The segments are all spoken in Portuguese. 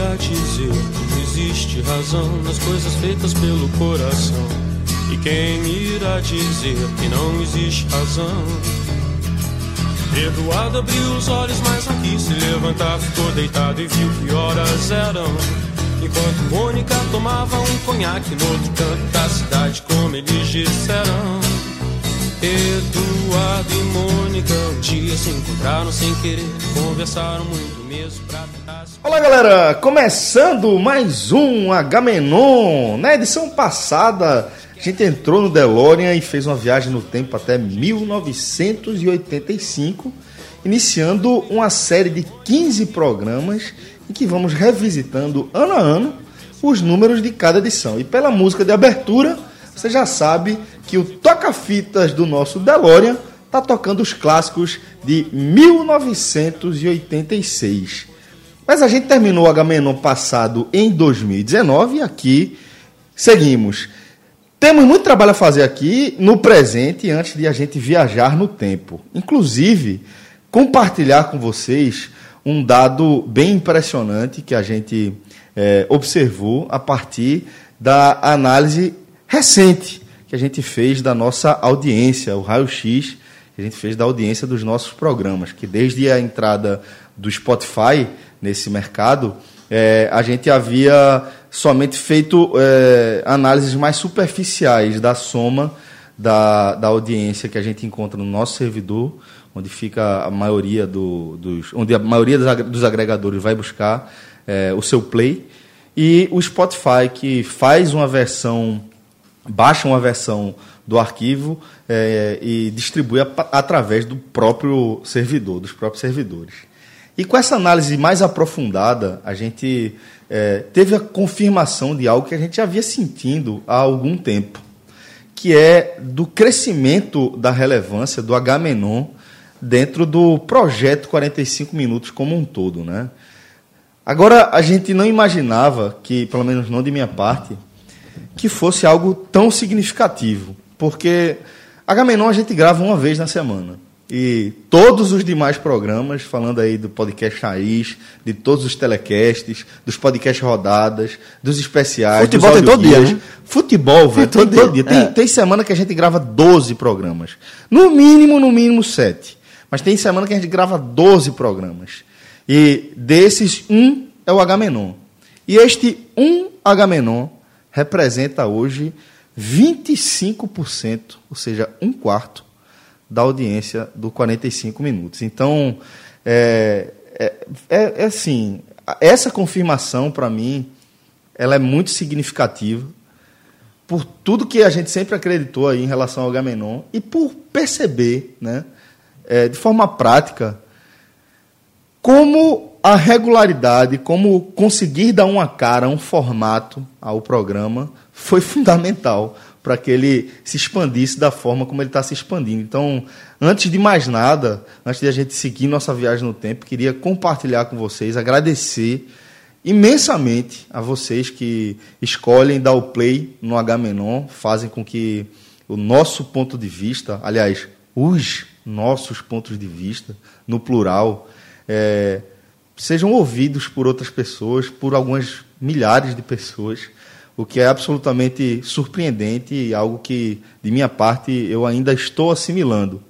entender que existe razão nas coisas feitas pelo coração. E quem irá dizer que não existe razão? Eduardo abriu os olhos, mas não quis se levantar. Ficou deitado e viu que horas eram. Enquanto Mônica tomava um conhaque no outro canto da cidade, como eles disseram. Eduardo e Mônica um dia se encontraram sem querer, conversaram muito mesmo pra Olá galera, começando mais um Agamenon. Na edição passada, a gente entrou no DeLorean e fez uma viagem no tempo até 1985, iniciando uma série de 15 programas em que vamos revisitando ano a ano os números de cada edição. E pela música de abertura, você já sabe que o toca-fitas do nosso DeLorean tá tocando os clássicos de 1986. Mas a gente terminou o Agamenon passado em 2019 e aqui seguimos. Temos muito trabalho a fazer aqui no presente antes de a gente viajar no tempo. Inclusive, compartilhar com vocês um dado bem impressionante que a gente eh, observou a partir da análise recente que a gente fez da nossa audiência, o raio-x que a gente fez da audiência dos nossos programas, que desde a entrada do Spotify nesse mercado, eh, a gente havia somente feito eh, análises mais superficiais da soma da, da audiência que a gente encontra no nosso servidor, onde fica a maioria do, dos. onde a maioria dos agre- dos agregadores vai buscar eh, o seu play. E o Spotify, que faz uma versão baixa uma versão do arquivo eh, e distribui apa- através do próprio servidor, dos próprios servidores. E com essa análise mais aprofundada, a gente eh, teve a confirmação de algo que a gente já havia sentindo há algum tempo, que é do crescimento da relevância do Agamenon dentro do projeto 45 Minutos como um todo, né? Agora, a gente não imaginava que, pelo menos não de minha parte, que fosse algo tão significativo. Porque Agamenon a gente grava uma vez na semana. E todos os demais programas, falando aí do podcast Raiz, de todos os telecasts, dos podcasts rodadas, dos especiais. Futebol dos tem todo audioguias. dia, né? Futebol, velho, Tem tem todo todo dia. dia. Tem, É. tem semana que a gente grava 12 programas. No mínimo, no mínimo, 7. Mas tem semana que a gente grava 12 programas. E desses, um é o Agamenon. E este um Agamenon representa hoje 25%, ou seja, um quarto da audiência do 45 Minutos. Então, é, é, é- é assim, a- essa confirmação, para mim, ela é muito significativa por tudo que a gente sempre acreditou aí em relação ao Gamenon e por perceber, né, eh, de forma prática, como a regularidade, como conseguir dar uma cara, um formato ao programa foi fundamental para que ele se expandisse da forma como ele está se expandindo. Então, antes de mais nada, antes de a gente seguir nossa viagem no tempo, queria compartilhar com vocês, agradecer imensamente a vocês que escolhem dar o play no Agamenon, fazem com que o nosso ponto de vista, aliás, os nossos pontos de vista, no plural, eh, sejam ouvidos por outras pessoas, por algumas milhares de pessoas, o que é absolutamente surpreendente e algo que, de minha parte, eu ainda estou assimilando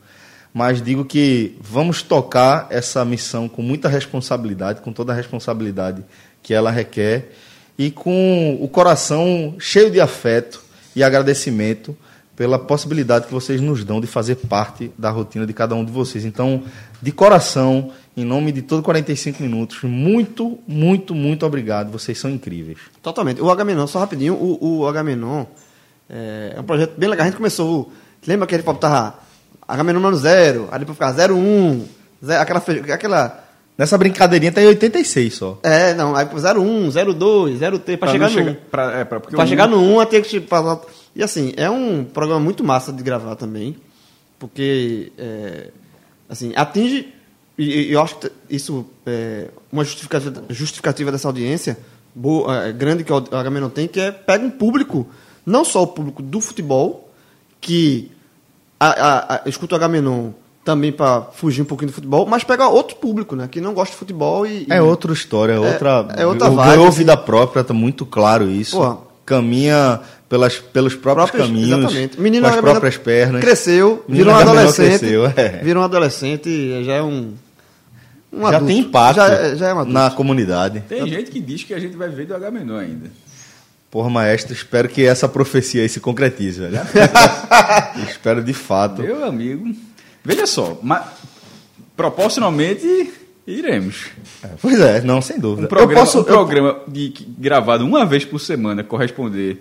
mas digo que vamos tocar essa missão com muita responsabilidade, com toda a responsabilidade que ela requer e com o coração cheio de afeto e agradecimento pela possibilidade que vocês nos dão de fazer parte da rotina de cada um de vocês. Então, de coração, em nome de todo 45 minutos, muito, muito, muito obrigado. Vocês são incríveis. Totalmente. O Agamenon, só rapidinho, o, o Agamenon é, é um projeto bem legal. A gente começou, lembra que ele pop tava Agamenon menos zero, aí depois ficava 01, zero, aquela, fe- aquela... Nessa brincadeirinha tá em 86 só. É, não, aí 01, 02, 03, pra, Pra chegar não no... um. chegar- pra- é, pra- porque Pra o- chegar no 1, até que tipo, falar- E assim, é um programa muito massa de gravar também, porque é, assim, atinge. E, e- eu acho que t- isso é uma justificativa, justificativa dessa audiência boa, é, grande que o Agamenon tem, que é pega um público, não só o público do futebol, que a, a, a, escuta o Agamenon também para fugir um pouquinho do futebol, mas pegar outro público, né? Que não gosta de futebol e. É e- outra história, é outra. é o outra vibe, ganhou assim. vida própria, tá muito claro isso. Pô. Caminha pelas, pelos próprios, próprios- caminhos, Exatamente. Menino com as Gabriel próprias pernas. Cresceu, Menino virou um Gabriel adolescente. cresceu, é. Virou um adolescente, já é um. um já adulto. tem impacto Já, é- já é um adulto. na comunidade. Tem gente que diz que a gente vai ver do H menor ainda. Porra, maestro, espero que essa profecia aí se concretize, velho. espero de fato. Meu amigo. Veja só, ma- proporcionalmente iremos. Pois é, não, sem dúvida. Um programa, eu posso. um eu- programa de, que- gravado uma vez por semana corresponder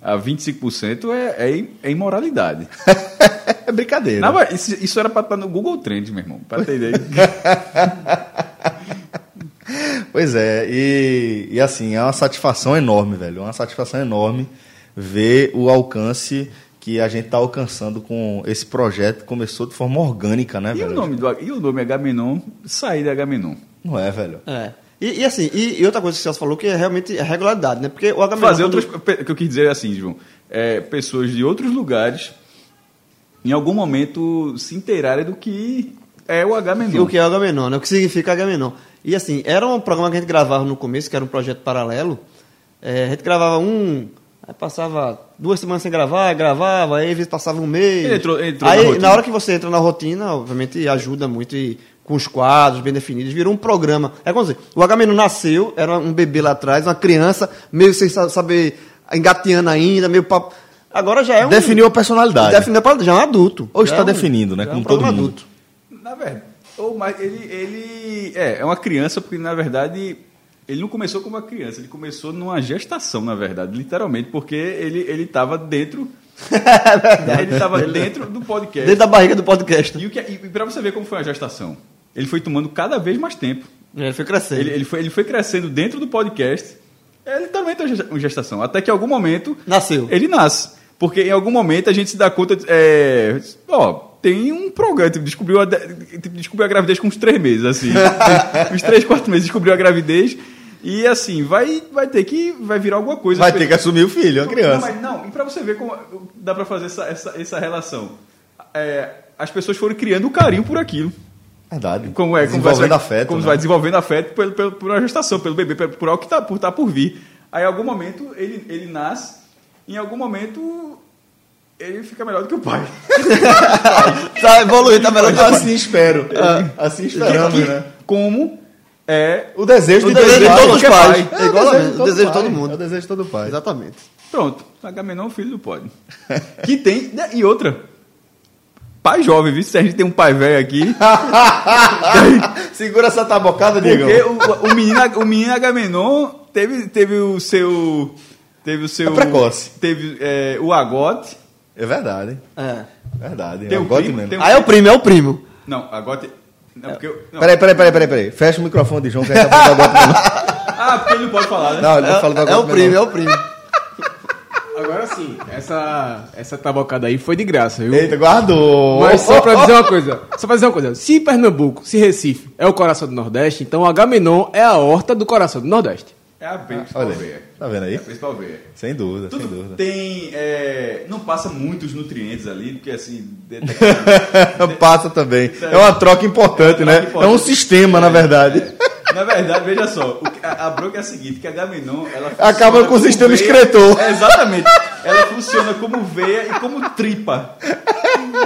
a 25% é, é, im- é imoralidade. é brincadeira. Na verdade, isso, isso era para estar no Google Trends, meu irmão. Para ter ideia. É Pois é, e, e assim, é uma satisfação enorme, velho. é Uma satisfação enorme ver o alcance que a gente está alcançando com esse projeto que começou de forma orgânica, né, E o velho? nome, do, e o nome Agamenon, sair de Agamenon. Não é, velho? É. E, e assim, e, e outra coisa que o Celso falou que é realmente a regularidade, né? Porque o Agamenon. Fazer quando- outras. pe- O que eu quis dizer é assim, João. é, pessoas de outros lugares, em algum momento, se inteirarem do que é o Agamenon. O que é o Agamenon, né? O que significa Agamenon. E assim, era um programa que a gente gravava no começo, que era um projeto paralelo. É, a gente gravava um, aí passava duas semanas sem gravar, gravava, aí às vezes passava um mês. Ele entrou- ele entrou na aí, na, rotina. hora que você entra na rotina, obviamente ajuda muito e com os quadros bem definidos, virou um programa. É como dizer, o Agamenon nasceu, era um bebê lá atrás, uma criança, meio sem sa- saber, engateando ainda, meio papo. Agora já é um. Definiu a personalidade. Definiu a palavra, já é um adulto. Hoje Já está é um- definindo, né? já é um Como todo programa mundo. adulto. Na verdade. Ou mais, ele, ele é, é uma criança, porque na verdade ele não começou como uma criança, ele começou numa gestação, na verdade, literalmente, porque ele ele estava dentro. ele estava dentro do podcast. Dentro da barriga do podcast. E, o que- é, e para você ver como foi a gestação, ele foi tomando cada vez mais tempo. Ele foi crescendo. Ele, ele foi, ele foi crescendo dentro do podcast. É literalmente uma gesta- uma gestação. Até que em algum momento. Nasceu. Ele nasce. Porque em algum momento a gente se dá conta. de- É, ó, tem um programa. Tipo, descobriu, a, de- tipo, descobriu a gravidez com uns três meses, assim. uns três, quatro meses descobriu a gravidez. E assim, vai, vai ter que. Vai virar alguma coisa. Vai ter que assumir o filho, a Não, criança. mas não, e pra você ver como dá pra fazer essa, essa, essa relação. É, as pessoas foram criando um carinho por aquilo. Verdade. Como é, como vai- Desenvolvendo vai, afeto. Como né? vai desenvolvendo afeto pelo, pelo, por uma gestação, pelo bebê, pelo- por algo que tá por, tá por vir. Aí, em algum momento, ele, ele nasce, em algum momento, ele fica melhor do que o pai. Tá evoluindo, tá melhor. Assim espero. Assim esperamos, Que- que- né? Como é. O desejo O de desejo de pai. todos os pais. É, É igual a mim, o desejo de todo mundo. É o desejo de todo pai. Exatamente. Pronto, Agamenon, filho do pode. Que tem. né, E outra. Pai jovem, viu? Se a gente tem um pai velho aqui. Segura essa tabocada, Diego. Porque o, o menino, o menino Agamenon teve, teve o seu. Teve o seu. É precoce. Teve é, o agote. É verdade. hein? É. Verdade. Tem eu um gosto primo, mesmo. tem um- Aí é o primo, é o primo. Não, agote. Não, porque eu, não. Peraí, peraí, peraí, peraí, peraí. Fecha o microfone de João que a gente vai falar do Agora Menor. Ah, porque ele não pode falar, né? Não, ele É, não fala do é Agora o primo, é o primo. Agora sim, essa, essa tabocada aí foi de graça, viu? Eita, guardou. Mas só oh, pra dizer uma coisa, só pra dizer uma coisa, se Pernambuco, se Recife é o coração do Nordeste, então o Agamenon é a horta do coração do Nordeste. É a principal Olha aí. veia. Tá vendo É aí? a principal veia. Sem dúvida, sem Tudo dúvida. tem. é, não passa muitos nutrientes ali, porque assim. de- de- Passa também. É uma troca importante, É uma né? troca É um importante. sistema, na verdade. Na verdade, veja só, o que- a, a bronca é a seguinte, que a Gaminon, ela Acaba funciona com o como sistema veia- excretor. É, exatamente. Ela funciona como veia e como tripa.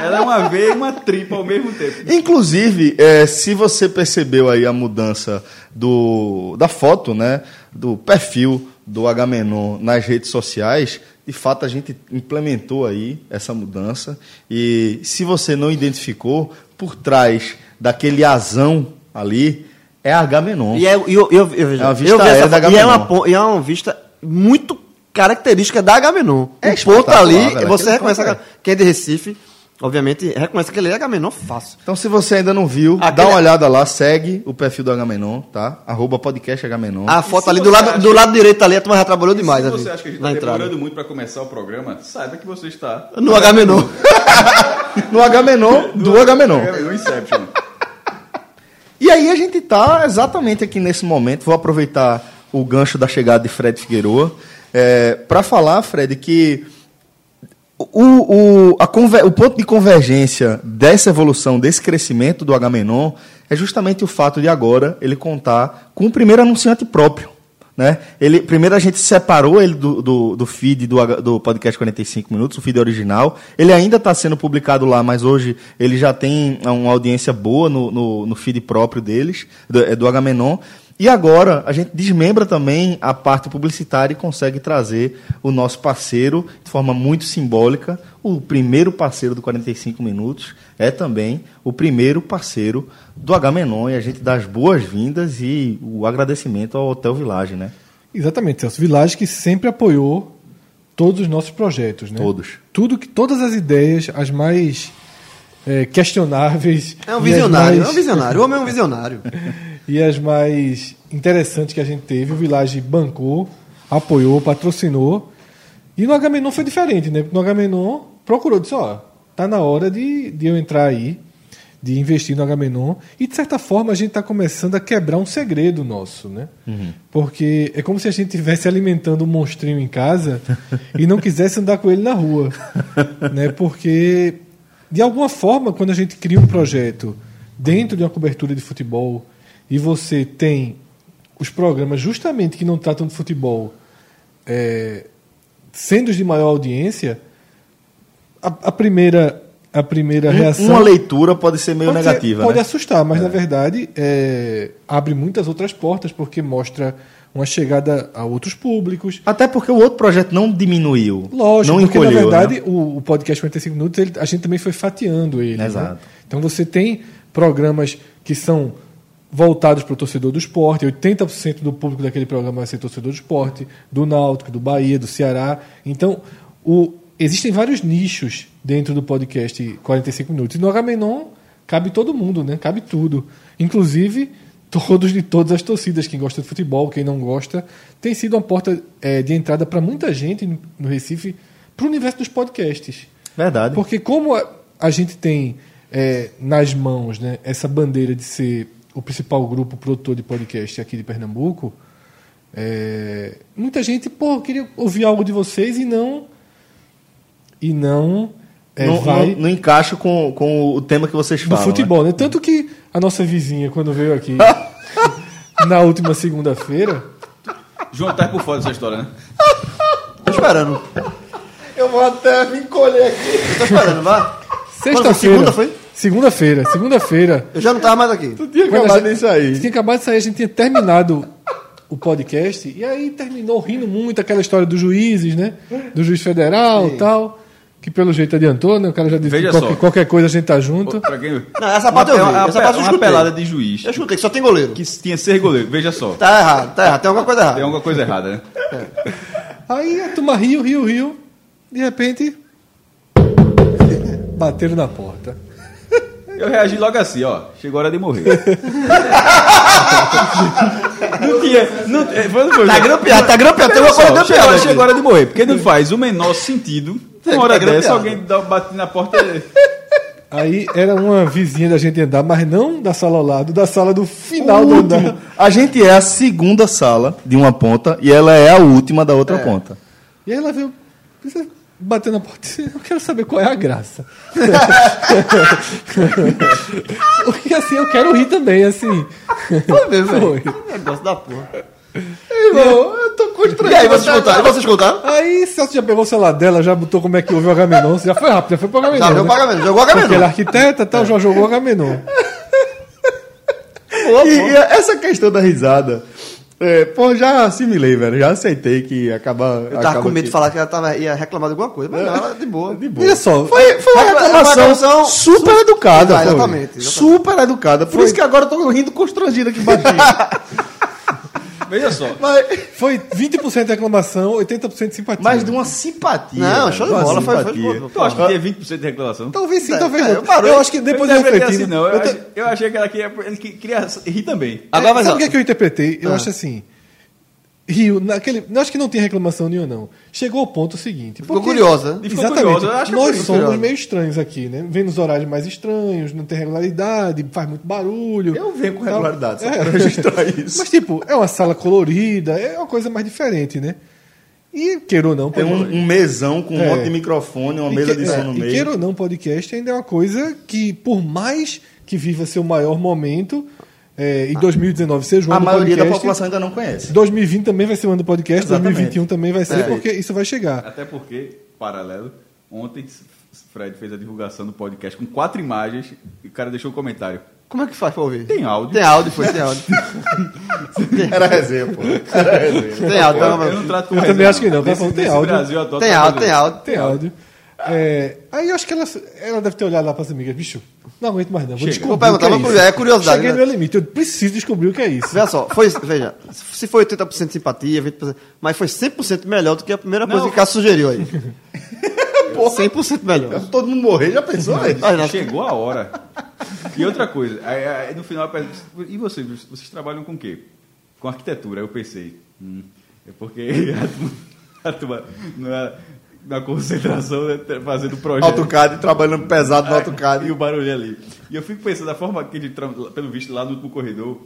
Ela é uma veia e uma tripa ao mesmo tempo. Inclusive, é, se você percebeu aí a mudança do, da foto, né? Do perfil do Agamenon nas redes sociais, de fato a gente implementou aí essa mudança. E se você não identificou, por trás daquele azão ali é Agamenon. E é, e eu, eu, eu vejo. É uma vista eu vejo aérea da e é uma, Agamenon. pon- e é uma vista muito característica da Agamenon. É o ponto espetacular, ali, velho. você Aquele reconhece ponto a, quem é de Recife, obviamente, reconhece que ele é Agamenon fácil. Então, se você ainda não viu, dá Aquele- uma olhada lá, segue o perfil do Agamenon, tá? Arroba podcast Agamenon. A se foto ali você do lado, acha- do lado direito ali, a turma já trabalhou demais se ali. você acha que a gente na está entrada. demorando muito para começar o programa, saiba que você está No Agamenon. No Agamenon, do Agamenon. no É, um Inception. E aí a gente tá exatamente aqui nesse momento. Vou aproveitar o gancho da chegada de Fred Figueroa é, para falar, Fred, que o, o, a conver- o ponto de convergência dessa evolução, desse crescimento do Agamenon, é justamente o fato de agora ele contar com o primeiro anunciante próprio. Né? Ele, primeiro a gente separou ele do, do, do feed do, H- do podcast 45 minutos, o feed original. Ele ainda está sendo publicado lá, mas hoje ele já tem uma audiência boa no, no, no feed próprio deles, do, é, do Agamenon. E agora a gente desmembra também a parte publicitária e consegue trazer o nosso parceiro de forma muito simbólica. O primeiro parceiro do 45 Minutos é também o primeiro parceiro do Agamenon. E a gente dá as boas-vindas e o agradecimento ao Hotel Village, né? Exatamente, Celso. Village que sempre apoiou todos os nossos projetos, né? Todos. Tudo que, todas as ideias, as mais eh, questionáveis. É um e as visionário, é mais- um visionário. O homem é um visionário. E as mais interessantes que a gente teve, o Village bancou, apoiou, patrocinou. E no Agamenon foi diferente, né? Porque No Agamenon procurou, disse, ó, tá na hora de, de eu entrar aí, de investir no Agamenon. E, de certa forma, a gente está começando a quebrar um segredo nosso, né? Porque é como se a gente estivesse alimentando um monstrinho em casa e não quisesse andar com ele na rua, né? Porque, de alguma forma, quando a gente cria um projeto dentro de uma cobertura de futebol e você tem os programas justamente que não tratam de futebol é, sendo os de maior audiência, a, a primeira a primeira reação Um- Uma leitura pode ser meio pode ser- negativa, pode né? assustar, mas na verdade é, abre muitas outras portas porque mostra uma chegada a outros públicos. Até porque o outro projeto não diminuiu. Lógico, não porque encolheu, na verdade né? o, o podcast 45 minutos ele- a gente também foi fatiando ele. né? Exato. Então você tem programas que são voltados para o torcedor do esporte, 80% do público daquele programa vai ser torcedor do esporte, do Náutico, do Bahia, do Ceará. Então, o- existem vários nichos dentro do podcast 45 minutos. E no Agamenon cabe todo mundo, né? Cabe tudo. Inclusive todos de todas as torcidas, quem gosta de futebol, quem não gosta, tem sido uma porta eh, de entrada para muita gente no- no Recife para o universo dos podcasts. Verdade. Porque como a, a gente tem é, nas mãos né, essa bandeira de ser o principal grupo produtor de podcast aqui de Pernambuco, é, muita gente, pô, eu queria ouvir algo de vocês e não. E não. é, não, vai não- não encaixa com, com o tema que vocês do falam. futebol, né? Tanto que a nossa vizinha, quando veio aqui na última segunda-feira, João tá por fora dessa história, né? Tô esperando. Eu vou até me encolher aqui. Tô esperando, vá. sexta-feira. segunda foi? Segunda-feira, segunda-feira. Eu já não tava mais aqui. Tinha Quando a acabado gente- disso aí. Tinha acabado de sair, a gente tinha terminado o podcast e aí terminou rindo muito aquela história dos juízes, né? Do juiz federal e tal. Que pelo jeito adiantou, né? O cara já disse Veja que qualquer, só. qualquer coisa a gente tá junto. Pra quem... Não, essa parte eu vi. Uma- uma- Essa parte eu uma escutei. pelada de juiz. Eu escutei que só tem goleiro. Que tinha ser goleiro. Veja só. Tá errado, tá errado. Tem alguma coisa Tem errada. alguma coisa errada, né? Aí a turma riu, riu, riu. De repente. Bateram na porta. Eu reagi logo assim, ó. Chegou a hora de morrer. não tinha. Não, é, foi- foi- Tá grampeado, tá grampeado. Tem Olha alguma só, coisa chegou, a grampeada. hora- aqui. chegou a hora de morrer, porque não faz o menor sentido. Uma hora Tá grampeado. dessa, alguém dá, bate na porta. Aí era uma vizinha da gente andar, mas não da sala ao lado, da sala do final do andar. A gente é a segunda sala de uma ponta e ela é a última da outra ponta. E aí ela veio disse, bateu na porta e disse, eu quero saber qual é a graça. Porque assim, eu quero rir também, assim. Foi mesmo, Foi. velho. Negócio da porra. eu tô constrangido. E Tá, aí, tá vocês escutaram? Vocês escutaram? Aí Celso já pegou o celular dela, já botou como é que houve o Agamenon. Já foi rápido, já foi pro Agamenon. Já né? jogou a menos, jogou a Porque ela é menos. arquiteta e tal, já jogou o Agamenon. E, e essa questão da risada. é, pô, já assimilei, velho. Já aceitei que acabar. Eu tava com medo de falar que ela tava, ia reclamar de alguma coisa, mas não, ela de boa. De Olha só, Foi, foi uma Foi uma reclamação reclamação super educada. Ah, foi. exatamente, exatamente. Super educada. Por isso que agora eu tô rindo constrangido aqui baixinho. Veja só. mas, foi 20% reclamação, 80% simpatia. mas é de uma simpatia. Não, velho, Tipo assim, show de uma bola, foi- foi simpatia. de boa. Tu acha que tinha 20% de reclamação? Talvez sim, É, talvez é, não. eu Eu, parei. acho que depois eu de não interpretei refletir... assim, não. Eu, eu tô- achei, eu achei que ela queria, ele que- queria rir também. Agora vai Sabe o que, lá. é que eu interpretei? Ah. Eu acho assim. Rio, naquele. Eu acho que não tem reclamação nenhuma, não. Chegou ao ponto seguinte. Ficou né? curiosa. E ficou Exatamente. curioso, eu é acho que Nós foi somos curioso. meio estranhos aqui, né? Vendo os horários mais estranhos, não tem regularidade, faz muito barulho. Eu venho com tal. regularidade, só É. quero registrar isso. Mas, tipo, é uma sala colorida, é uma coisa mais diferente, né? E queira ou não, Tem um, um mesão com um É. monte de microfone, uma E mesa que- de é, som no e queira meio. ou não, podcast ainda é uma coisa que, por mais que viva seu maior momento, é, e 2019 seja o Ah. A ano do maioria da podcast, população ainda não conhece. 2020 também vai ser o ano do podcast, Exatamente. 2021 também vai ser, É. porque isso vai chegar. Até porque, paralelo, ontem S- S- Fred fez a divulgação do podcast com quatro imagens e o cara deixou um comentário. Como é que faz pra ouvir? Tem áudio. Tem áudio, foi, tem áudio. Era resenha, pô. Era resenha. Tem áudio, tá, Eu não mano. trato com Ah, Eu também resenha, acho que não, tá Nesse- falando, tem nesse áudio. Brasil atual, Tem tá áudio, fazendo. tem áudio. Tem áudio. É, aí eu acho que ela, ela deve ter olhado lá para as amigas, bicho, não aguento mais não, vou Chega. descobrir Vou perguntar, o que vou é, isso. curiosidade, é curiosidade, Cheguei né? no meu limite, eu preciso descobrir o que é isso. Veja só, foi, veja, se foi 80% de simpatia, 20%, mas foi 100% melhor do que a primeira coisa que o cara sugeriu aí. 100% melhor. Todo mundo morrer, já pensou, velho? Olha, né? nós- Chegou a hora. E outra coisa, aí, aí no final eu pergunto, e vocês, vocês trabalham com o quê? Com arquitetura. Aí eu pensei, hum, é porque a turma- a turma, na, na concentração, né, tá fazendo projeto. AutoCAD, trabalhando pesado no AutoCAD. E o barulho ali. E eu fico pensando, da forma que ele, tra- pelo visto, lá no último corredor,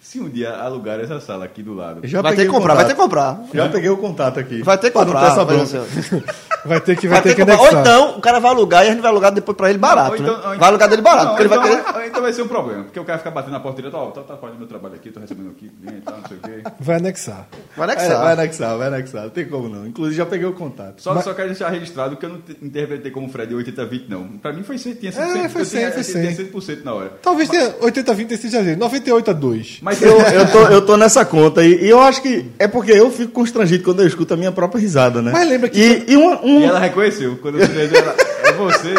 se um dia alugar essa sala aqui do lado. Já vai ter peguei que o comprar, vai ter que contato. comprar. Já peguei o contato aqui. Vai ter que Pra não ter comprar. essa vai bronca. ser- Vai ter que, vai Vai ter ter que que comprar. Ou anexar. então o cara vai alugar e a gente vai alugar depois pra ele barato, Ou então- ou né? então- Vai alugar dele barato, Não, porque ele vai então- querer. ou Então vai ser um problema, porque o cara fica batendo na porta direto, ó, tá atrapalhando meu trabalho aqui, tô recebendo aqui, cliente, tá, não sei o quê. Vai anexar. Vai É, anexar. vai anexar, vai anexar. Não tem como não. Inclusive, já peguei o contato. Só, só quero deixar registrado que eu não te- interpretei como Fred 80-20, não. Pra mim foi 100, tinha 100%, É, foi eu tinha- 100, foi tinha 100% na hora. Talvez tenha 80-20 esteja ali, 98 a 2. Mas Eu, eu, tô, eu tô nessa conta e, e eu acho que é porque eu fico constrangido quando eu escuto a minha própria risada, né? Mas lembra que- E, e, uma, um- E ela reconheceu, quando eu fiz ela, é você.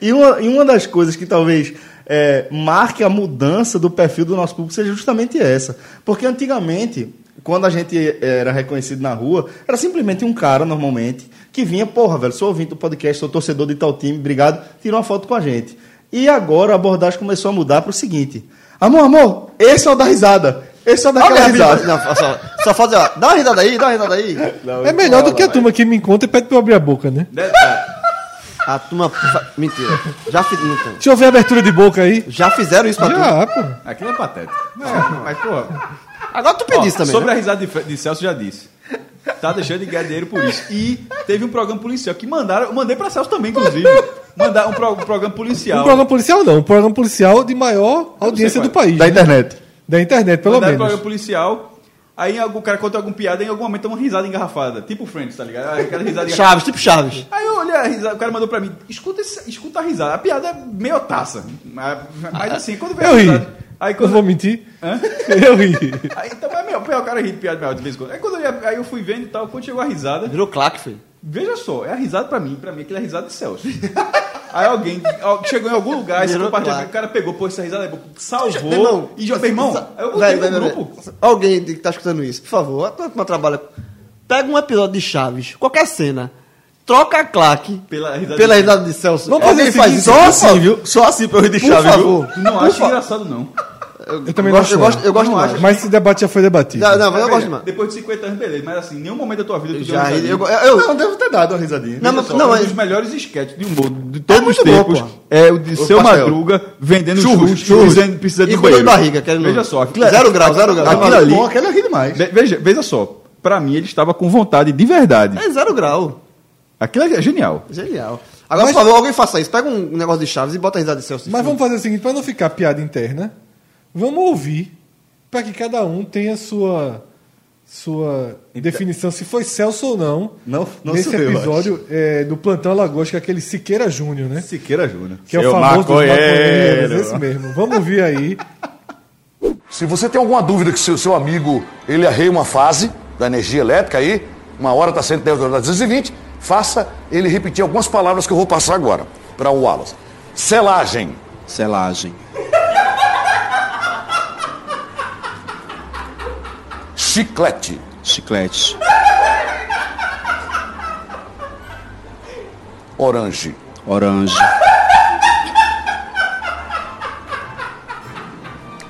e uma, e uma das coisas que talvez é, marque a mudança do perfil do nosso público seja justamente essa. Porque antigamente, quando a gente era reconhecido na rua, era simplesmente um cara, normalmente, que vinha, porra, velho, sou ouvinte do podcast, sou torcedor de tal time, obrigado, tira uma foto com a gente. E agora a abordagem começou a mudar para o seguinte: amor, amor, esse é o da risada. Esse é o daquela Olha a risada. risada. Não, só, só fazer, ó. Dá uma risada aí, dá uma risada aí. É melhor do que a turma que me encontra e pede pra eu abrir a boca, né? Né? Ah, A turma. fa- Mentira. Já fiz. Então. Deixa eu ver a abertura de boca aí. Já fizeram isso pra tu. Já, pô. Um Aquilo é patético. Mas, porra. Agora tu pediste Ó, também. sobre né? a risada de, Fre- de Celso, já disse. Tá deixando de ganhar dinheiro por isso. E teve um programa policial que mandaram, eu mandei pra Celso também, inclusive. Mandar um, pro- um programa policial. Um programa policial não, um programa policial de maior audiência qual do é. país. Da né? internet. Da internet, pelo Mandaram um menos. programa policial. Aí algum- o cara conta alguma piada e em algum momento é uma risada engarrafada. Tipo Friends, tá ligado? Aquela risada engarrafada. Chaves, tipo Chaves. Aí eu olhei a risada, o cara mandou pra mim, escuta, esse- escuta a risada. A piada é meio taça. Mas mas assim, quando vem a Eu ri. risada. Aí Eu quando. vou mentir. Hã? Eu ri. Aí, então é meu, o cara ri de piada meio de vez em quando. Aí, quando eu, ia- aí eu fui vendo e tal, quando chegou a risada, Virou claque, filho. veja só, é a risada pra mim, pra mim aquilo é a risada de Celso. Aí alguém al- chegou em algum lugar, esse Virou compartilhou, claque. o cara pegou, pô, essa risada, aí, salvou, Meu irmão, e já, meu irmão, aí eu botei Vai, vai, no vai, grupo. vai. Alguém que tá escutando isso, por favor, a turma trabalha. Pega um episódio de Chaves, qualquer cena, troca a claque Pela risada pela de- risada de Celso. Vamos fazer Alguém o faz seguinte, isso, Só por assim, viu? Só assim pra eu rir de Por chave, viu? favor. Não acho engraçado, não. Eu também gosto, eu não acho. gosto, eu gosto Não demais. acho. Mas esse debate já foi debatido. Não, não, mas eu Veja, gosto demais. Depois de 50 anos, beleza, mas assim, em nenhum momento da tua vida tu um deu uma Já, eu, risadinha. eu, eu- Não, devo ter dado uma risadinha. Não, mas- Pessoal, um é- tá dos melhores esquetes de humor de todos os muito bom, tempos pô. é o de pastel. seu Madruga vendendo Churros, churros, churros. dizendo que precisa de E com dor de banheiro. barriga, quero não. Veja só, aquilo- é- Zero grau, zero grau. é Aquilo Aquele ali- bom, aquele eu ri demais. Ve- veja, veja só, pra mim ele estava com vontade de verdade. é zero grau. Aquilo é genial. Genial. Agora, por favor, alguém faça isso. Pega um negócio de Chaves e bota a risada de Celso. Mas vamos fazer o seguinte, para não ficar piada interna, vamos ouvir para que cada um tenha sua sua Então- definição se foi Celso ou não. Não- não nesse sou eu, episódio é, do Plantão Alagoas, que é aquele Siqueira Júnior, né? Siqueira Júnior. Que é o famoso dos maconheiros, esse mesmo. Vamos ouvir aí. Se você tem alguma dúvida que seu, seu amigo ele arreia uma fase da energia elétrica aí, uma hora tá está 110, outra está 220, faça ele repetir algumas palavras que eu vou passar agora para o Wallace. Selagem, Selagem, chiclete, chiclete, orange, orange,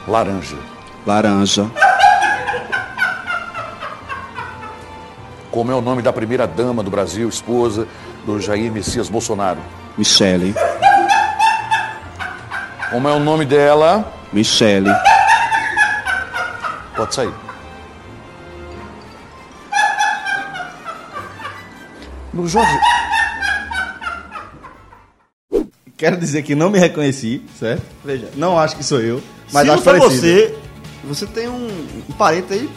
laranja, laranja, como é o nome da primeira dama do Brasil, esposa do Jair Messias Bolsonaro. Michele, Como é o nome dela? Michele, Pode sair. No Jorge. Quero dizer que não me reconheci, certo? Veja. Não acho que sou eu, mas acho Se não for parecido. você, você tem um um parente aí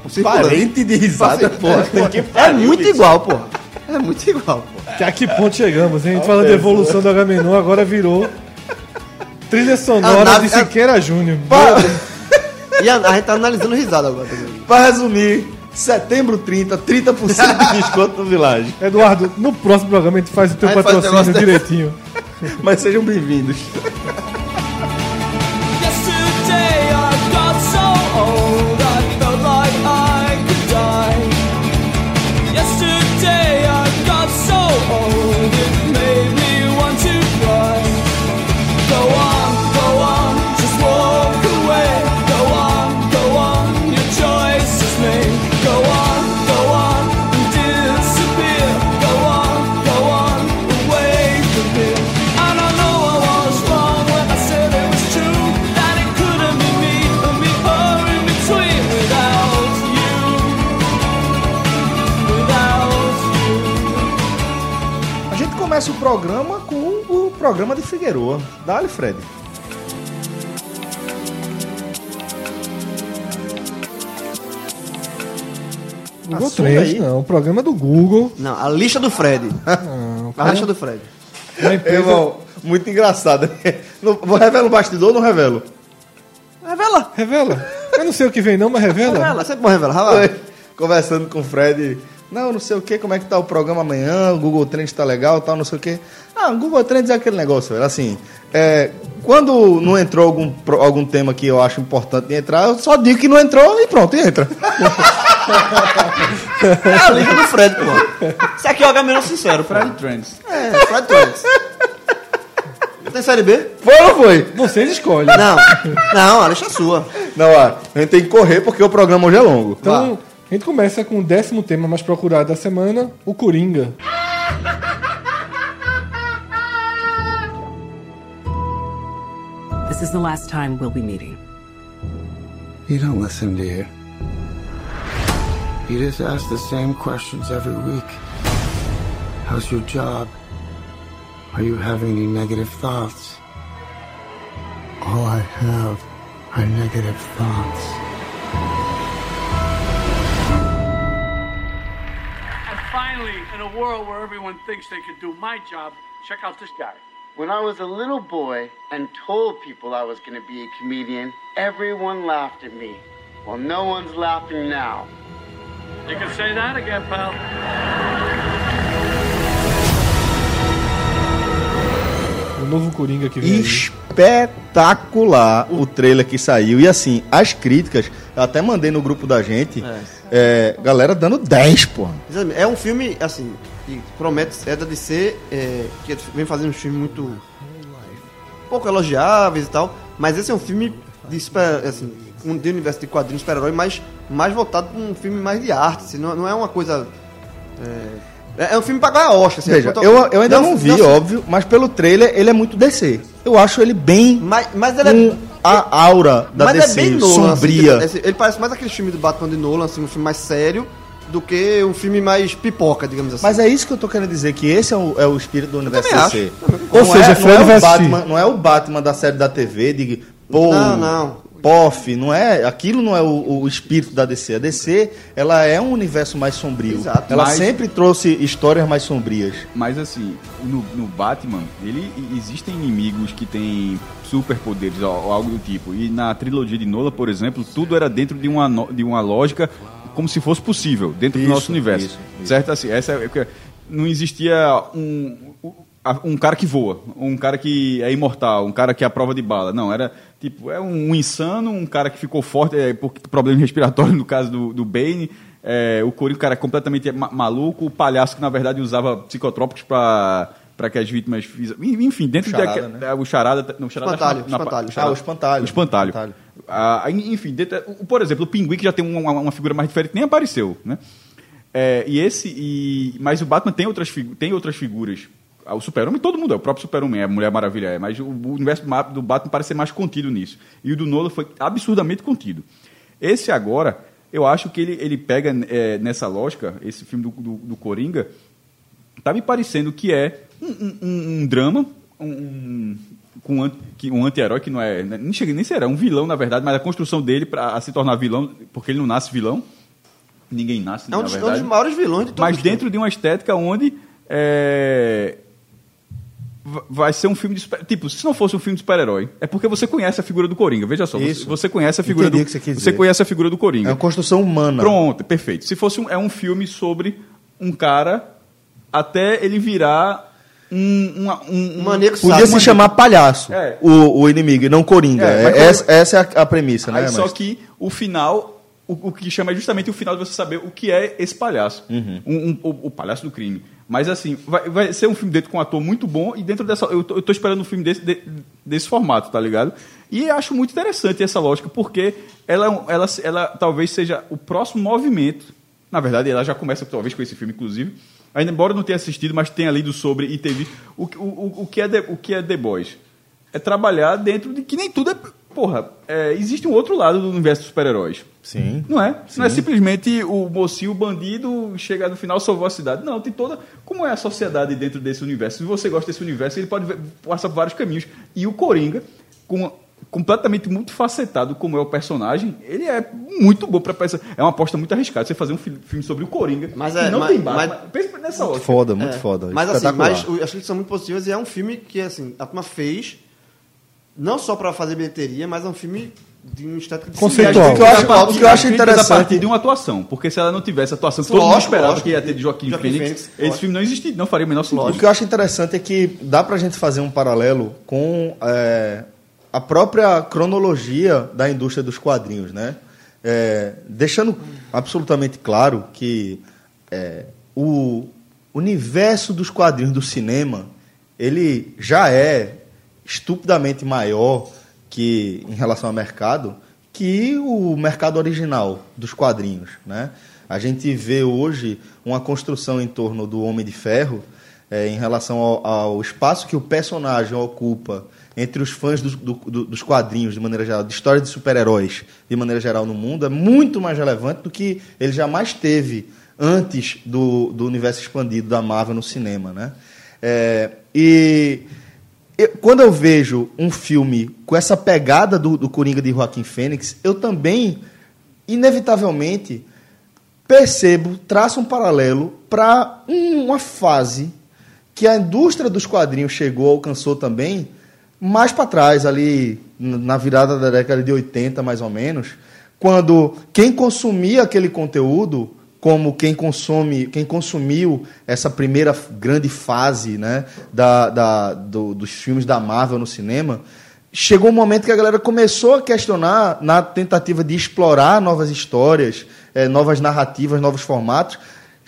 pô, circulando. Parente de risada, Parente- porra. É muito igual, porra. É muito igual, porra. Que a que ponto chegamos, hein? A gente falando de evolução do Agamenon, agora virou trilha sonora A nave- de Siqueira Júnior. E a, a gente tá analisando risada agora também. Pra resumir, setembro 30, 30% de desconto no Village. Eduardo, no próximo programa a gente faz o teu Aí faz o patrocínio negócio desse. direitinho. Mas sejam bem-vindos. Yesterday I got so old I felt like I could die. Yesterday I got so old it made me want to cry. Go on, go on, just walk away. Go on, go on, your choice is made. Go on, go on, and disappear. Go on, go on, away from here. And I know I was wrong when I said it was true. That it couldn't be me, and we were in between without you. Without you. A gente começa o programa com É o programa de Figueroa. Dá-lhe, Fred. Google Assuma 3, aí. não. O programa é do Google. Não, a lista do Fred. a lista do Ah, Fred. Uma empresa... Irmão, muito engraçado. Não, vou revelar o bastidor ou não revelo? Revela. Revela. Eu não sei o que vem não, mas revela. Revela, é sempre bom revelar. Vai lá. Oi. Conversando com o Fred. Não, não sei o que, como é que tá o programa amanhã, o Google Trends tá legal, tal, não sei o que. Ah, o Google Trends é aquele negócio, velho. Assim, é, quando não entrou algum, pro- algum tema que eu acho importante de entrar, eu só digo que não entrou e pronto, e entra. É a lista do Fred, porra. Isso aqui é o H-Menor sincero, porra. Fred Trends. É, Fred Torres. Tem série B? Foi ou não foi? Vocês escolhem. Não. Não, a lista é sua. Não, ó, a gente tem que correr porque o programa hoje é longo. Então, a gente começa com o décimo tema mais procurado da semana, o Coringa. This is the last time we'll be meeting. You don't listen, do you? You just ask the same questions every week. How's your job? Are you having any negative thoughts? All I have are negative thoughts. And finally, in a world where everyone thinks they can do my job, check out this guy. When I was a little boy and told people I was going to be a comedian, everyone laughed at me. Well, no one's laughing now. You can say that again, pal. O novo Coringa que vem. aí. Espetacular o trailer que saiu. E assim, as críticas, eu até mandei no grupo da gente, é, galera dando 10, porra. Exatamente. É um filme, assim, que promete, é da DC, é, que vem fazendo um filme muito pouco elogiáveis e tal, mas esse é um filme de super, assim, um de universo de quadrinhos super-herói, mas mais voltado pra um filme mais de arte, assim, não, não é uma coisa... É, é- é um filme pra ganhar Oscar, assim, Veja, quanto- eu, eu ainda não, é um- vi, é um- óbvio, mas pelo trailer ele é muito DC. Eu acho ele bem Mas, mas ele é... com a aura da mas DC, é bem Nolan, sombria. assim, ele parece mais aquele filme do Batman de Nolan, assim, um filme mais sério, do que um filme mais pipoca, digamos assim. mas é isso que eu tô querendo dizer, que esse é o, é o espírito do universo também acho. DC. Ou Não seja, é, Fred não é vai o assistir. Batman, não é o Batman da série da TV, de pô, Não, não. Poff, não é, aquilo não é o, o espírito da DC. A DC, ela é um universo mais sombrio. Exato. ela Mas- sempre trouxe histórias mais sombrias. Mas assim, no, no Batman, ele existem inimigos que têm superpoderes ou, ou algo do tipo. E na trilogia de Nola, por exemplo, tudo era dentro de uma, no- de uma lógica como se fosse possível, dentro Isso, do nosso universo. isso, isso. Certo? Assim, essa é, porque não existia um, um cara que voa, um cara que é imortal, um cara que é a prova de bala. Não, era tipo, é um, insano, um cara que ficou forte é, por problema respiratório, no caso do, do Bane. É, o Coringa, o cara completamente ma- maluco, o palhaço que na verdade usava psicotrópicos para para que as vítimas fizessem. Enfim, dentro Charada, da, né? é, o charada, não, o charada Espantalho, na- na- espantalho. charada- Ah, o espantalho. o espantalho. Espantalho. Ah, enfim, dentro- o- por exemplo, o pinguim que já tem uma, uma figura mais diferente nem apareceu, né? É, e esse, e, mas o Batman tem outras, figu- tem outras figuras. Ah, O Super-Homem, todo mundo é, o próprio Super-Homem é, a Mulher Maravilha é, mas o, o universo do Ma- do Batman parece ser mais contido nisso. E o do Nolan foi absurdamente contido. Esse agora, é, eu acho que ele, ele pega eh, nessa lógica, esse filme do, do, do Coringa, tá me parecendo que é um, um- um- um drama, um- um, com um, anti- que- um anti-herói que não é. Nem chega nem será, um vilão, na verdade, mas a construção dele para se tornar vilão, porque ele não nasce vilão. Ninguém nasce, É um na dos, é um verdade. dos maiores vilões de todos Mas os dentro de uma estética onde é, va- vai ser um filme de super... Tipo, se não fosse um filme de super-herói, é porque você conhece a figura do Coringa. Veja só, você, Isso. você conhece a figura Entendi o do... que você quis você dizer. conhece a figura do Coringa. É uma construção humana. Pronto, perfeito. Se fosse um, é um filme sobre um cara até ele virar um, uma- um, um maníaco Podia se chamar palhaço, É. o, o inimigo, e não Coringa. É, mas É, como- essa, essa é a, a premissa, né? Aí, só mas- que o final, o, o que chama é justamente o final de você saber o que é esse palhaço. Uhum. Um- um- o, o palhaço do crime. Mas assim, vai, vai ser um filme dentro com um ator muito bom e dentro dessa. Eu tô, eu tô esperando um filme desse, de- desse formato, tá ligado? E acho muito interessante essa lógica, porque ela, é um- ela, se- ela talvez seja o próximo movimento. Na verdade, ela já começa talvez com esse filme, inclusive. Ainda embora eu não tenha assistido, mas tenha lido sobre e teve. O, que- o, o, o que é The, o que é The Boys? é trabalhar dentro de que nem tudo é. Porra, é, existe um outro lado do universo dos super-heróis. Sim. Não é? Não é simplesmente o mocinho, o bandido, chegar no final, salvou a cidade. Não, tem toda. Como é a sociedade dentro desse universo? Se você gosta desse universo, ele pode ver- passar por vários caminhos. E o Coringa, com- completamente muito facetado como é o personagem, ele é muito bom pra peça. É uma aposta muito arriscada você fazer um fi- filme sobre o Coringa. Mas que é- não mas- tem Batman. mas- Pensa nessa Muito ótica. foda, muito É. foda. Mas assim, espetacular. mas o- as críticas são muito positivas e é um filme que, assim, a turma fez não só pra fazer bilheteria, mas é um filme de um estética de Então, Conceitual. cinema. O que eu acho- o que eu acho As críticas A interessante- partir de uma atuação, porque se ela não tivesse a atuação que todo mundo Lógico, esperava lógico. que ia ter de Joaquim, Joaquim Phoenix, Phoenix, esse lógico. filme não existiria, não faria o menor sentido. O que eu acho interessante é que dá pra gente fazer um paralelo com é, a própria cronologia da indústria dos quadrinhos, né? É, deixando absolutamente claro que é, o universo dos quadrinhos do cinema ele já é estupidamente maior que em relação ao mercado que o mercado original dos quadrinhos, né? A gente vê hoje uma construção em torno do Homem de Ferro é, em relação ao, ao espaço que o personagem ocupa entre os fãs dos- do- do- dos quadrinhos, de maneira geral, de histórias de super-heróis, de maneira geral, no mundo, é muito mais relevante do que ele jamais teve antes do, do universo expandido da Marvel no cinema, né? É, e eu- quando eu vejo um filme com essa pegada do, do Coringa de Joaquim Fênix, eu também, inevitavelmente, percebo, traço um paralelo para uma fase que a indústria dos quadrinhos chegou, alcançou também, mais para trás, ali n- na virada da década de 80, mais ou menos, quando quem consumia aquele conteúdo, como quem consome, quem consumiu essa primeira f- grande fase né, da, da- do- dos filmes da Marvel no cinema, chegou um momento que a galera começou a questionar na tentativa de explorar novas histórias, eh, novas narrativas, novos formatos,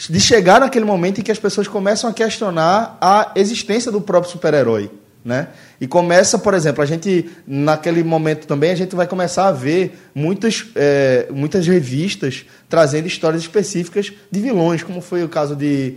de chegar naquele momento em que as pessoas começam a questionar a existência do próprio super-herói, né? E começa, por exemplo, a gente naquele momento também a gente vai começar a ver muitas, eh, muitas revistas trazendo histórias específicas de vilões, como foi o caso de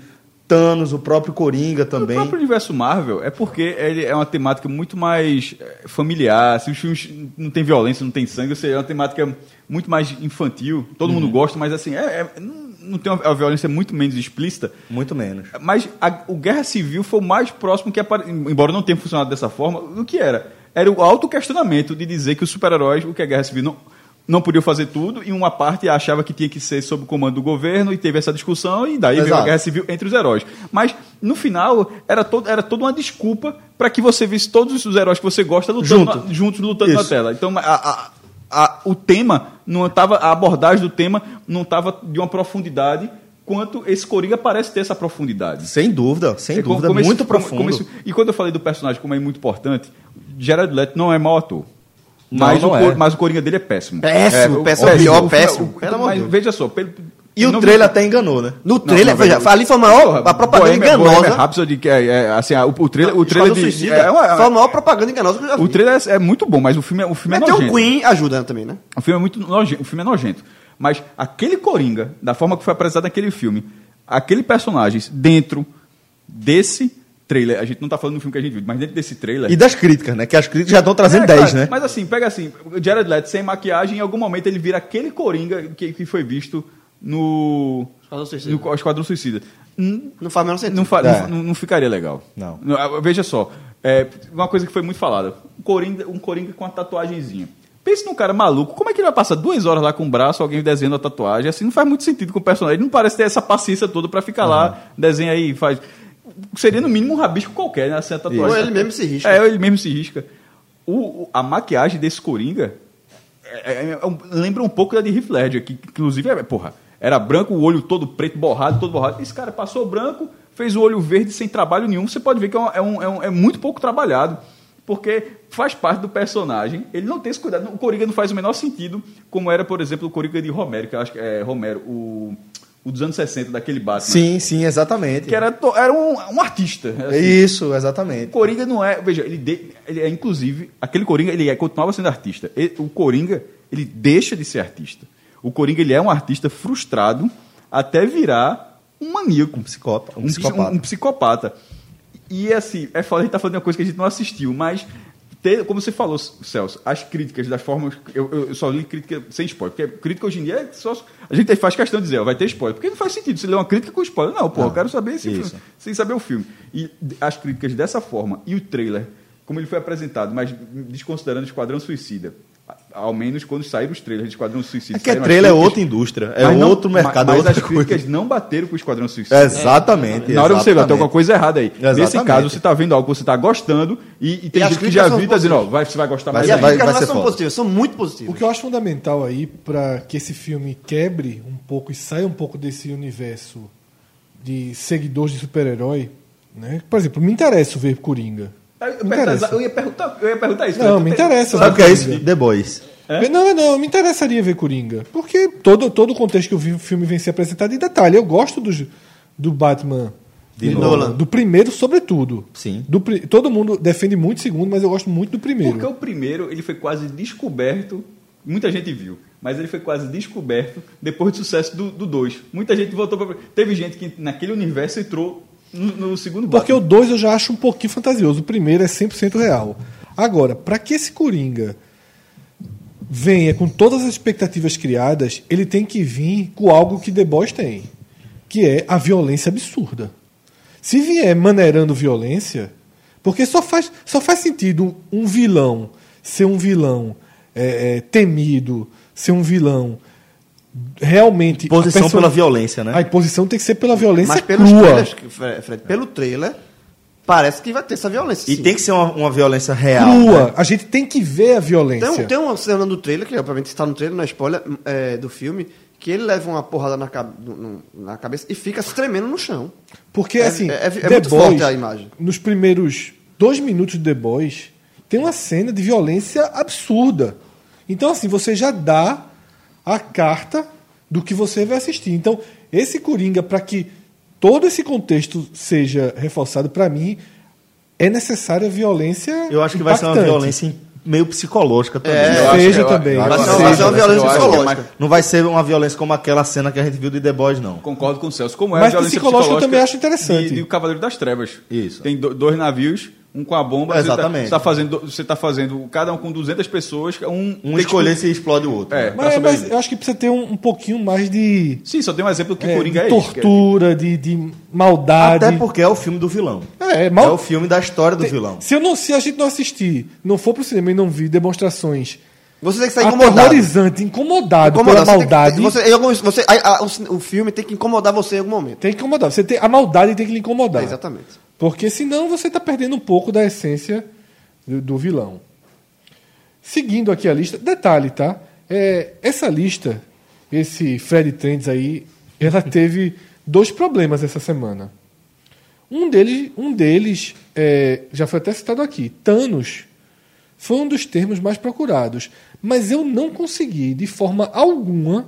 Thanos, o próprio Coringa também. O próprio universo Marvel é porque ele é uma temática muito mais eh, familiar. Se os filmes não tem violência, não tem sangue, ou seja, é uma temática muito mais infantil. Todo Uhum. mundo gosta, mas assim, é- é- não, não tem uma, a violência é muito menos explícita. Muito menos. Mas a- o Guerra Civil foi o mais próximo que apare... embora não tenha funcionado dessa forma, do que era? Era o auto-questionamento de dizer que os super-heróis, o que a Guerra Civil não, não podia fazer tudo, e uma parte achava que tinha que ser sob o comando do governo, e teve essa discussão, e daí veio a Exato. Guerra Civil É, entre os heróis. Mas, no final, era, todo, era toda uma desculpa para que você visse todos os heróis que você gosta lutando Junto. na- juntos lutando na Isso. tela. Então, a- a- a- o tema não tava, a abordagem do tema não estava de uma profundidade quanto esse Coringa parece ter essa profundidade. Sem dúvida, sem É como- dúvida, como esse- muito como- profundo. como esse- e quando eu falei do personagem como é muito importante, Gerard Leto não é mau ator. Não, mas, não o, é. Cor- mas o Coringa dele é péssimo. Péssimo, péssimo, pior, péssimo. O- Pelo amor de mas Deus. veja só. pelo- E o não- trailer até enganou, né? No trailer, não, veja, velho. ali foi a maior Porra, a propaganda Bohemian- enganosa. Bohemian Rhapsody, que é, é, assim, ah, o, o trailer, o trailer Esquadrão de, Suicida é uma- foi a maior propaganda enganosa que eu já vi. o trailer é, é muito bom, mas o filme, é- o filme é Até o nojento. Queen ajuda também, né? O filme é muito nojento, o filme é nojento. Mas aquele Coringa, da forma que foi apresentado naquele filme, aquele personagem dentro desse trailer, a gente não tá falando do filme que a gente viu, mas dentro desse trailer. E das críticas, né? Que as críticas já estão trazendo É, 10, cara, né? Mas assim, pega assim, o Jared Leto sem maquiagem, em algum momento ele vira aquele Coringa que, que foi visto no Esquadrão Suicida. No Esquadrão Suicida. Não faz o menor sentido. Não, fa- É. não, não ficaria legal. Não. ah, Veja só, é, uma coisa que foi muito falada: um coringa, um coringa com uma tatuagemzinha. Pense num cara maluco, como é que ele vai passar duas horas lá com o braço, alguém desenhando a tatuagem? Assim não faz muito sentido com o personagem. Ele não parece ter essa paciência toda pra ficar Uhum. lá, desenha aí, faz. Seria no mínimo um rabisco qualquer, né? Assim, a tatuagem. Ou ele mesmo se risca. É, ele mesmo se risca. O, o- a maquiagem desse coringa é- é- é um- lembra um pouco da de Heath Ledger, que que, inclusive, é, porra, era branco, o olho todo preto, borrado, todo borrado. Esse cara passou branco, fez o olho verde sem trabalho nenhum. Você pode ver que é, um- é um- é um- é muito pouco trabalhado, porque faz parte do personagem. Ele não tem esse cuidado. O Coringa não faz o menor sentido, como era, por exemplo, o Coringa de Romero, que eu acho que é Romero, o, o dos anos 60, daquele Batman. Sim, sim, exatamente. Que era, to- era um, um artista. É assim. Isso, O exatamente. Coringa não é. Veja, ele, de- ele é, inclusive, aquele Coringa, ele é- continuava sendo artista. E- o Coringa, ele deixa de ser artista. O Coringa, ele é um artista frustrado até virar um maníaco. Um psicópata, um psi- psicopata. um psicopata. E assim, é foda, a gente tá falando de uma coisa que a gente não assistiu, mas. ter- Como você falou, Celso, as críticas das formas. Eu, eu- eu só li crítica sem spoiler, porque crítica hoje em dia é só. A gente faz questão de dizer, ó, vai ter spoiler. Porque não faz sentido você ler uma crítica com spoiler. Não, pô, eu quero saber se isso. sem saber o filme. E d- as críticas dessa forma e o trailer, como ele foi apresentado, mas desconsiderando Esquadrão Suicida, a- ao menos quando saíram os trailers de Esquadrão Suicida. É que é saíram as trailer é críticas, outra indústria, é mas não- outro mercado, mas, é outra mas as coisa. É, críticas não bateram com o Esquadrão Suicida. Exatamente. Na hora você vai ter exatamente. alguma coisa errada aí. Nesse Exatamente. caso, você está vendo algo que você está gostando e, e tem E as gente que críticas já são é, viu e está dizendo, ó, vai, você é, vai gostar Vai- mais E as ainda. críticas não ser são foda. positivas, são muito O positivas. que eu acho fundamental aí para que esse filme quebre um pouco e saia um pouco desse universo de seguidores de super-herói, né? Por exemplo, me interessa ver Coringa. Aí eu ia Me perguntar- interessa. Eu ia perguntar, eu ia perguntar isso. Não, né? me interessa. Sabe o que é isso? Coringa. The Boys. Não, Não, não, me interessaria ver Coringa. Porque todo, todo o contexto que eu vi o filme vem ser apresentado. E detalhe, eu gosto dos- do Batman. De Nolan. Do primeiro, sobretudo. Sim. Do pri- todo mundo defende muito o segundo, mas eu gosto muito do primeiro. Porque o primeiro, ele foi quase descoberto. Muita gente viu, mas ele foi quase descoberto depois do sucesso do 2. Muita gente voltou para. Teve gente que naquele universo entrou no, no segundo Porque o Batman. 2 eu já acho um pouquinho fantasioso. O primeiro é 100% real. Agora, pra que esse Coringa venha com todas as expectativas criadas, ele tem que vir com algo que The Boys tem, que é a violência absurda. Se vier maneirando violência, porque só faz, só faz sentido um vilão ser um vilão é, é, temido, ser um vilão realmente... Posição a perso- pela violência, né? A imposição tem que ser pela violência é Mas pelos crua. trailers, Fre- Fred, pelo trailer, parece que vai ter essa violência. E sim. tem que ser uma, uma violência real. crua. né? A gente tem que ver a violência. Tem, um- tem uma cena do trailer, que obviamente está no trailer, não é spoiler, é, do filme, que ele leva uma porrada na, cabe- no- no- na cabeça e fica se tremendo no chão. Porque, É- assim, é- é The muito Boys, forte a imagem. nos primeiros dois minutos de The Boys, tem uma cena de violência absurda. Então, assim, você já dá a carta do que você vai assistir. Então, esse Coringa, para que todo esse contexto seja reforçado, para mim, é necessária violência Eu acho que vai ser uma impactante. violência em- meio psicológica também. É, Eu acho- Seja eu- também. eu Vai acho ser que uma- vai seja, ser uma vai ser- violência eu acho que é mais- psicológica. Não vai ser uma violência como aquela cena que a gente viu de The Boys, não. Concordo com o Celso. Como é Mas a violência psicológico eu também psicológica acho interessante. De, de o Cavaleiro das Trevas. Isso. Tem do- dois navios, um com a bomba. Exatamente. Você está fazendo, você tá fazendo cada um com 200 pessoas. Um, Um tipo escolher se explode o outro. É. né? pra Mas, sobreviver. mas eu acho que precisa ter um, um pouquinho mais de, Sim, só tem um exemplo que é, Coringa de é isso, que é- tortura, de, de maldade. Até porque é o filme do vilão. É, é É mal- o filme da história do vilão. Se, eu não, se a gente não assistir, não for pro cinema e não vir demonstrações Você tem que sair incomodado. aterrorizantes, Incomodado, incomodado, pela você tem que- maldade, você- em alguns- você- a- a- o cin- o, filme tem que incomodar você em algum momento. tem que incomodar. Você tem, a maldade tem que lhe incomodar. É, exatamente. Porque senão você está perdendo um pouco da essência do, do vilão. Seguindo aqui a lista, detalhe, tá? É, essa lista, esse Fred Trends aí, ela teve dois problemas essa semana. Um deles, um deles é, já foi até citado aqui, Thanos foi um dos termos mais procurados, mas eu não consegui de forma alguma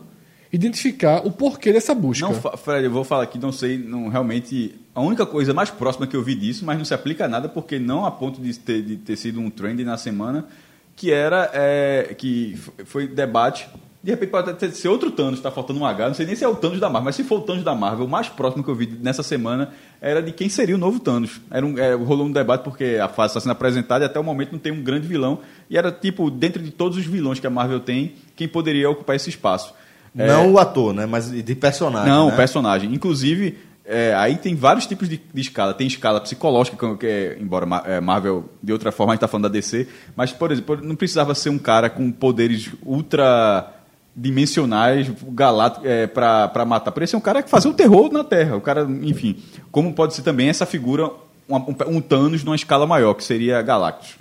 identificar o porquê dessa busca. Não, fa- Fred, eu vou falar aqui, não sei, não realmente. A única coisa mais próxima que eu vi disso, mas não se aplica a nada, porque não a ponto de ter, de ter sido um trend na semana, que era. é, que f- foi debate. De repente pode até ser outro Thanos, tá faltando um H, não sei nem se é o Thanos da Marvel, mas se for o Thanos da Marvel, o mais próximo que eu vi nessa semana era de quem seria o novo Thanos. Era um, é, rolou um debate porque a fase está sendo apresentada e até o momento não tem um grande vilão, e era tipo, dentro de todos os vilões que a Marvel tem, quem poderia ocupar esse espaço. É. Não o ator, né? Mas de personagem. Não, né? personagem. Inclusive, é, aí tem vários tipos de, de escala. Tem escala psicológica, que é, embora Ma- é, Marvel, de outra forma, a gente tá falando da DC. Mas, por exemplo, não precisava ser um cara com poderes ultra dimensionais, galáct- é, pra para matar. Poderia ser um cara que fazia o terror na Terra. O cara, enfim. Como pode ser também essa figura, uma- um, um Thanos numa escala maior, que seria Galactus.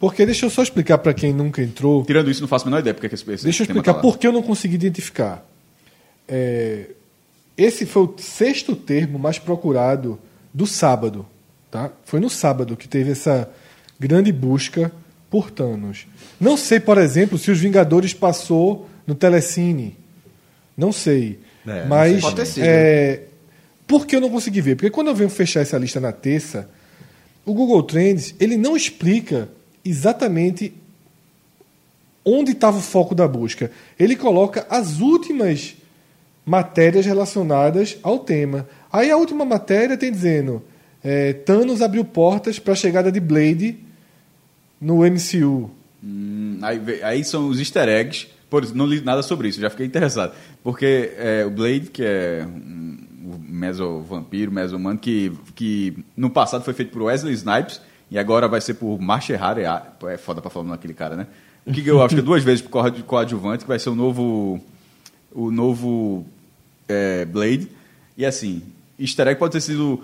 Porque deixa eu só explicar para quem nunca entrou. Tirando isso, não faço a menor ideia porque é que esse, esse Deixa eu tema explicar tá lá. por que eu não consegui identificar. É, esse foi o sexto termo mais procurado do sábado. Tá? Foi no sábado que teve essa grande busca por Thanos. Não sei, por exemplo, se os Vingadores passou no Telecine. Não sei. É, Mas. não sei. Pode ter sido. né? é, por que eu não consegui ver? Porque quando eu venho fechar essa lista na terça, o Google Trends ele não explica exatamente onde estava o foco da busca. Ele coloca as últimas matérias relacionadas ao tema. Aí a última matéria tem dizendo: é, Thanos abriu portas para a chegada de Blade no MCU. Hum, Aí, ve- aí são os easter eggs. Por, exemplo, não li nada sobre isso, já fiquei interessado. Porque é, o Blade, que é um meso-vampiro, meso-humano, que, que no passado foi feito por Wesley Snipes e agora vai ser por Marche Harry. É foda pra falar o nome daquele cara, né? O que eu acho que é duas vezes por coadju- coadjuvante, que vai ser o novo. O novo é, Blade. E assim, easter egg pode ter sido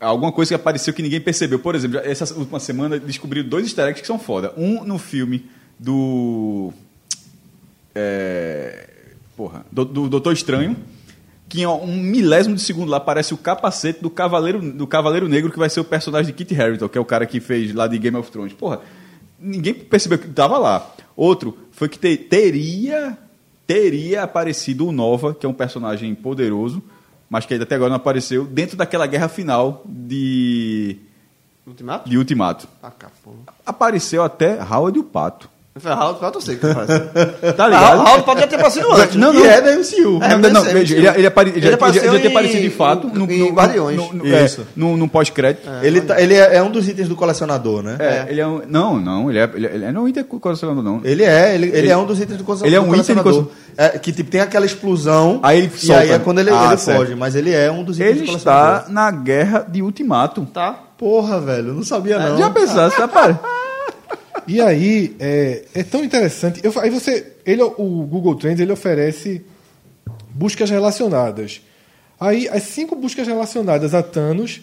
alguma coisa que apareceu que ninguém percebeu. Por exemplo, essa última semana descobriram dois easter eggs que são foda. Um no filme do. É, porra. Do, do Doutor Estranho. Que em um milésimo de segundo lá aparece o capacete do Cavaleiro, do Cavaleiro Negro, que vai ser o personagem de Kit Harington, que é o cara que fez lá de Game of Thrones. Porra, ninguém percebeu que estava lá. Outro foi que te- teria teria aparecido o Nova, que é um personagem poderoso, mas que ainda até agora não apareceu, dentro daquela guerra final de, Ultimato? Ah, de Ultimato. Acabou. Apareceu até Howard o Pato. Ferral, qual é eu sei que faz. Tá ligado? Ah, Howard o Pato já tinha aparecido antes. Não, não. E é da MCU. Não, É, não, deve não, ser veja, MCU. ele, ele, apare- ele Ele já- ele apareceu já tinha em- aparecido de fato em- no, em no- no- Guardiões. no- no- é, Isso. no- no pós-crédito. Ele, tá- ele é, é um dos itens do colecionador, né? É, ele é um, não, não, ele é, ele é, ele é não item colecionador, não. Ele é, ele, ele Ele- é um dos itens do colecionador. ele é um item do colecionador. É, que tipo, tem aquela explosão. Aí ele e solta. aí é quando ele, Ah, ele certo. foge, mas ele é um dos itens Ele do colecionador. está na guerra de Ultimato. Tá. Porra, velho, não sabia Ah, não. Já pensasse, tá pare- E aí é, é tão interessante. Eu, fa- aí você, ele, o Google Trends ele oferece buscas relacionadas. Aí as cinco buscas relacionadas a Thanos,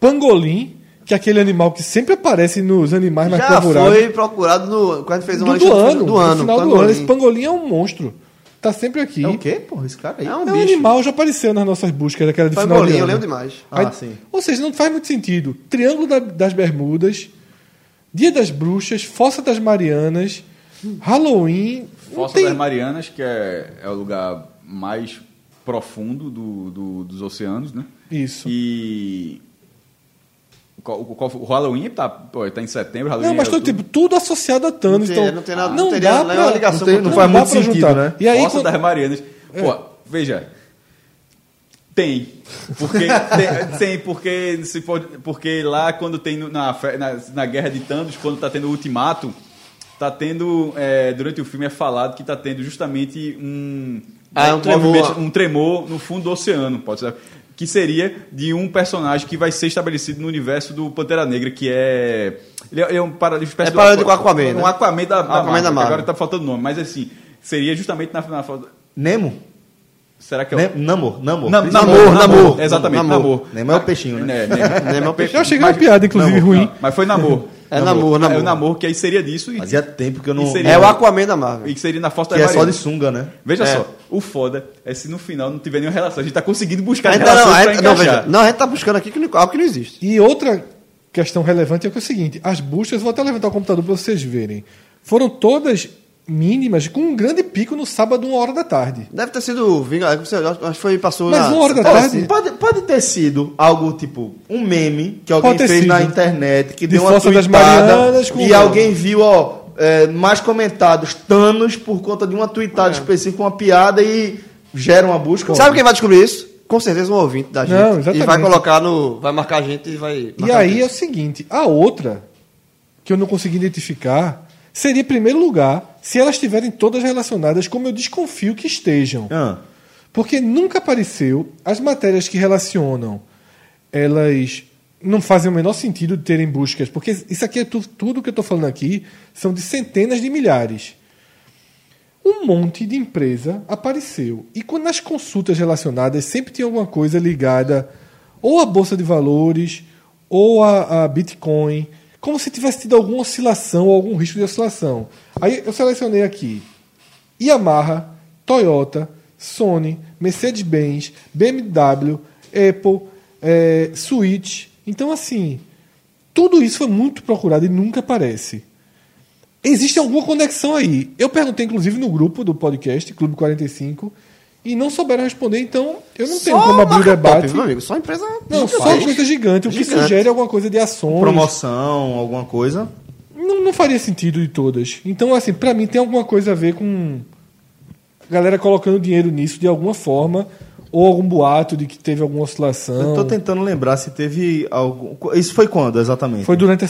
pangolim, que é aquele animal que sempre aparece nos animais mais Já procurados. foi procurado no. Quando a gente fez do, uma tá do lista ano, do ano. no final do ano. pangolim. Esse pangolim é um monstro. Tá sempre aqui. É o quê, porra? Esse cara aí. É É um um bicho. animal, já apareceu nas nossas buscas daquela de Pangolim, final de eu ano. lembro demais. Ah, Aí- sim. Ou seja, não faz muito sentido. Triângulo da- das Bermudas, Dia das Bruxas, Fossa das Marianas, Halloween. não Fossa tem- das Marianas, que é, é o lugar mais profundo do, do- dos oceanos, né? Isso. E. Qual, qual, o Halloween tá, pô, tá em setembro, Halloween Não, mas é todo outubro. tipo, tudo associado a Thanos. Não tem- então, não tem nada- não não teria dá nenhuma pra, ligação com Thanos. dá Não faz pra muito juntar. sentido, né? E aí, Fossa quando- É. das Marianas. Pô, veja. Tem. Porque, tem, tem, porque, se pode, porque lá quando tem no- na, fe- na, na Guerra de Thanos, quando tá tendo o ultimato, tá tendo. é, durante o filme é falado que tá tendo justamente um. Ah, é um tremor. movimento- um tremor no fundo do oceano, pode ser. Que seria de um personagem que vai ser estabelecido no universo do Pantera Negra, que é. Ele é, ele é um para, espécie É paralelo com o Aquaman, Um né? Aquaman da, da Aquaman Marvel, da que Marvel. Agora tá faltando nome, mas assim, seria justamente na, na falta. Nemo? Será que é o. Ne Namor, Namor. Nam- Príncipe namor, Namor. namor, exatamente, namor. Nemo é o peixinho, né? É, Nemo. Nemo é o peixe. Eu achei que era uma piada, inclusive, Namor, ruim. não, mas foi namor. É namor, namor. É o namor, que aí seria disso e, Fazia tempo que eu E não. seria- É o Aquaman da Marvel. e que seria na Fossa Que das é só de Marianas. sunga, né? Veja É. só, o foda é se no final não tiver nenhuma relação. A gente tá conseguindo buscar Ainda relações não, pra ainda- não, encaixar. veja, não, a gente tá buscando aqui que não- algo que não existe. E outra questão relevante é que é o seguinte: as buscas, vou até levantar o computador para vocês verem, foram todas mínimas, com um grande pico no sábado, uma hora da tarde. Deve ter sido. Vinga- Acho que foi. Passou Mas na. uma hora da Ó, tarde. assim, pode, pode ter sido algo tipo um meme que alguém Pode ter fez na sido. internet, que De deu uma Fossa das tweetada Marianas com- e alguém viu, ó, é, mais comentados Thanos por conta de uma tweetada específica, uma piada e gera uma busca. É. Sabe quem vai descobrir isso? Com certeza um ouvinte da gente. Não, exatamente. E vai colocar no. Vai marcar a gente e vai. E aí é o seguinte: a outra, que eu não consegui identificar, seria, em primeiro lugar, se elas estiverem todas relacionadas, como eu desconfio que estejam. Porque nunca apareceu as matérias que relacionam. Elas não fazem o menor sentido de terem buscas, porque isso aqui é tu- tudo que eu estou falando aqui são de centenas de milhares um monte de empresa apareceu. E quando nas consultas relacionadas sempre tinha alguma coisa ligada ou à Bolsa de Valores ou a, a Bitcoin, como se tivesse tido alguma oscilação ou algum risco de oscilação. Aí eu selecionei aqui Yamaha, Toyota, Sony, Mercedes-Benz, BMW, Apple, eh, Switch. Então, assim, tudo isso foi muito procurado e nunca aparece existe alguma conexão aí. Eu perguntei, inclusive, no grupo do podcast, Clube 45, e não souberam responder, então eu não tenho como abrir o debate. meu amigo, só empresa. não, só faz. coisa gigante, o que Gigante. sugere alguma coisa de ações. Promoção, alguma coisa. Não, não faria sentido de todas. Então, assim, pra mim tem alguma coisa a ver com a galera colocando dinheiro nisso de alguma forma, ou algum boato de que teve alguma Eu oscilação. tô tentando lembrar se teve algum. Isso foi quando, exatamente? Foi durante a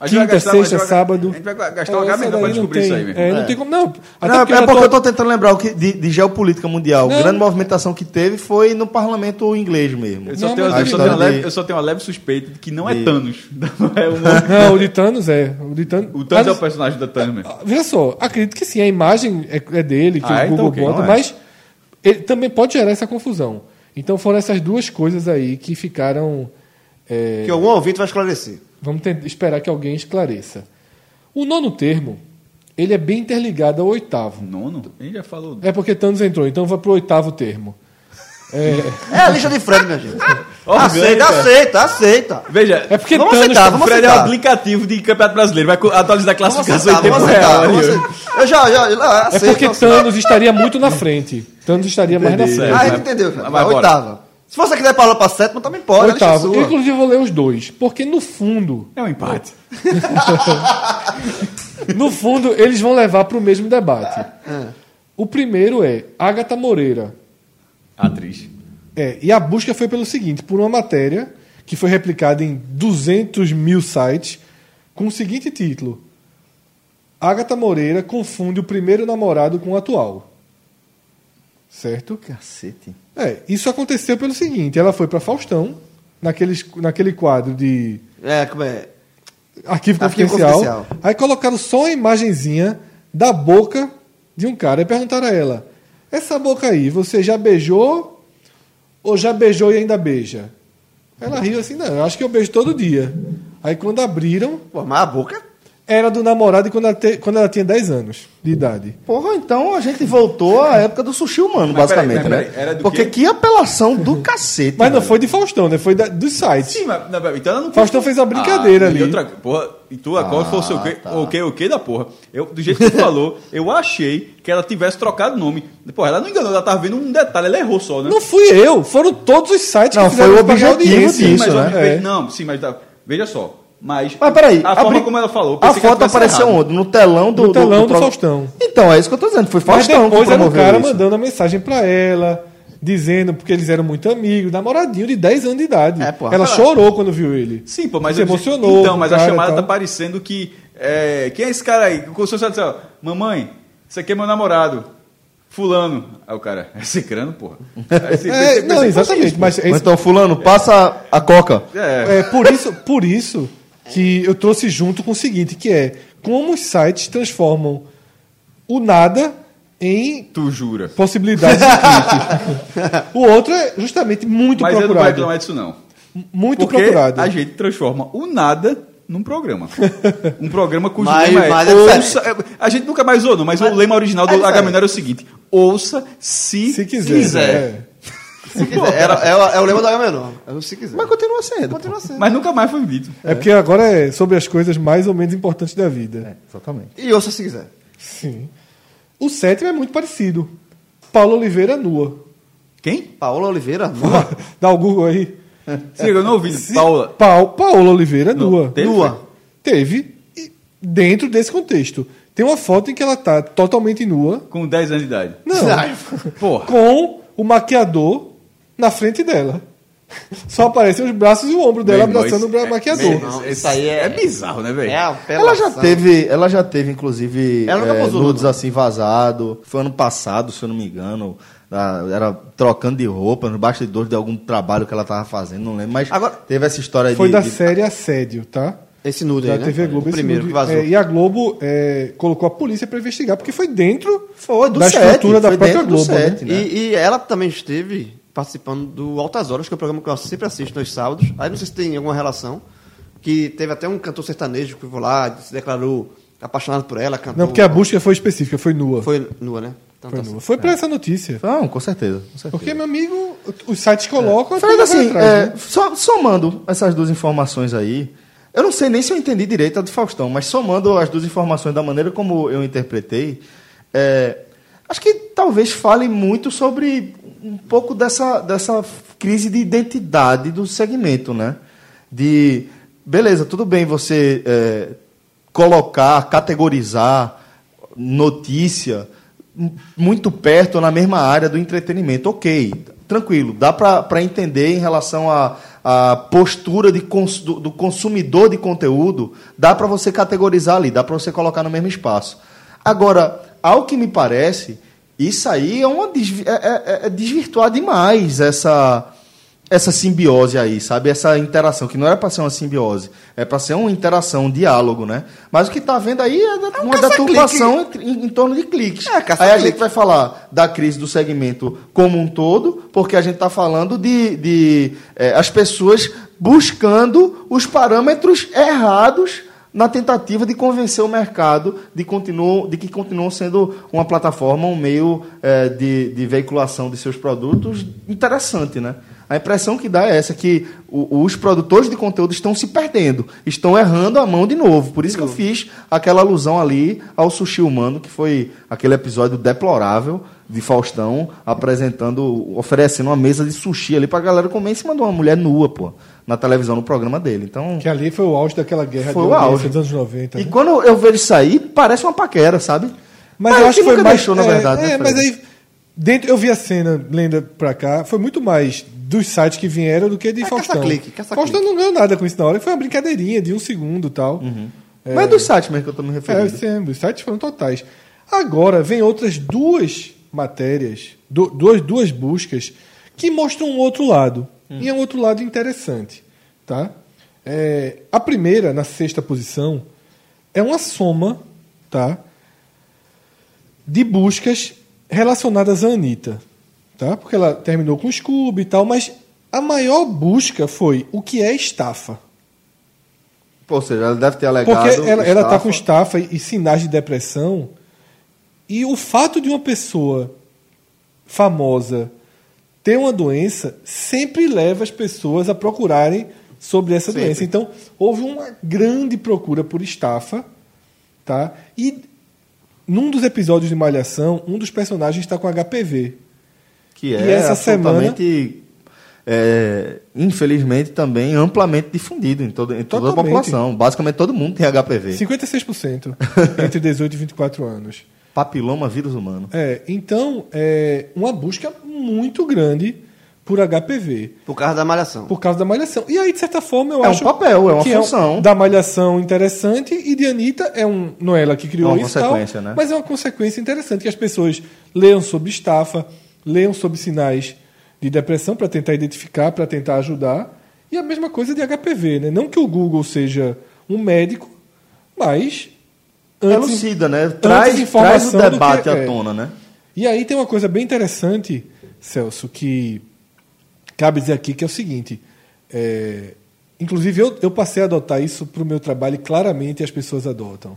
A gente vai quinta, gastar- a gente sexta, vai- sábado. A gente vai gastar É, uma essa gameta daí pra não descobrir tem- isso aí, meu. É, não tem como. Não, até Não, é porque porque eu já tô- eu tô tentando lembrar o que de, de geopolítica mundial. Não. Grande movimentação que teve foi no parlamento inglês mesmo. Eu só, Não, tenho, mas eu ele- só tenho uma Ele- leve, eu só tenho uma leve suspeita de que não é Thanos. É um- Não, o de Thanos é. O de Thanos, o Thanos é Mas- o personagem da Thanos. mesmo. Veja só, acredito que sim, a imagem é, é dele, que Ah, o então Google ok, bota, não é. mas ele também pode gerar essa confusão. Então foram essas duas coisas aí que ficaram. é, Que algum ouvinte vai esclarecer. Vamos tentar, esperar que alguém esclareça. O nono termo, ele é bem interligado ao oitavo. Nono? A gente já falou. É porque Thanos entrou, então vai pro oitavo termo. É a lista de Fred, minha gente. aceita, Orgânica. aceita, aceita. Veja, É porque Vamos Thanos. aceitar, vamos Fred é um aceitar. aplicativo de campeonato brasileiro. Vai co- atualizar a Vamos classificação aceitar, em tempo vamos aceitar. real. vamos ali. aceitar. Eu já, assim, já, já É aceito. porque aceito. Thanos estaria muito na frente. Thanos estaria mais na frente. certo. Ah, a gente entendeu, cara. Vai, vai, bora. oitava. Se você quiser falar pra sétima, também pode. Oitavo. deixa a sua. Inclusive, eu vou ler os dois. Porque, no fundo, É um empate. No fundo, eles vão levar para o mesmo debate. É. O primeiro é Agatha Moreira. Atriz. É, e a busca foi pelo seguinte: por uma matéria que foi replicada em 200 mil sites, com o seguinte título: Agatha Moreira confunde o primeiro namorado com o atual. Certo? Cacete. É, isso aconteceu pelo seguinte: ela foi para Faustão, naqueles, naquele quadro de É, como é? Arquivo Arquivo confidencial. confidencial. Aí colocaram só a imagenzinha da boca de um cara. E perguntaram a ela: Essa boca aí, você já beijou? Ou já beijou e ainda beija? Ela riu assim: Não, eu acho que eu beijo todo dia. Aí quando abriram, Pô, mas a boca. era do namorado quando ela, te- quando ela tinha 10 anos de idade. Porra, então a gente voltou à época do sushi humano, Mas peraí, basicamente, mas peraí, né? era do Porque quê? que apelação Uhum. do cacete. Mas não velho. foi de Faustão, né? Foi da- dos sites. Sim, mas não, então ela não Ah, Faustão fez uma brincadeira e ali. outra- porra, e tu agora foi o seu quê? O quê? O quê da porra? Eu, do jeito que tu falou, eu achei que ela tivesse trocado o nome. Porra, ela não enganou, ela tava vendo um detalhe, ela errou só, né? Não fui eu, foram todos os sites Não, que foi fizeram o isso pra ganhar objetivo audiência. disso, mas, né? olha, veja- É. Não, sim, mas dá- veja só. Mas, Mas peraí, a forma abri- como ela falou. A pensei que ela foto tivesse apareceu errado. onde? No telão do No telão do pro- Faustão. Então, é isso que eu tô dizendo. Foi Mas Faustão depois que era o promoveu cara isso. mandando a mensagem pra ela, dizendo, porque eles eram muito amigos, namoradinho de 10 anos de idade. É, porra. ela chorou quando viu ele. Sim, pô, mas Se eu disse- emocionou. Então, com mas o a cara e chamada tá tal. parecendo que. é, quem é esse cara aí? O senhor disse, assim, ó, mamãe, isso aqui é meu namorado. Fulano. Aí o cara, é cicrano, porra. Aí você assim, pensa- É, pensa não, que exatamente. Mas é, Ou isso- então, fulano, passa a coca. É. é por isso, por isso que eu trouxe junto com o seguinte, que é como os sites transformam o nada em Tu jura. possibilidades de clique. O outro é justamente muito Mas eu não vou procurado. reclamar disso, não. muito Porque procurado. a gente transforma o nada num programa. Um programa cujo Mas- lema é, mas é ouça... A gente nunca mais usou, não, mas, o lema original é do diferente. Agamenon era o seguinte. Ouça se, Se quiser. quiser. é. Se quiser. Era, é, o- é o lema da menor. É o se quiser. Mas continua sendo. continua assim. sendo. Mas nunca mais foi dito. É porque agora é sobre as coisas mais ou menos importantes da vida. Exatamente. E ouça se quiser. Sim. O sétimo é muito parecido. Paulo Oliveira nua. Quem? Paola Oliveira. Dá o Google aí. Se eu não ouvi. Se- Paula. Pau- Paola Oliveira Não, nua. teve? Nua. Teve. E dentro desse contexto. Tem uma foto em que ela tá totalmente nua. Com 10 anos de idade. Não. Porra. com o maquiador na frente dela. Só aparecem os braços e o ombro dela abraçando o é bra- maquiador. isso aí é, bizarro, né, velho? É Ela já teve, ela já teve, inclusive, Ela nunca é, posou nudes assim vazado. Foi ano passado, se eu não me engano. Ah, Era trocando de roupa nos bastidores de algum trabalho que ela tava fazendo, não lembro. Mas teve essa história Foi de, da de- série Assédio, tá? Esse nude da aí, né? TV Globo, O esse primeiro nude. que vazou. É, e a Globo é, colocou a polícia pra investigar, porque foi dentro Foi da estrutura da própria Globo. né? E, e ela também esteve participando do Altas Horas, que é um programa que eu sempre assisto nos sábados. Aí não sei se tem alguma relação. Que teve até um cantor sertanejo que foi lá, se declarou apaixonado por ela, cantou. Não, porque a busca foi específica, foi nua. Foi nua, né? Então Foi, tá nua. certo. foi é. pra essa notícia. Não, com certeza. Com certeza. Porque, meu amigo, os sites colocam. a Fernando, coisa vai assim, atrás, é, né? só- somando essas duas informações aí, eu não sei nem se eu entendi direito a do Faustão, mas somando as duas informações da maneira como eu interpretei, é, acho que talvez fale muito sobre um pouco dessa, dessa crise de identidade do segmento, né? De, beleza, tudo bem você é, colocar, categorizar notícia m- muito perto ou na mesma área do entretenimento. Ok, tranquilo, dá para entender em relação à à postura de cons- do, do consumidor de conteúdo, dá para você categorizar ali, dá para você colocar no mesmo espaço. Agora, ao que me parece, isso aí é, uma desvi- é- é- é desvirtuar demais essa, essa simbiose aí, sabe? Essa interação, que não era para ser uma simbiose, é para ser uma interação, um diálogo, né? Mas o que tá vendo aí é da- uma deturpação entre- em, em torno de cliques. aí a gente vai falar da crise do segmento como um todo, porque a gente tá falando de, de eh, as pessoas buscando os parâmetros errados na tentativa de convencer o mercado de, continuam, de que continuam sendo uma plataforma, um meio eh, de, de veiculação de seus produtos interessante, né? A impressão que dá é essa, que o- os produtores de conteúdo estão se perdendo, estão errando a mão de novo. Por isso que eu fiz aquela alusão ali ao sushi humano, que foi aquele episódio deplorável de Faustão apresentando, oferecendo uma mesa de sushi ali pra galera comer em cima de uma mulher nua, pô, na televisão, no programa dele. Então, Que ali foi o auge daquela guerra Foi de o audiência auge. dos anos né? 90. e quando eu vejo isso aí, parece uma paquera, sabe? Mas eu acho que foi nunca mais. deixou, na é, verdade. É, né, mas Fred? aí. Dentro, eu vi a cena lenda pra cá, foi muito mais dos sites que vieram do É, que de Faustão. caça-clique, caça-clique. Faustão não ganhou nada com isso na hora, foi uma brincadeirinha de um segundo e tal. É, Mas é dos sites mesmo que eu tô me é, referindo. sim, os sites foram totais. Agora vem outras duas matérias, du- duas, duas buscas, que mostram um outro lado. E é um outro lado interessante. Tá? É, a primeira, na sexta posição, é uma soma tá, de buscas relacionadas à Anitta. Tá? Porque ela terminou com o Scooby e tal, mas a maior busca foi o que é estafa. Pô, Ou seja, ela deve ter alegado. Porque ela, ela tá estafa. com estafa e e sinais de depressão. E o fato de uma pessoa famosa ter uma doença sempre leva as pessoas a procurarem sobre essa doença. Então, houve uma grande procura por estafa, tá? E num dos episódios de Malhação, um dos personagens está com HPV. Que é E essa absolutamente, é, infelizmente, também amplamente difundido em, todo, em toda a Totalmente. população. Basicamente, todo mundo tem HPV. 56% entre 18 e 24 anos. Papiloma vírus humano. É, então, é uma busca muito grande por HPV, Por causa da malhação. por causa da malhação. E aí, de certa forma, eu É um acho. papel, é uma que função. da malhação interessante e de Anitta é um. Não é ela que criou É uma isso. e tal, consequência, né? Mas é uma consequência interessante que as pessoas leiam sobre estafa, leiam sobre sinais de depressão para tentar identificar, para tentar ajudar. E a mesma coisa de HPV, né? Não que o Google seja um médico, mas. antes- Elucida, né? Traz, traz o informação do debate que- à é. tona, né? e aí tem uma coisa bem interessante, Celso, que cabe dizer aqui, que é o seguinte. é, inclusive, eu, eu passei a adotar isso para o meu trabalho e claramente as pessoas adotam.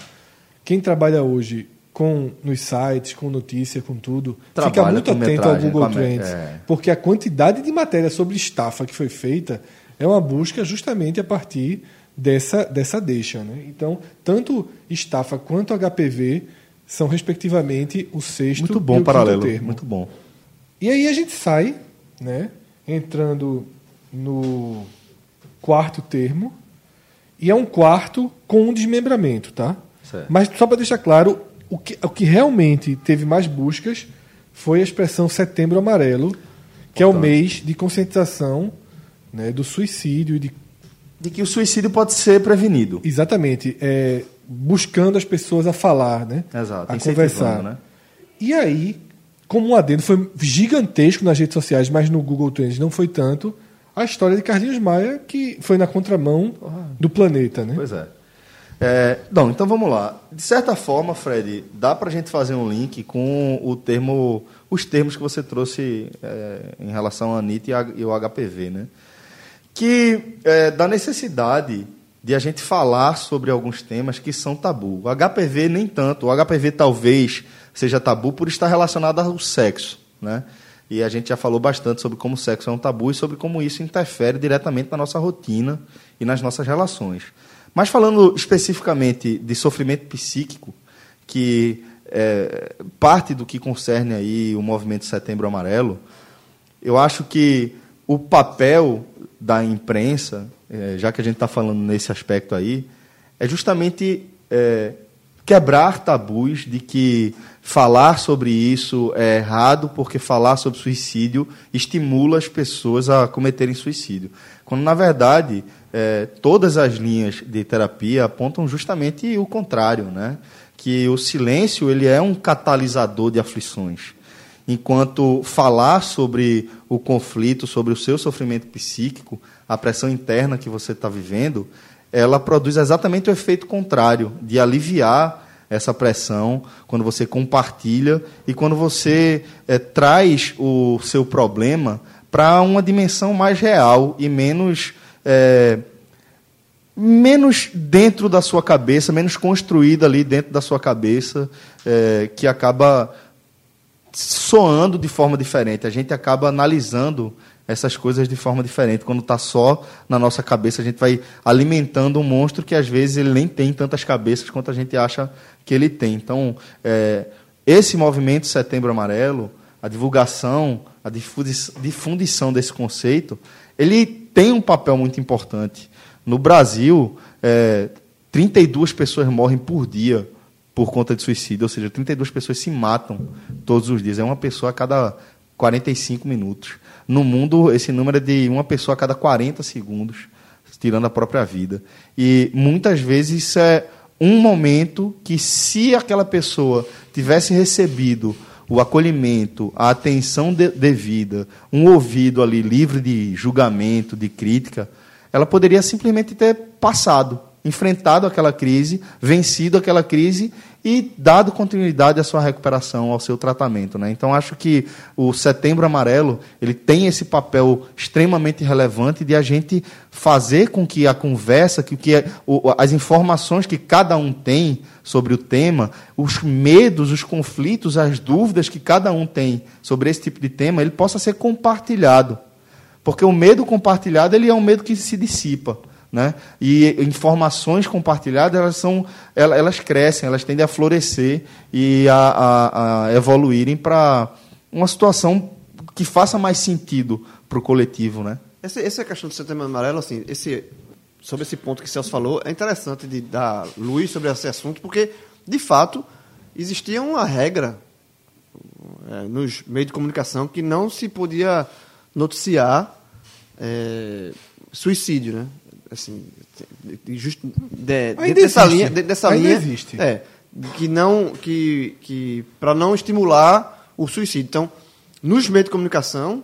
Quem trabalha hoje com nos sites, com notícia, com tudo, fica Trabalha muito com atento metragem, ao com a Google me- Trends. é. Porque a quantidade de matéria sobre estafa que foi feita é uma busca justamente a partir dessa, dessa deixa. Né? Então, tanto estafa quanto HPV são, respectivamente, o sexto Muito e o bom quinto paralelo. termo. Muito bom. E aí a gente sai, né? Entrando no quarto termo. E é um quarto com um desmembramento, tá? Certo. Mas só para deixar claro, o que, o que realmente teve mais buscas foi a expressão Setembro Amarelo, que é o mês de conscientização né, do suicídio e de de que o suicídio pode ser prevenido. Exatamente. É, buscando as pessoas a falar, né? Exato, A incentivando, conversar. né? E aí, como um adendo foi gigantesco nas redes sociais, mas no Google Trends não foi tanto, a história de Carlinhos Maia, que foi na contramão do planeta, né? Pois é. É, não, então vamos lá. De certa forma, Fred, dá para a gente fazer um link com o termo, os termos que você trouxe é, em relação à NIT e, a- e ao HPV, né? Que é, da necessidade de a gente falar sobre alguns temas que são tabu. O HPV nem tanto. O HPV talvez seja tabu por estar relacionado ao sexo, né? E a gente já falou bastante sobre como o sexo é um tabu e sobre como isso interfere diretamente na nossa rotina e nas nossas relações. Mas falando especificamente de sofrimento psíquico, que é parte do que concerne aí o movimento Setembro Amarelo, eu acho que o papel da imprensa, eh, já que a gente está falando nesse aspecto aí, é justamente eh, quebrar tabus de que falar sobre isso é errado, porque falar sobre suicídio estimula as pessoas a cometerem suicídio. Quando, na verdade, eh, todas as linhas de terapia apontam justamente o contrário, né? que o silêncio ele é um catalisador de aflições enquanto falar sobre o conflito, sobre o seu sofrimento psíquico, a pressão interna que você está vivendo, ela produz exatamente o efeito contrário, de aliviar essa pressão quando você compartilha e quando você eh, traz o seu problema para uma dimensão mais real e menos. eh, menos dentro da sua cabeça, menos construída ali dentro da sua cabeça, eh, que acaba soando de forma diferente. A gente acaba analisando essas coisas de forma diferente. Quando está só na nossa cabeça, a gente vai alimentando um monstro que às vezes ele nem tem tantas cabeças quanto a gente acha que ele tem. Então, é, esse movimento Setembro Amarelo, a divulgação, a difudi- difundição desse conceito, ele tem um papel muito importante. No Brasil, é, 32 pessoas morrem por dia por conta de suicídio, ou seja, 32 pessoas se matam todos os dias. É uma pessoa a cada 45 minutos. No mundo, esse número é de uma pessoa a cada 40 segundos, tirando a própria vida. E muitas vezes isso é um momento que, se aquela pessoa tivesse recebido o acolhimento, a atenção de- devida, um ouvido ali livre de julgamento, de crítica, ela poderia simplesmente ter passado, enfrentado aquela crise, vencido aquela crise e dado continuidade à sua recuperação, ao seu tratamento. Né? Então, acho que o Setembro Amarelo ele tem esse papel extremamente relevante de a gente fazer com que a conversa, que, o que é- o- as informações que cada um tem sobre o tema, os medos, os conflitos, as dúvidas que cada um tem sobre esse tipo de tema, ele possa ser compartilhado. Porque o medo compartilhado ele é um medo que se dissipa. Né? E informações compartilhadas elas, são, ela- elas crescem, elas tendem a florescer e a, a- a evoluírem para uma situação que faça mais sentido para o coletivo. Né? Essa, essa é questão do setembro amarelo, assim, esse, sobre esse ponto que o Celso falou, é interessante de dar luz sobre esse assunto, porque, de fato, existia uma regra eh, nos meios de comunicação que não se podia noticiar eh, suicídio, né? Assim, de- de- justo- de- Ainda dentro dessa existe. linha, dentro dessa Ainda linha, existe. é, que não que, que para não estimular o suicídio. Então, nos meios de comunicação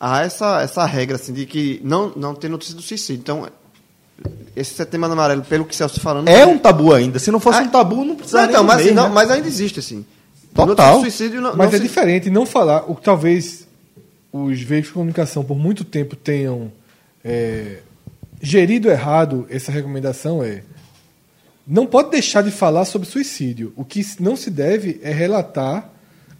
há essa essa regra assim de que não não tem notícia do suicídio. Então, esse setembro amarelo, pelo que o Celso está falando, É um tabu ainda. Se não fosse um tabu, não não, é precisaria. Ah, então, nem mas, ler, não, né? mas ainda existe assim. Total. Notícia do suicídio não, Mas não é se- diferente não falar o que talvez os veículos de comunicação por muito tempo tenham é, gerido errado essa recomendação é não pode deixar de falar sobre suicídio. O que não se deve é relatar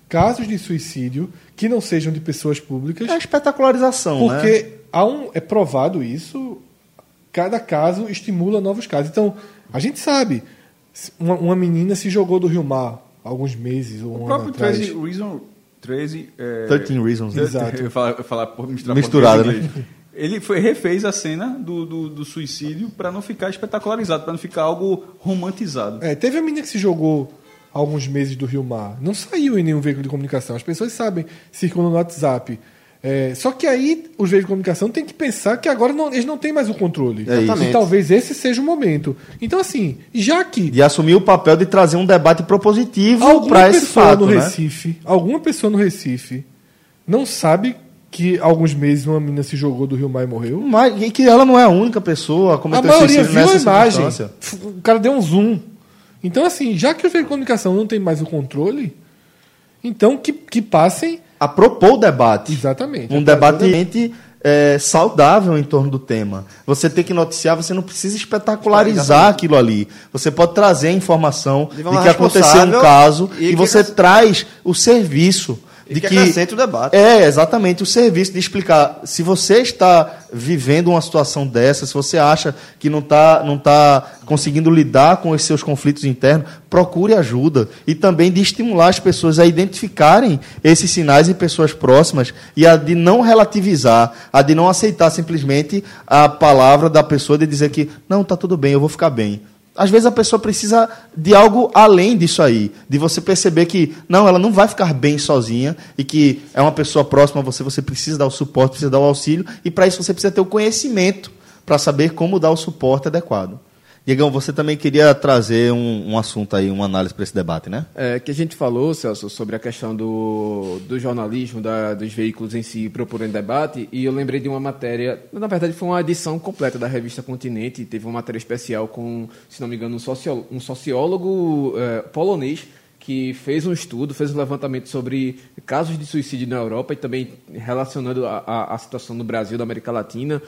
casos de suicídio que não sejam de pessoas públicas. É a espetacularização. né? Porque há um, é provado isso, cada caso estimula novos casos. Então, a gente sabe, se uma, uma menina se jogou do Rio Mar há alguns meses ou O um ano próprio atrás. Tracy Reason. Tracy, é... 13 Reasons, né? Exato. Eu ia falar, eu ia falar por misturar Misturado, português e né? inglês. Ele foi, refez a cena do, do, do suicídio para não ficar espetacularizado, para não ficar algo romantizado. É, teve a menina que se jogou há alguns meses do Rio Mar. Não saiu em nenhum veículo de comunicação. As pessoas sabem, circulam no WhatsApp. É, só que aí os meios de comunicação têm que pensar que agora não- eles não têm mais o controle. É isso. E talvez esse seja o momento. Então, assim, já que De assumir o papel de trazer um debate propositivo alguma para esse pessoa fato, no né? Recife, alguma pessoa no Recife não sabe que há alguns meses uma menina se jogou do Rio Mar e morreu? Mas, e que ela não é a única pessoa como é A maioria viu a imagem. F- O cara deu um zoom. Então, assim, já que os meios de comunicação não tem mais o controle, então que, que passem. A propor o debate. Exatamente. Um debate realmente, é, saudável em torno do tema. Você tem que noticiar, você não precisa espetacularizar aquilo ali. Você pode trazer a informação de, forma que aconteceu um responsável caso e e, que você acres- traz o serviço. De que acrescenta o debate. É, exatamente. O serviço de explicar. Se você está vivendo uma situação dessa, se você acha que não está não tá conseguindo lidar com os seus conflitos internos, procure ajuda. E também de estimular as pessoas a identificarem esses sinais em pessoas próximas e a de não relativizar, a de não aceitar simplesmente a palavra da pessoa de dizer que não, está tudo bem, eu vou ficar bem. Às vezes a pessoa precisa de algo além disso aí, de você perceber que não, ela não vai ficar bem sozinha e que é uma pessoa próxima a você, você precisa dar o suporte, precisa dar o auxílio e para isso você precisa ter o conhecimento para saber como dar o suporte adequado. Diegão, você também queria trazer um, um assunto aí, uma análise para esse debate, né? É, que a gente falou, Celso, sobre a questão do, do jornalismo, da- dos veículos em si procurando debate, e eu lembrei de uma matéria, na verdade foi uma edição completa da revista Continente, teve uma matéria especial com, se não me engano, um sociólogo, um sociólogo eh, polonês que fez um estudo, fez um levantamento sobre casos de suicídio na Europa e também relacionando a, a- a situação no Brasil, da América Latina,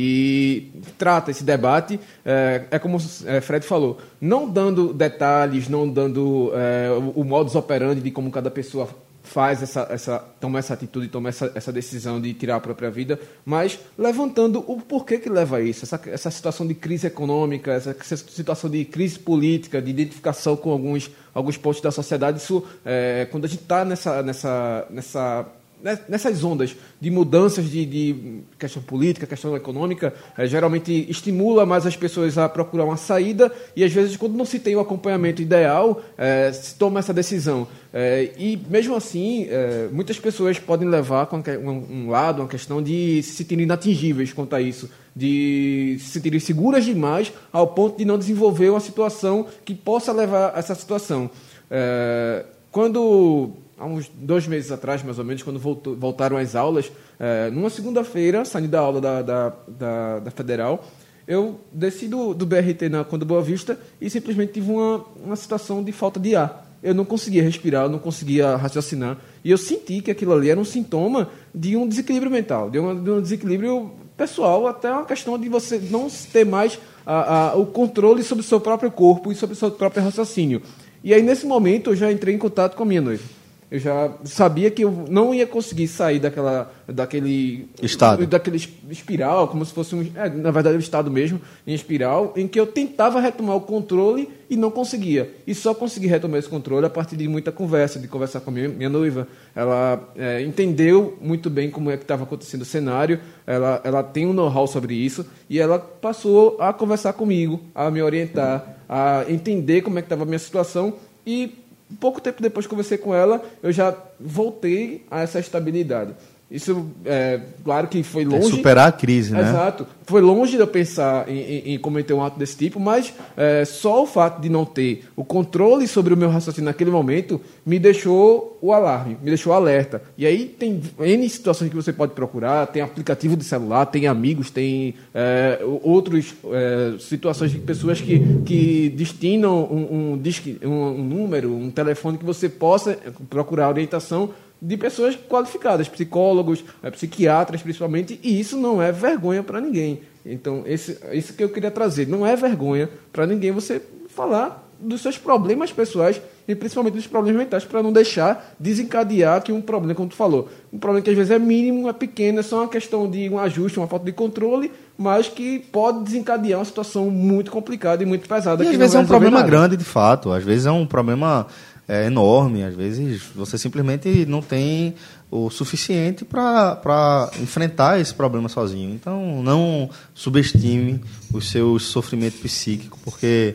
e trata esse debate, é, é como é, Fred falou, não dando detalhes, não dando é, o, o modus operandi de como cada pessoa faz essa, essa toma essa atitude, toma essa, essa decisão de tirar a própria vida, mas levantando o porquê que leva a isso, essa, essa situação de crise econômica, essa, essa situação de crise política, de identificação com alguns, alguns pontos da sociedade, isso é, quando a gente está nessa, nessa, nessa né- nessas ondas de mudanças de, de questão política, questão econômica, eh, geralmente estimula mais as pessoas a procurar uma saída e às vezes quando não se tem o acompanhamento ideal eh, se toma essa decisão Eh, e mesmo assim eh, muitas pessoas podem levar com que- um, um lado uma questão de se sentirem inatingíveis quanto a isso, de se sentirem seguras demais ao ponto de não desenvolver uma situação que possa levar a essa situação. Eh, quando há uns dois meses atrás, mais ou menos, quando voltou- voltaram as aulas, eh, numa segunda-feira, saindo da aula da, da, da, da Federal, eu desci do, do BRT na Conda Boa Vista e simplesmente tive uma, uma situação de falta de ar. Eu não conseguia respirar, eu não conseguia raciocinar. E eu senti que aquilo ali era um sintoma de um desequilíbrio mental, de, uma, de um desequilíbrio pessoal, até uma questão de você não ter mais a- a- o controle sobre o seu próprio corpo e sobre o seu próprio raciocínio. E aí, nesse momento, eu já entrei em contato com a minha noiva. Eu já sabia que eu não ia conseguir sair daquela, daquele Estado. daquele es- espiral, como se fosse um, é, na verdade, um estado mesmo, em espiral, em que eu tentava retomar o controle e não conseguia. E só consegui retomar esse controle a partir de muita conversa, de conversar com a minha, minha noiva. Ela é, entendeu muito bem como é que estava acontecendo o cenário, ela, ela tem um know-how sobre isso, e ela passou a conversar comigo, a me orientar, a entender como é que estava a minha situação e pouco tempo depois que conversei com ela, eu já voltei a essa estabilidade. Isso, é, claro que foi longe. superar a crise, né? Exato. Foi longe de eu pensar em, em- em cometer um ato desse tipo, mas é, só o fato de não ter o controle sobre o meu raciocínio naquele momento me deixou o alarme, me deixou alerta. E aí tem N situações que você pode procurar, tem aplicativo de celular, tem amigos, tem é, o- outros é, situações de pessoas que, que destinam um, um, disque- um- um número, um telefone que você possa procurar orientação de pessoas qualificadas, psicólogos, eh, psiquiatras principalmente, e isso não é vergonha para ninguém. Então, esse, isso que eu queria trazer, não é vergonha para ninguém você falar dos seus problemas pessoais e principalmente dos problemas mentais para não deixar desencadear que um problema, como tu falou, um problema que às vezes é mínimo, é pequeno, é só uma questão de um ajuste, uma falta de controle, mas que pode desencadear uma situação muito complicada e muito pesada. E às que não vezes é vai um resolver problema nada. grande, de fato. Às vezes é um problema é, enorme. Às vezes você simplesmente não tem o suficiente para enfrentar esse problema sozinho. Então, não subestime o seu sofrimento psíquico, porque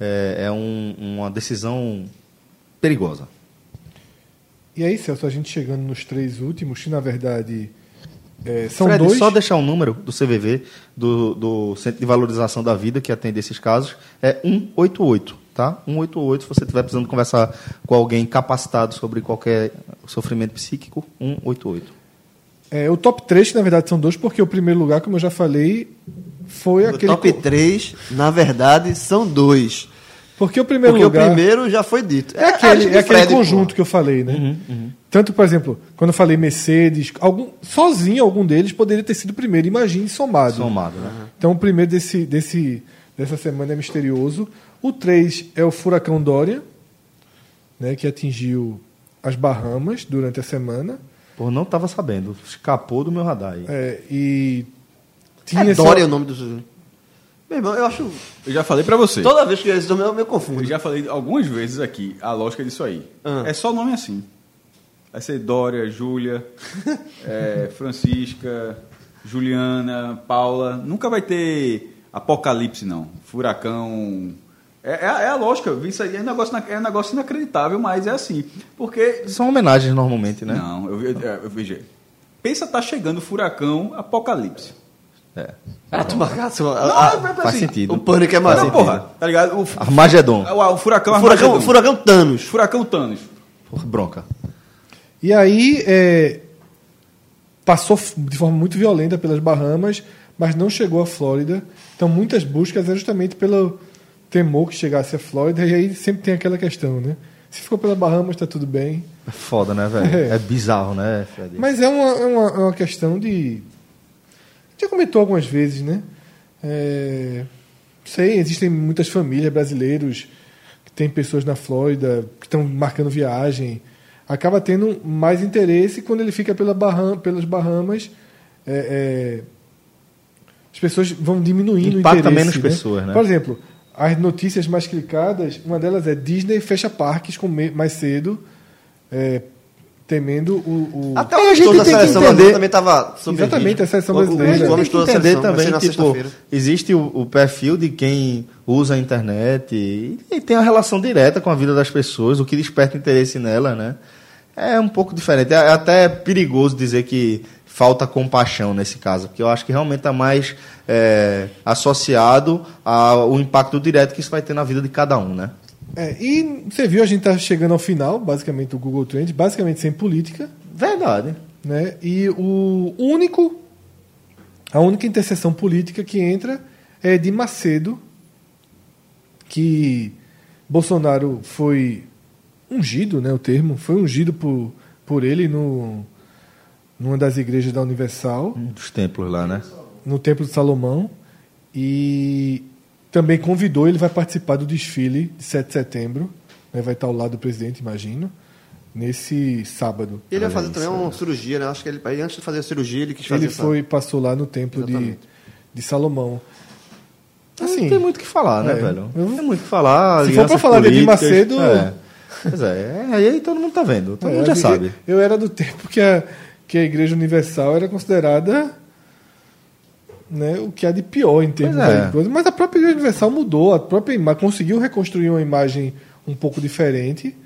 é, é um- uma decisão perigosa. E aí, Celso, a gente chegando nos três últimos, que na verdade É, são Fred, dois. só deixar um número do CVV, do, do Centro de Valorização da Vida, que atende esses casos, é 188, tá? 188, se você estiver precisando conversar com alguém capacitado sobre qualquer sofrimento psíquico, 188. É, o top 3, na verdade, são dois, porque o primeiro lugar, como eu já falei, foi O aquele. top co- 3, na verdade, são dois. Porque o primeiro Porque lugar. o primeiro já foi dito. É aquele, é aquele conjunto que que eu falei, né? Tanto, por exemplo, quando eu falei Mercedes, algum, sozinho algum deles poderia ter sido o primeiro, imagine somado. Somado, né? Então o primeiro desse, desse, dessa semana é misterioso. O 3 é o furacão Dória, né, que atingiu as Bahamas durante a semana. Pô, não estava sabendo, escapou do meu radar aí. É, e tinha É essa- Dória o nome do sujeito. Meu irmão, eu acho. Eu já falei pra você. Toda vez que eu resolvo, eu me confundo. Eu já falei algumas vezes aqui a lógica disso aí. Ah. É só nome assim. Vai ser Dória, Júlia, é, Francisca, Juliana, Paula. Nunca vai ter apocalipse, não. Furacão. É, é a- é a lógica. Isso aí é um negócio, na- é um negócio inacreditável, mas é assim. Porque São homenagens normalmente, né? não, eu, eu, eu- eu veja. Pensa tá chegando furacão, apocalipse. é É. Ah, tu marcasse. Faz sentido. O pânico é maior. assim, Não, porra, tá ligado? O, fu- Armagedon. o, o furacão, O furacão, Armagedon. o furacão Thanos. Furacão Thanos. Porra, bronca. E aí é, passou f- de forma muito violenta pelas Bahamas, mas não chegou à Flórida. Então muitas buscas é justamente pelo temor que chegasse à Flórida. E aí sempre tem aquela questão, né? Se ficou pela Bahamas, está tudo bem. É foda, né, velho? É. É. bizarro, né, Fred? Mas é uma, é uma, é uma questão de. Já comentou algumas vezes, né? É, sei, existem muitas famílias brasileiros que têm pessoas na Flórida que estão marcando viagem. Acaba tendo mais interesse quando ele fica pela Baham, pelas Bahamas. é, é, as pessoas vão diminuindo Impacta o interesse. menos pessoas, né? Por exemplo, as notícias mais clicadas, uma delas é Disney fecha parques com me- mais cedo, é, temendo o... o- Até É, a o gente gente da tem que seleção entender. brasileira também tava sob Exatamente, risco. a seleção O- brasileira. Os Tem homens tem que toda a entender seleção vai também, ser na tipo, sexta-feira. existe o, o perfil de quem usa a internet e, e tem uma relação direta com a vida das pessoas, o que desperta interesse nela, né? É um pouco diferente. É até perigoso dizer que falta compaixão nesse caso, porque eu acho que realmente está mais é, associado ao impacto direto que isso vai ter na vida de cada um, né? É, e você viu, a gente está chegando ao final, basicamente, do Google Trends, basicamente sem política, Verdade. né? E o único, a única interseção política que entra é de Macedo, que Bolsonaro foi ungido, né? O termo foi ungido por, por ele no numa das igrejas da Universal, Um dos templos lá, né? no Templo de Salomão, e também convidou, ele vai participar do desfile de 7 de setembro, né, vai estar ao lado do presidente, imagino, nesse sábado. Ele vai fazer também uma cirurgia, né? Acho que ele, aí antes de fazer a cirurgia, ele quis fazer Ele essa- foi passou lá no Templo de, Exatamente. de Salomão. não Assim, tem muito o que falar, né, é. velho? Eu- Não tem muito o que falar. Se for pra alianças falar de Edir políticas, Macedo- É. Pois é, é, aí todo mundo tá vendo, todo é, mundo a já igre- sabe. Eu era do tempo que a, que a Igreja Universal era considerada né, o que há de pior em termos Pois é. de coisa. Mas a própria Igreja Universal mudou, a própria ima- conseguiu reconstruir uma imagem um pouco diferente.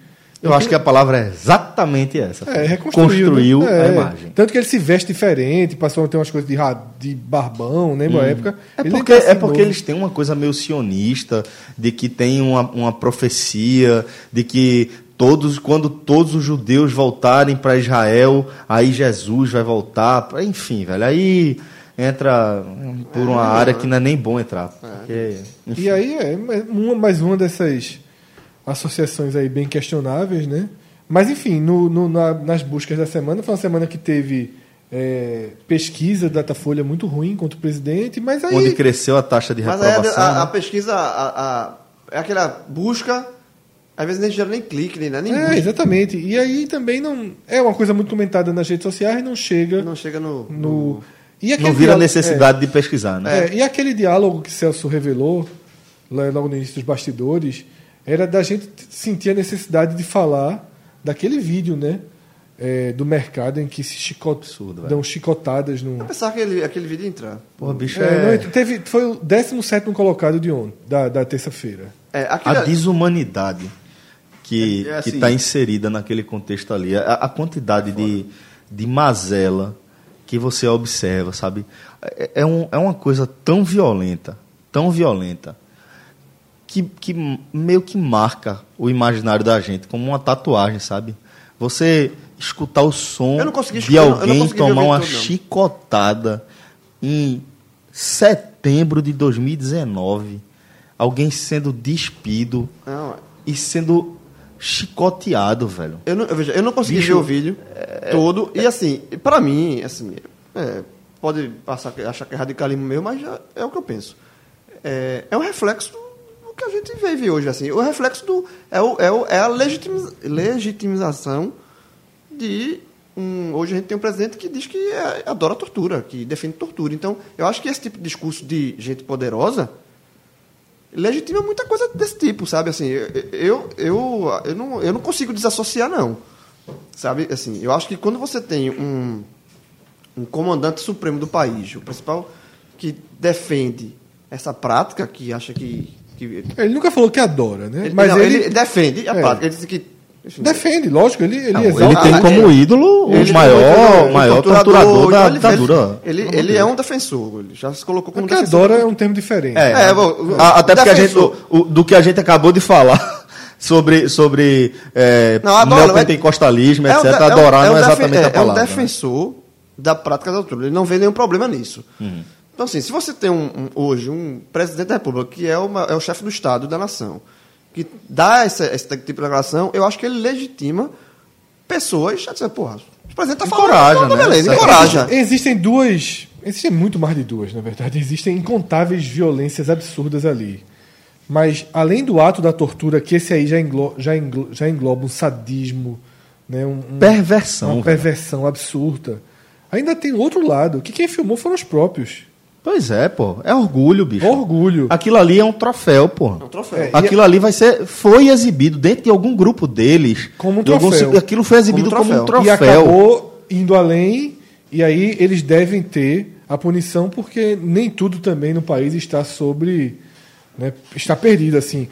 Eu acho que a palavra é exatamente essa. É, reconstruiu. Construiu né? a É. imagem. Tanto que ele se veste diferente, passou a ter umas coisas de, ra- de barbão, né? Uma época. É Ele porque, tá é assim porque novo. eles têm uma coisa meio sionista, de que tem uma, uma profecia, de que todos, quando todos os judeus voltarem para Israel, aí Jesus vai voltar. pra- Enfim, velho, aí entra hum, por uma área que não é nem bom entrar. porque- E aí é mais uma, mais uma dessas associações aí bem questionáveis, né? Mas enfim, no, no- na- nas buscas da semana, foi uma semana que teve é, pesquisa da Datafolha muito ruim contra o presidente, mas aí. onde cresceu a taxa de Mas aí a, reprovação. a- a né? pesquisa, a, a- é aquela busca, às vezes nem gera nem clique, nem nada, nem É, busca. exatamente. E aí também não. É uma coisa muito comentada nas redes sociais e não chega Não chega no... no. E é aquele Não vira diálogo- necessidade de pesquisar, né? É, e aquele diálogo que Celso revelou, lá logo no início dos bastidores, era da gente t- sentir a necessidade de falar daquele vídeo, né? É, do mercado em que se chicot... Absurdo, dão chicotadas no. Eu pensava que ele, aquele vídeo ia entrar. Porra, bicho, É, é, não, teve, foi o 17 colocado de ontem, da, da terça-feira. É, aquele, a desumanidade que tá É, é assim. está inserida naquele contexto ali, a, a quantidade de, de mazela que você observa, sabe? É, é um, é uma coisa tão violenta, tão violenta, que, que meio que marca o imaginário da gente, como uma tatuagem, sabe? Você escutar o som Eu não consegui de escutar, eu não- eu alguém não consegui tomar ouvir uma tudo, não. chicotada em setembro de 2019, alguém sendo despido Não, é- e sendo chicoteado, velho. Eu não, eu, veja, eu não consegui Bicho, ver o vídeo todo. E assim, pra mim, assim, é, pode passar, achar que é radicalismo meu, mas já é o que eu penso. É, é um reflexo do que a gente vive hoje, assim. O reflexo do. É, o, é, o, é a legitimiza- legitimização de. um- hoje a gente tem um presidente que diz que é- adora tortura, que defende tortura. Então, eu acho que esse tipo de discurso de gente poderosa legitima muita coisa desse tipo, sabe? Assim, eu, eu, eu, eu não, eu não consigo desassociar, não. Sabe? Assim, eu acho que quando você tem um, um comandante supremo do país, o principal que defende essa prática, que acha que... que Ele nunca falou que adora, né? ele, Mas não, ele, ele defende a É. prática. Ele diz que... enfim, defende, lógico, ele, Ah, ele Não, exalta. ele tem como ídolo o ele- maior, ele- maior torturador, torturador da então ele- ditadura. Ele, ele, é um defensor. Ele já se colocou como Porque defensor. adora é um termo diferente. É, É, o- o- a- até porque a gente, defensor. o- o- do que a gente acabou de falar sobre, sobre é, Não, adora, neopentecostalismo, É um etc., de- é um- adorar é um não é defen- exatamente é, a palavra. É um né? defensor da prática da tortura. Ele não vê nenhum problema nisso. Uhum. Então, assim, se você tem um- um- hoje um presidente da República que é, uma- é o chefe do Estado da nação, que dá essa- esse tipo de declaração, eu acho que ele legitima pessoas a dizer, porra, o presidente tá falando, Encoraja, então, tá né? beleza, Certo. encoraja. Existem duas. Existem muito mais de duas, na verdade. Existem incontáveis violências absurdas ali. Mas, além do ato da tortura, que esse aí já, englo- já, englo- já engloba um sadismo, né? um- um- é Perversão, Uma velho. perversão absurda. Ainda tem o outro lado, que quem filmou foram os próprios. Pois é, pô. É orgulho, bicho. Orgulho. Aquilo ali é um troféu, pô. um troféu. É, e- Aquilo ali vai ser. Foi exibido dentro de algum grupo deles. Como um de algum troféu. ci- aquilo foi exibido Como um como um E troféu. acabou indo além, e aí eles devem ter a punição, porque nem tudo também no país está sobre. né, está perdido, assim.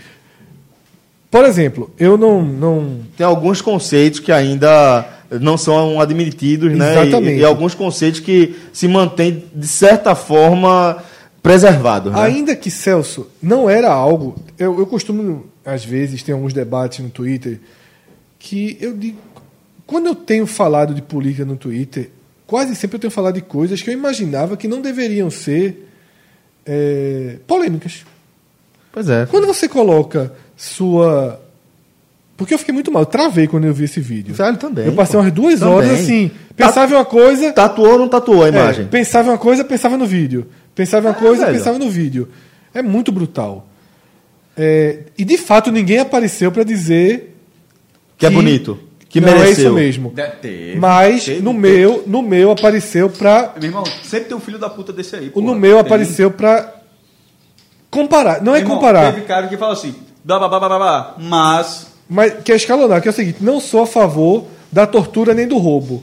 Por exemplo, eu não. não Tem alguns conceitos que ainda não são admitidos, né? E- Exatamente. E, alguns conceitos que se mantêm, de certa forma, preservados. Né? Ainda que Celso não era algo. Eu, eu costumo, às vezes, ter alguns debates no Twitter que eu digo. Quando eu tenho falado de política no Twitter, quase sempre eu tenho falado de coisas que eu imaginava que não deveriam ser eh, polêmicas. Pois é. Quando você coloca sua. Porque eu fiquei muito mal, eu travei quando eu vi esse vídeo. Velho, também, Eu passei Tá pô. Tá umas duas Também. horas assim. Pensava em uma coisa. Tatuou ou não tatuou a É, tá imagem? pensava em uma coisa, pensava no vídeo. Pensava em uma É, coisa, velho. pensava no vídeo. É muito brutal. É, e de fato ninguém apareceu para dizer que é bonito. Que não mereceu. é isso mesmo. Deve ter. Mas Teve, no teve. meu, no meu apareceu para Meu irmão, sempre tem um filho da puta desse aí. o porra. no meu Tem. apareceu para comparar. Não Meu é irmão, comparar, Teve cara que fala assim, blá, blá, blá, blá, blá, blá, mas... mas que é escalonar. Que é o seguinte: não sou a favor da tortura nem do roubo.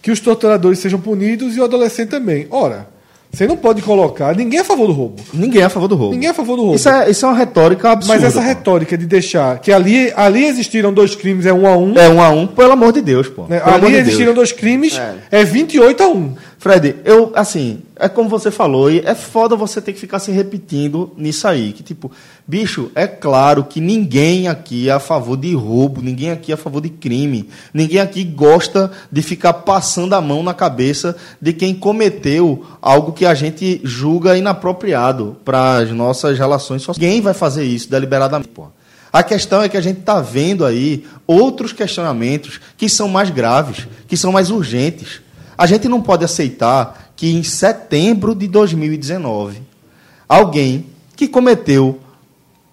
Que os torturadores sejam punidos e o adolescente também. Ora, você não pode colocar ninguém é a favor do roubo. Ninguém é a favor do roubo. Ninguém é a favor do roubo. Isso é, isso é uma retórica absurda. Mas essa pô. retórica de deixar que ali, ali existiram dois crimes, é um a um. É um a um, pelo amor de Deus, pô. né? Pelo amor Ali de existiram Deus. dois crimes, é. 28 a 1. Fred, eu, assim, é como você falou, e é foda você ter que ficar se repetindo nisso aí. Que tipo, bicho, é claro que ninguém aqui é a favor de roubo, ninguém aqui é a favor de crime, ninguém aqui gosta de ficar passando a mão na cabeça de quem cometeu algo que a gente julga inapropriado para as nossas relações sociais. Ninguém vai fazer isso deliberadamente, porra. A questão é que a gente está vendo aí outros questionamentos que são mais graves, que são mais urgentes. A gente não pode aceitar que em setembro de 2019, alguém que cometeu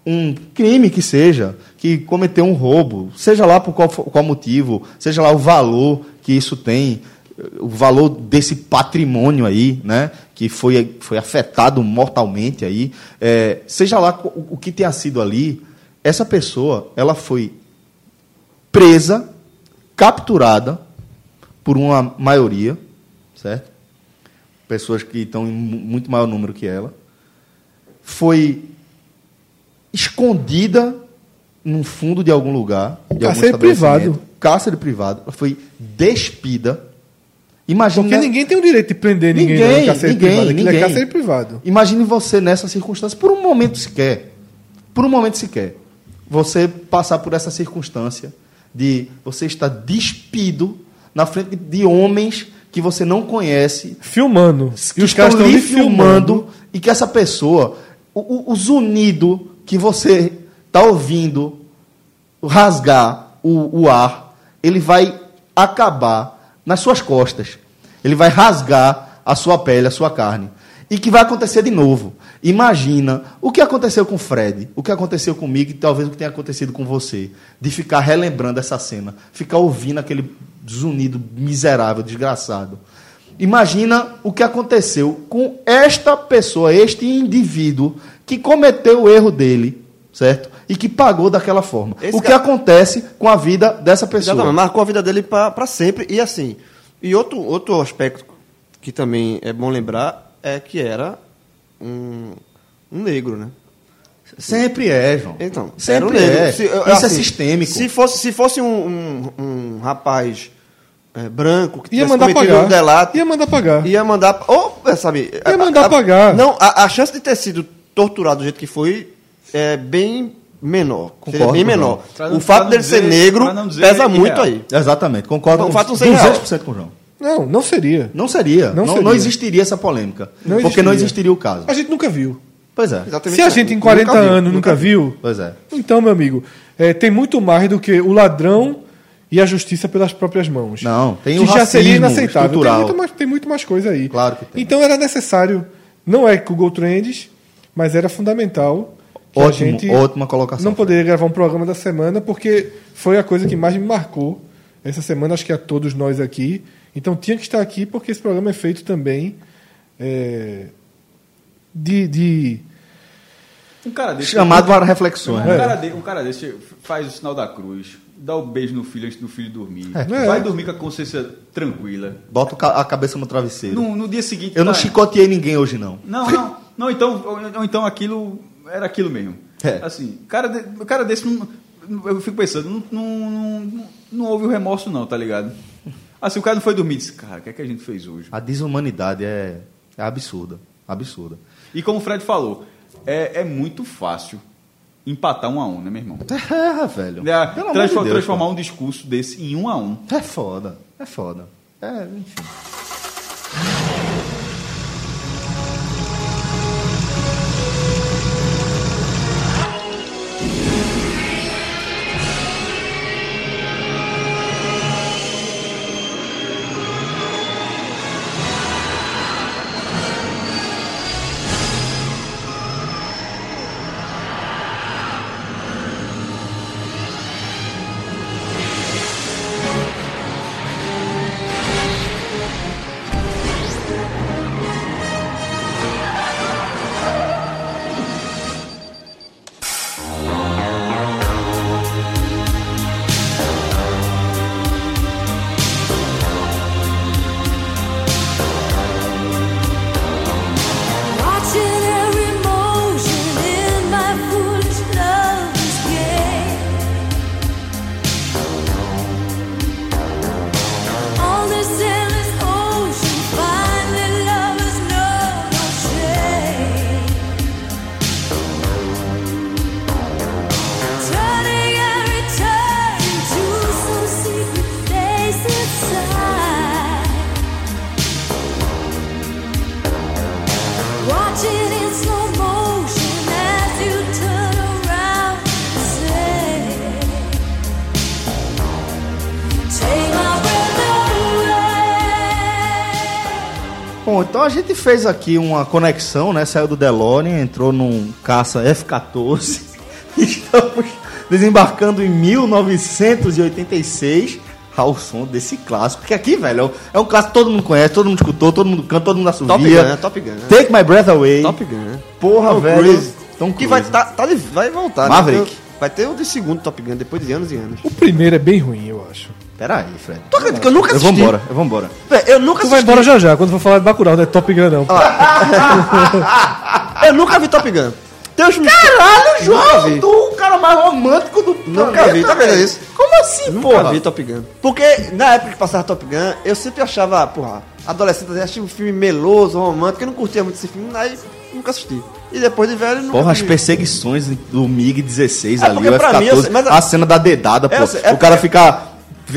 um crime que seja, que cometeu um roubo, seja lá por qual, fo- qual motivo, seja lá o valor que isso tem, eh, o valor desse patrimônio aí, né, que foi, foi afetado mortalmente aí, eh, seja lá co- o que tenha sido ali, essa pessoa, ela foi presa, capturada por uma maioria, certo? Pessoas que estão em mu- muito maior número que ela. Foi escondida num fundo de algum lugar. De algum Cárcere estabelecimento, privado. Cárcere privado. Ela foi despida. Imagina... Porque ninguém tem o direito de prender ninguém, Ninguém, no cárcere ninguém, privado. Aquilo ninguém. é cárcere privado. Imagine você nessa circunstância, por um momento sequer. Por um momento sequer. Você passar por essa circunstância de você estar despido na frente de homens que você não conhece, Filmando. que estão lhe filmando, e que essa pessoa, o, o, o zunido que você está ouvindo rasgar o, o ar, ele vai acabar nas suas costas. Ele vai rasgar a sua pele, a sua carne. E que vai acontecer de novo. Imagina o que aconteceu com o Fred, o que aconteceu comigo e talvez o que tenha acontecido com você. De ficar relembrando essa cena, ficar ouvindo aquele zunido miserável, desgraçado. Imagina o que aconteceu com esta pessoa, este indivíduo que cometeu o erro dele, certo? E que pagou daquela forma. Esse o que cara- acontece com a vida dessa pessoa? Exatamente, marcou a vida dele para sempre. E assim, e outro, outro aspecto que também é bom lembrar é que era um, um negro, né? Sempre é, João. Então, era um Sempre negro. é. Se, Isso é assim, sistêmico. Se fosse, se fosse um, um- um rapaz é, branco que Ia tivesse mandar cometido pagar. um delato, Ia mandar pagar. ia mandar. Ou, é, sabe. Ia mandar pagar. Não, a, a chance de ter sido torturado do jeito que foi é bem menor. Seria Concordo, bem Bruno. menor. Pra não- O fato pra dele não ser dizer- negro pra não dizer pesa muito irreal. aí. Exatamente, concordo Foi um com fato 200% com o João. Não, não seria. Não seria. Não Não, não, seria. existiria essa polêmica. Não porque não existiria existiria. o caso. A gente nunca viu. Pois é. Exatamente Se a isso. gente em 40 Nunca vi, anos nunca, viu, Pois é. então, meu amigo, é, tem muito mais do que o ladrão e a justiça pelas próprias mãos. Não, tem que o já seria racismo inaceitável. estrutural. Tem, muito mais, tem muito mais coisa aí. Claro que tem. Então era necessário, não é Google Trends, mas era fundamental. que a Ótimo, gente ótima colocação. Não poderia gravar um programa da semana porque foi a coisa que mais me marcou essa semana, acho que a todos nós aqui. Então tinha que estar aqui porque esse programa é feito também é, de- de Um cara desse. Chamado para reflexões. Um né? cara, de- um cara desse faz o sinal da cruz, dá o beijo no filho antes do filho dormir. É. Vai dormir com a consciência tranquila. Bota o ca- a cabeça no É. travesseiro. No, no dia seguinte. Eu não é. tá- chicoteei ninguém hoje, não. Não, não. Não, então, ou- ou então aquilo era aquilo mesmo. É. Assim, cara, de, cara desse, não- não- eu fico pensando, não, não, não, não- não houve o remorso não, tá ligado? Assim, o cara não foi dormir e disse, cara, o que é que a gente fez hoje? A desumanidade é, é absurda. Absurda. E como o Fred falou, é, é muito fácil empatar um a um, né, meu irmão? É, velho. É, Pelo amor de transfor- Deus, transformar um discurso desse em um a um. cara. É foda. É foda. É, enfim. Watching every motion in my foolish lover's game. On this endless ocean, finally lovers know no shame. Turning and returning to some secret place inside. Watch it in slow motion as you turn around and say, Take my breath away. Bom, então a gente fez aqui uma conexão, né? Saiu do DeLorean, entrou num caça F-14. Estamos desembarcando em 1986 ao som desse clássico. Porque aqui, velho, é um- é um clássico que todo mundo conhece, todo mundo escutou, todo mundo canta, todo mundo assovia. Top Gun, né? Top Gun. né? Take My Breath Away. Top Gun. né? Porra, Tom velho. Cruise. Tom que Cruise. vai, tá, tá de- vai voltar. né? Maverick. Vai ter o- Vai ter o de segundo Top Gun depois de anos e anos. O primeiro é bem ruim, eu acho. Pera aí, Fred. Tu acredita que eu nunca Eu assisti? vou embora, eu vou embora. Véi, Eu nunca Tu vai assisti. Ah, embora já já, quando for falar de Bacurau, não é Top Gun não. Eu nunca vi Top Gun. Caralho, João! Tu, o cara cara mais romântico do planeta. Nunca vi, tá vendo velho. isso? Como assim, Nunca porra? vi Top Gun. Porque na época que passava Top Gun, eu sempre achava, porra, adolescente, eu achava um filme meloso, romântico, eu não curtia muito esse filme, aí nunca assisti. E depois de velho, nunca Porra, as vi. perseguições do MiG-16 É ali, porque o pra mim, eu F-14, sei- mas- a cena da dedada, pô. eu sei- é o cara fica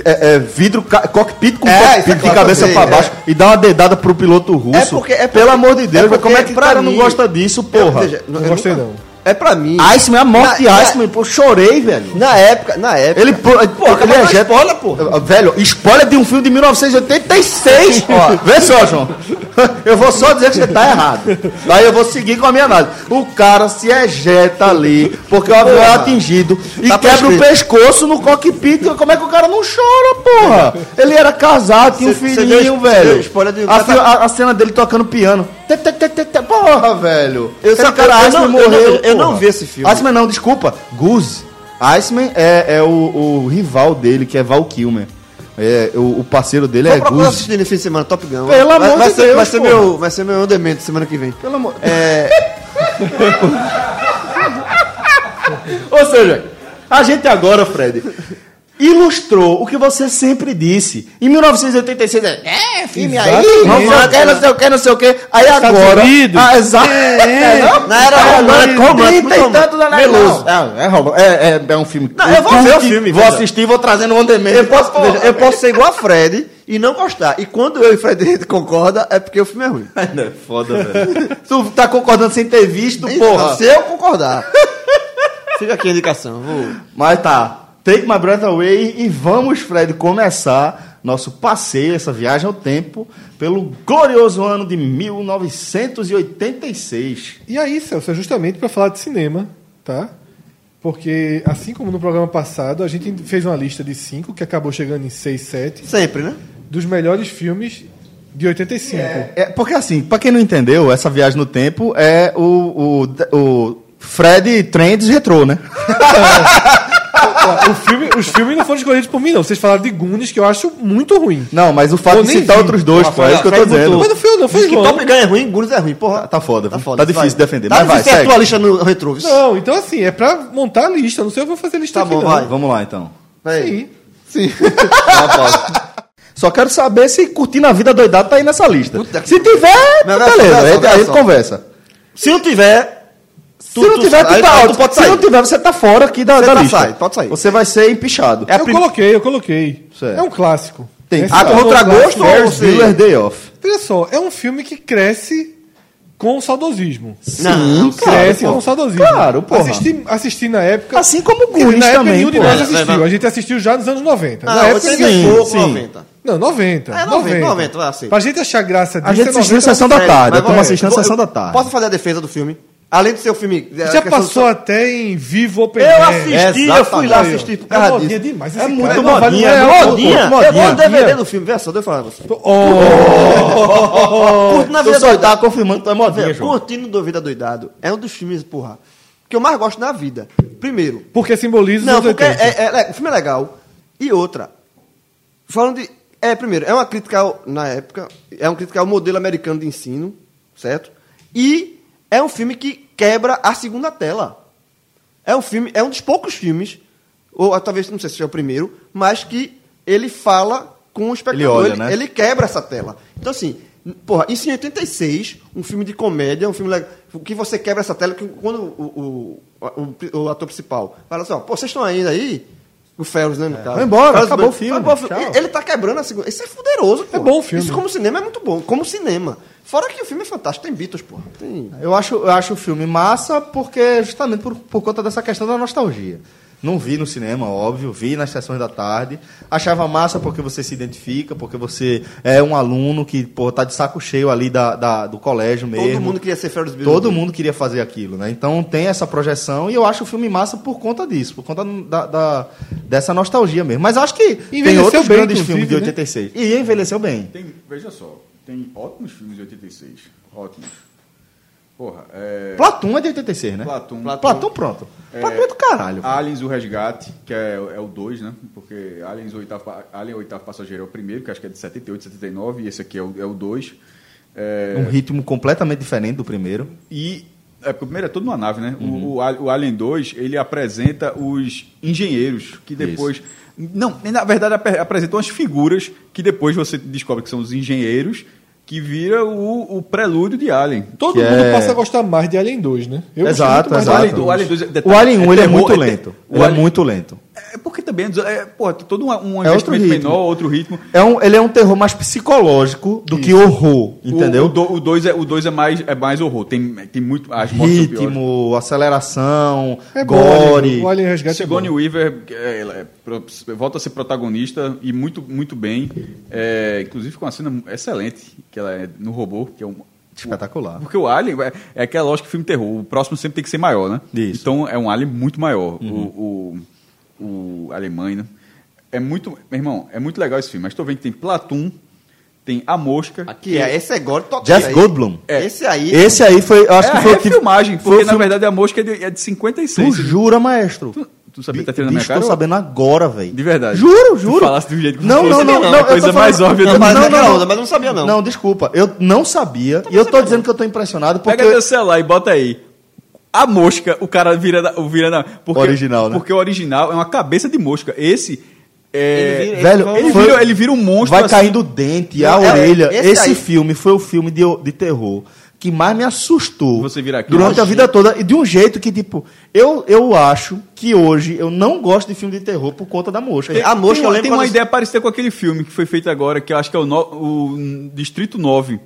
é, é, vidro, ca- cockpit com É, isso é cockpit de claro cabeça também, pra é. baixo e dá uma dedada pro piloto russo. É porque- é porque- Pelo amor de Deus, é porque como é que o pra cara não mim- gosta disso, Eu- porra? veja, eu nunca- É pra mim. Iceman, a morte Na- de Iceman, pô, chorei, velho. Na época, na época. Ele, pô, ele é spoiler, pô. Velho, spoiler de um filme de 1986. Ó, vê só, João. Eu vou só dizer que você tá errado. Aí eu vou seguir com a minha análise. O cara se ejeta ali, porque o avião é Porra. atingido e Tá quebra o prescrito. pescoço no cockpit. Como é que o cara não chora, porra? Ele era casado, tinha um Cê- cê filhinho, deu- cê deu velho. spoiler de- tá- a, fi- a- a cena dele tocando piano. Tê, tê, tê, tê, tê. Porra, velho. Eu Esse só- eu- eu Iceman não- eu não- eu não porra. vi esse filme. Iceman não, desculpa. Goose. Iceman é, é o, o rival dele, que é Val Kilmer. É, o, o parceiro dele Vou é procurar Goose. assistir nesse fim de semana, Top Gun. Pelo amor vai de ser, Deus, Vai ser, porra. meu, vai ser meu demento semana que vem. Pelo amor... É, Ou seja, a gente agora, Fred, ilustrou o que você sempre disse. Em 1986, é, é, filme aí, Exatamente. não sei o que, não sei o que, não sei o que. Aí Estados agora... Unidos. Ah, exato. É, não, na era romântica, romântica, Trinta e muito tanto da é meloso. É, é, rom- é, é, é um filme... Não, eu vou ver o filme, Vou veja. assistir, vou trazendo on demand. eu, posso, Porra, veja, eu posso ser igual a Fred e não gostar. E quando eu e Fred a gente concorda, é porque o filme é ruim. É foda, velho. tu tá concordando sem ter visto, porra. Se eu concordar. Fica aqui a indicação. Vou... Mas tá. Take my breath away e vamos, Fred, começar nosso passeio, essa viagem ao tempo, pelo glorioso ano de 1986. E aí, Celso, é justamente para falar de cinema, tá? Porque, assim como no programa passado, a gente fez uma lista de cinco, que acabou chegando em seis, sete, Sempre, né? dos melhores filmes de 85. É, porque assim, pra quem não entendeu, essa viagem no tempo é o, o, o Fred Trends retrô, né? Tá, O filme, os filmes não foram escolhidos por mim, não. Vocês falaram de Goonies, que eu acho muito ruim. Não, mas o fato Eu de nem citar vi. outros dois, pô, é isso que eu tô Fred dizendo. botou. Mas não foi, não foi Diz que João. Top Gun é ruim, Gurus é ruim, porra. Tá foda, Tá tá, foda, difícil vai. defender. Tá mas vai, difícil ter a segue. tua lista no retrô, viu? Não, então assim, é pra montar a lista. Não sei, eu vou fazer a lista Tá aqui, bom, não. vai. Vamos lá então. Sim. Sim. Dá uma pausa. Só quero saber se curtindo a vida doidado tá aí nessa lista. Puta que Se tiver, Não, não, beleza, não, aí- não, aí a não. gente conversa. Se não tiver. se não tiver, tu aí- tá aí out. pode se sair. não tiver, você tá fora aqui da, Você da tá lista. sai, pode sair. Você vai ser empichado. É eu coloquei, eu coloquei. Certo. É um clássico. Tem Esse a é um contragosto clássico. ou você? Day Off. Veja só, é um filme que cresce com o saudosismo. Não, cresce pô. com o saudosismo. Claro, porra. Assisti, assisti na época. Assim como o na Goonies época também, nenhum de pô. nós Vai, vai, assistiu. vai. A gente assistiu já nos anos 90. Não, na época. você sim, é pouco, sim. 90. Não, 90. É, 90, 90. 90, vai, aceita. pra gente achar graça disso. A gente é assistiu 90, Sessão da Fred, Tá Tarde. mas Estamos vamos- assistindo a eu- Sessão da eu- Tarde. Posso fazer a defesa do filme? Além de ser o filme. é, Já passou até em Vivo Open Eu Air. assisti, eu fui Tá lá assistir por É causa modinha disso. demais. É esse muito cara. Não, vale- modinha, não é é modinha. Modinha, Pô, eu vou modinha. o DVD do filme, vê só, deixa eu falar pra você. Curto na Eu vida só tá doidado. confirmando que tu é modinha, Vê, João. Curtindo do Vida Doidado é um dos filmes, porra, que eu mais gosto na vida. Primeiro, Porque simboliza Não, os porque 80. é, é, é- o filme é legal. E outra. Falando de. É, primeiro, é uma crítica ao, na época. É uma crítica ao modelo americano de ensino, certo? E é um filme que quebra a segunda tela. É um filme, é um dos poucos filmes, ou ah, talvez não sei se é o primeiro, mas que ele fala com o espectador. Ele olha, né? ele quebra essa tela. Então, assim, n- porra, isso em 86, um filme de comédia, um filme legal, o que você quebra essa tela, que quando o, o, o, o ator principal fala assim, ó, pô, vocês estão ainda aí? O Ferris, né, no caso. vai embora, Ferris acabou Bueller. o filme, Acabou filme. tchau. E- Ele tá quebrando a segunda. Isso é fuderoso, pô. bom o filme. Isso como cinema é muito bom, como cinema. Fora que o filme é fantástico, tem Beatles, porra. Tem... Eu acho, eu acho o filme massa porque é justamente por, por conta dessa questão da nostalgia. Não vi no cinema, óbvio, vi nas sessões da tarde. Achava massa porque você se identifica, porque você é um aluno que pô, tá de saco cheio ali da, da- do colégio mesmo. Todo mundo queria ser Ferris Bueller. Todo mundo queria fazer aquilo, né? Então tem essa projeção e eu acho o filme massa por conta disso, por conta da, da- dessa nostalgia mesmo. Mas acho que tem Envelheceu outros bem, grandes inclusive, filmes de né? 86. E envelheceu bem. Tem, veja só, tem ótimos filmes de 86. Ótimos. Porra, é. Platum é de 86, né? Platum. Platum pronto. É, Platum é do caralho. pô. Aliens, o Resgate, que é, é o 2, né? Porque Aliens, o oitavo, pa- Alien, o oitavo passageiro é o primeiro, que acho que é de 78, 79, e esse aqui é o 2. É o dois. Um É, ritmo completamente diferente do primeiro. E É, porque o primeiro é todo numa nave, né? O- Uhum. O, Al- o Alien 2, ele apresenta os engenheiros, que depois... Não, na verdade apre- apresenta umas figuras que depois você descobre que são os engenheiros, que vira o, o prelúdio de Alien. Todo Que mundo é- passa a gostar mais de Alien 2, né? Eu É gostei muito mais de O Alien, do- o Alien 2, O Alien 1 ele é terror, muito te- lento. o Ele é Alien- muito lento. É porque também é, é, pô, tem todo um, um É outro investimento ritmo. menor, outro ritmo. É um, ele é um terror mais psicológico do que horror, entendeu? O 2 é, o dois é, mais, é mais horror. Tem, tem muito. As mortes são piores. Ritmo, aceleração, É bom, né? gore. o Sigourney Weaver é, ela é pro- volta a ser protagonista e muito, muito bem. É, inclusive com uma cena excelente, que ela é no robô, que é um. Espetacular. Porque o Alien é, é aquela lógica de filme de terror. O próximo sempre tem que ser maior, né? Então é um Alien muito maior. Uhum. O, o, o Alemanha. né? É muito. Meu irmão, é muito legal esse filme. Mas estou vendo que tem Platum, tem A Mosca. Aqui é, esse é gore total. Jeff Goldblum. Esse aí. Esse aí foi. eu Acho é que foi a o que. refilmagem, foi porque o na filme- verdade a mosca é de, é de 56. Tu jura, maestro? Tu sabia que tá tirando na minha Estou cara? sabendo agora, velho. De verdade. Juro, juro. Tu falasse do jeito que não, tu não, fosse, não, não, Uma eu tô É coisa falando- mais óbvia do não, mundo. não, não, mas não sabia, não. Não, desculpa. Eu não sabia. e eu tô dizendo que eu tô impressionado porque. Então Pega teu celular e bota aí. A mosca, o cara vira na. o Vira na porque, Original, né? Porque o original é uma cabeça de mosca. Esse. É, Ele vira- Velho, ele, foi- vira, ele vira um monstro. Vai assim. caindo o dente, a Não, é, orelha. esse Esse, aí. filme foi o filme de, de terror que mais me assustou Você vira aqui. durante a vida toda. E de um jeito que, tipo, eu, eu acho que hoje eu não gosto de filme de terror por conta da mosca. Tem, a mosca tem, eu uma- lembro tem quando uma eu- ideia parecida com aquele filme que foi feito agora, que eu acho que é o, no- o Distrito 9,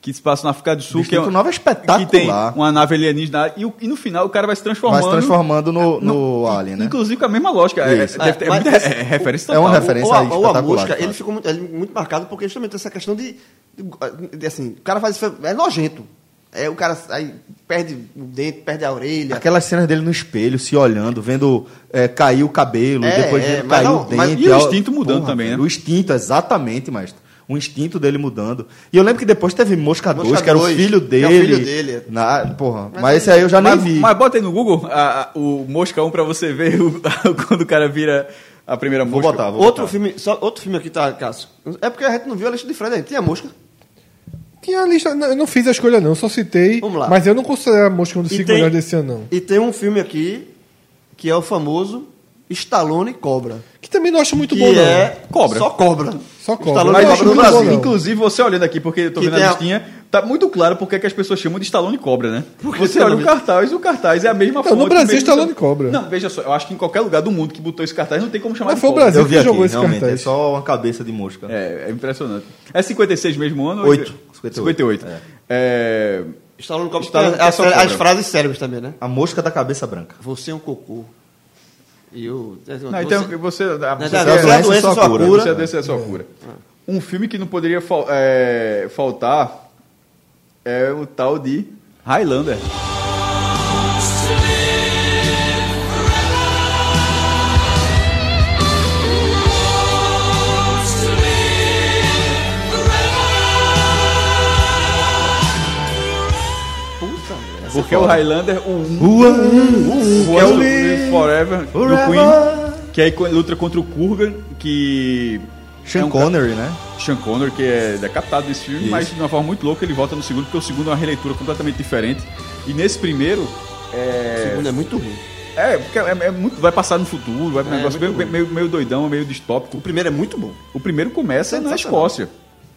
que se passa na África do Sul. que Distrito é, 9 é espetacular. Que tem um uma nave alienígena e, o- e no final o cara vai se transformando. Vai se transformando no, no Alien, né? É, Inclusive com a mesma lógica. É, Isso. deve ter- é Mas- muita- mas- é referência É uma total. referência ou, a- aí ou a espetacular, música, claro. ele ficou muito, ele é muito marcado porque justamente essa questão de, de- de- assim, o cara faz isso, é nojento. É, o cara aí perde o dente, perde a orelha. Aquelas cenas dele no espelho, se olhando, vendo é, cair o cabelo, É, depois é, vendo mas cair não, o dente. mas- e o a- instinto mudando também, né? velho, O instinto, exatamente, maestro. O instinto dele mudando. E eu lembro que depois teve Mosca 2, que era o 2, filho que é dele. o filho dele. Na, porra, mas, esse aí eu já nem mas, vi. Mas bota aí no Google a- a- o Mosca 1 pra você ver o- quando o cara vira a primeira mosca. Vou botar, outro filme, só outro filme aqui tá, Cássio. É porque a gente não viu a lista de Fred aí. Tem a mosca. Tinha a lista. não, eu não fiz a escolha, não, eu só citei. Vamos lá. Mas eu não considero a mosca um dos E 5 tem- melhores desse ano, não. E tem um filme aqui que é o famoso Stallone Cobra. Que também não acho muito que bom, não. é Cobra. Só cobra. Só cobra. Stallone Mas, Cobra no inclusive, Brasil. um- inclusive, você olhando aqui, porque eu tô Que vendo tem a a- listinha, tá muito claro porque é que as pessoas chamam de Stallone Cobra, né? Porque você que olha o não- cartaz, o cartaz é a mesma Então, no fonte, Brasil, mesmo- Stallone Cobra. Não, veja só, eu acho que em qualquer lugar do mundo que botou esse cartaz não tem como chamar Mas de foi o cobra. Brasil eu vi que jogou aqui, esse realmente. cartaz. É só uma cabeça de mosca. É, é impressionante. É 56 mesmo ano? Oito. 58. 58. É. Stallone Cobra Stallone- tem as, é só cobra. as frases cérebros também, né? A mosca da cabeça branca. Você é um cocô. E eu. Não, então você. Não, a- você- não, não, não, a doença é só cura. Você- a doença é só cura. Um filme que não poderia fal- é, faltar é o tal de Highlander. Porque o Highlander, o um, que é o Live Forever do Forever. Queen, que aí co- luta contra o Kurgan, que. Sean é um ca- Connery, né? Sean Connery, que é decapitado nesse filme, Isso. mas de uma forma muito louca ele volta no segundo, porque o segundo é uma releitura completamente diferente. E nesse primeiro. É... O segundo é muito ruim. É, porque é, é muito, vai passar no futuro, vai pra um É, negócio meio, muito meio, meio doidão, meio distópico. O primeiro é muito bom. O primeiro começa na Sensacional. Escócia.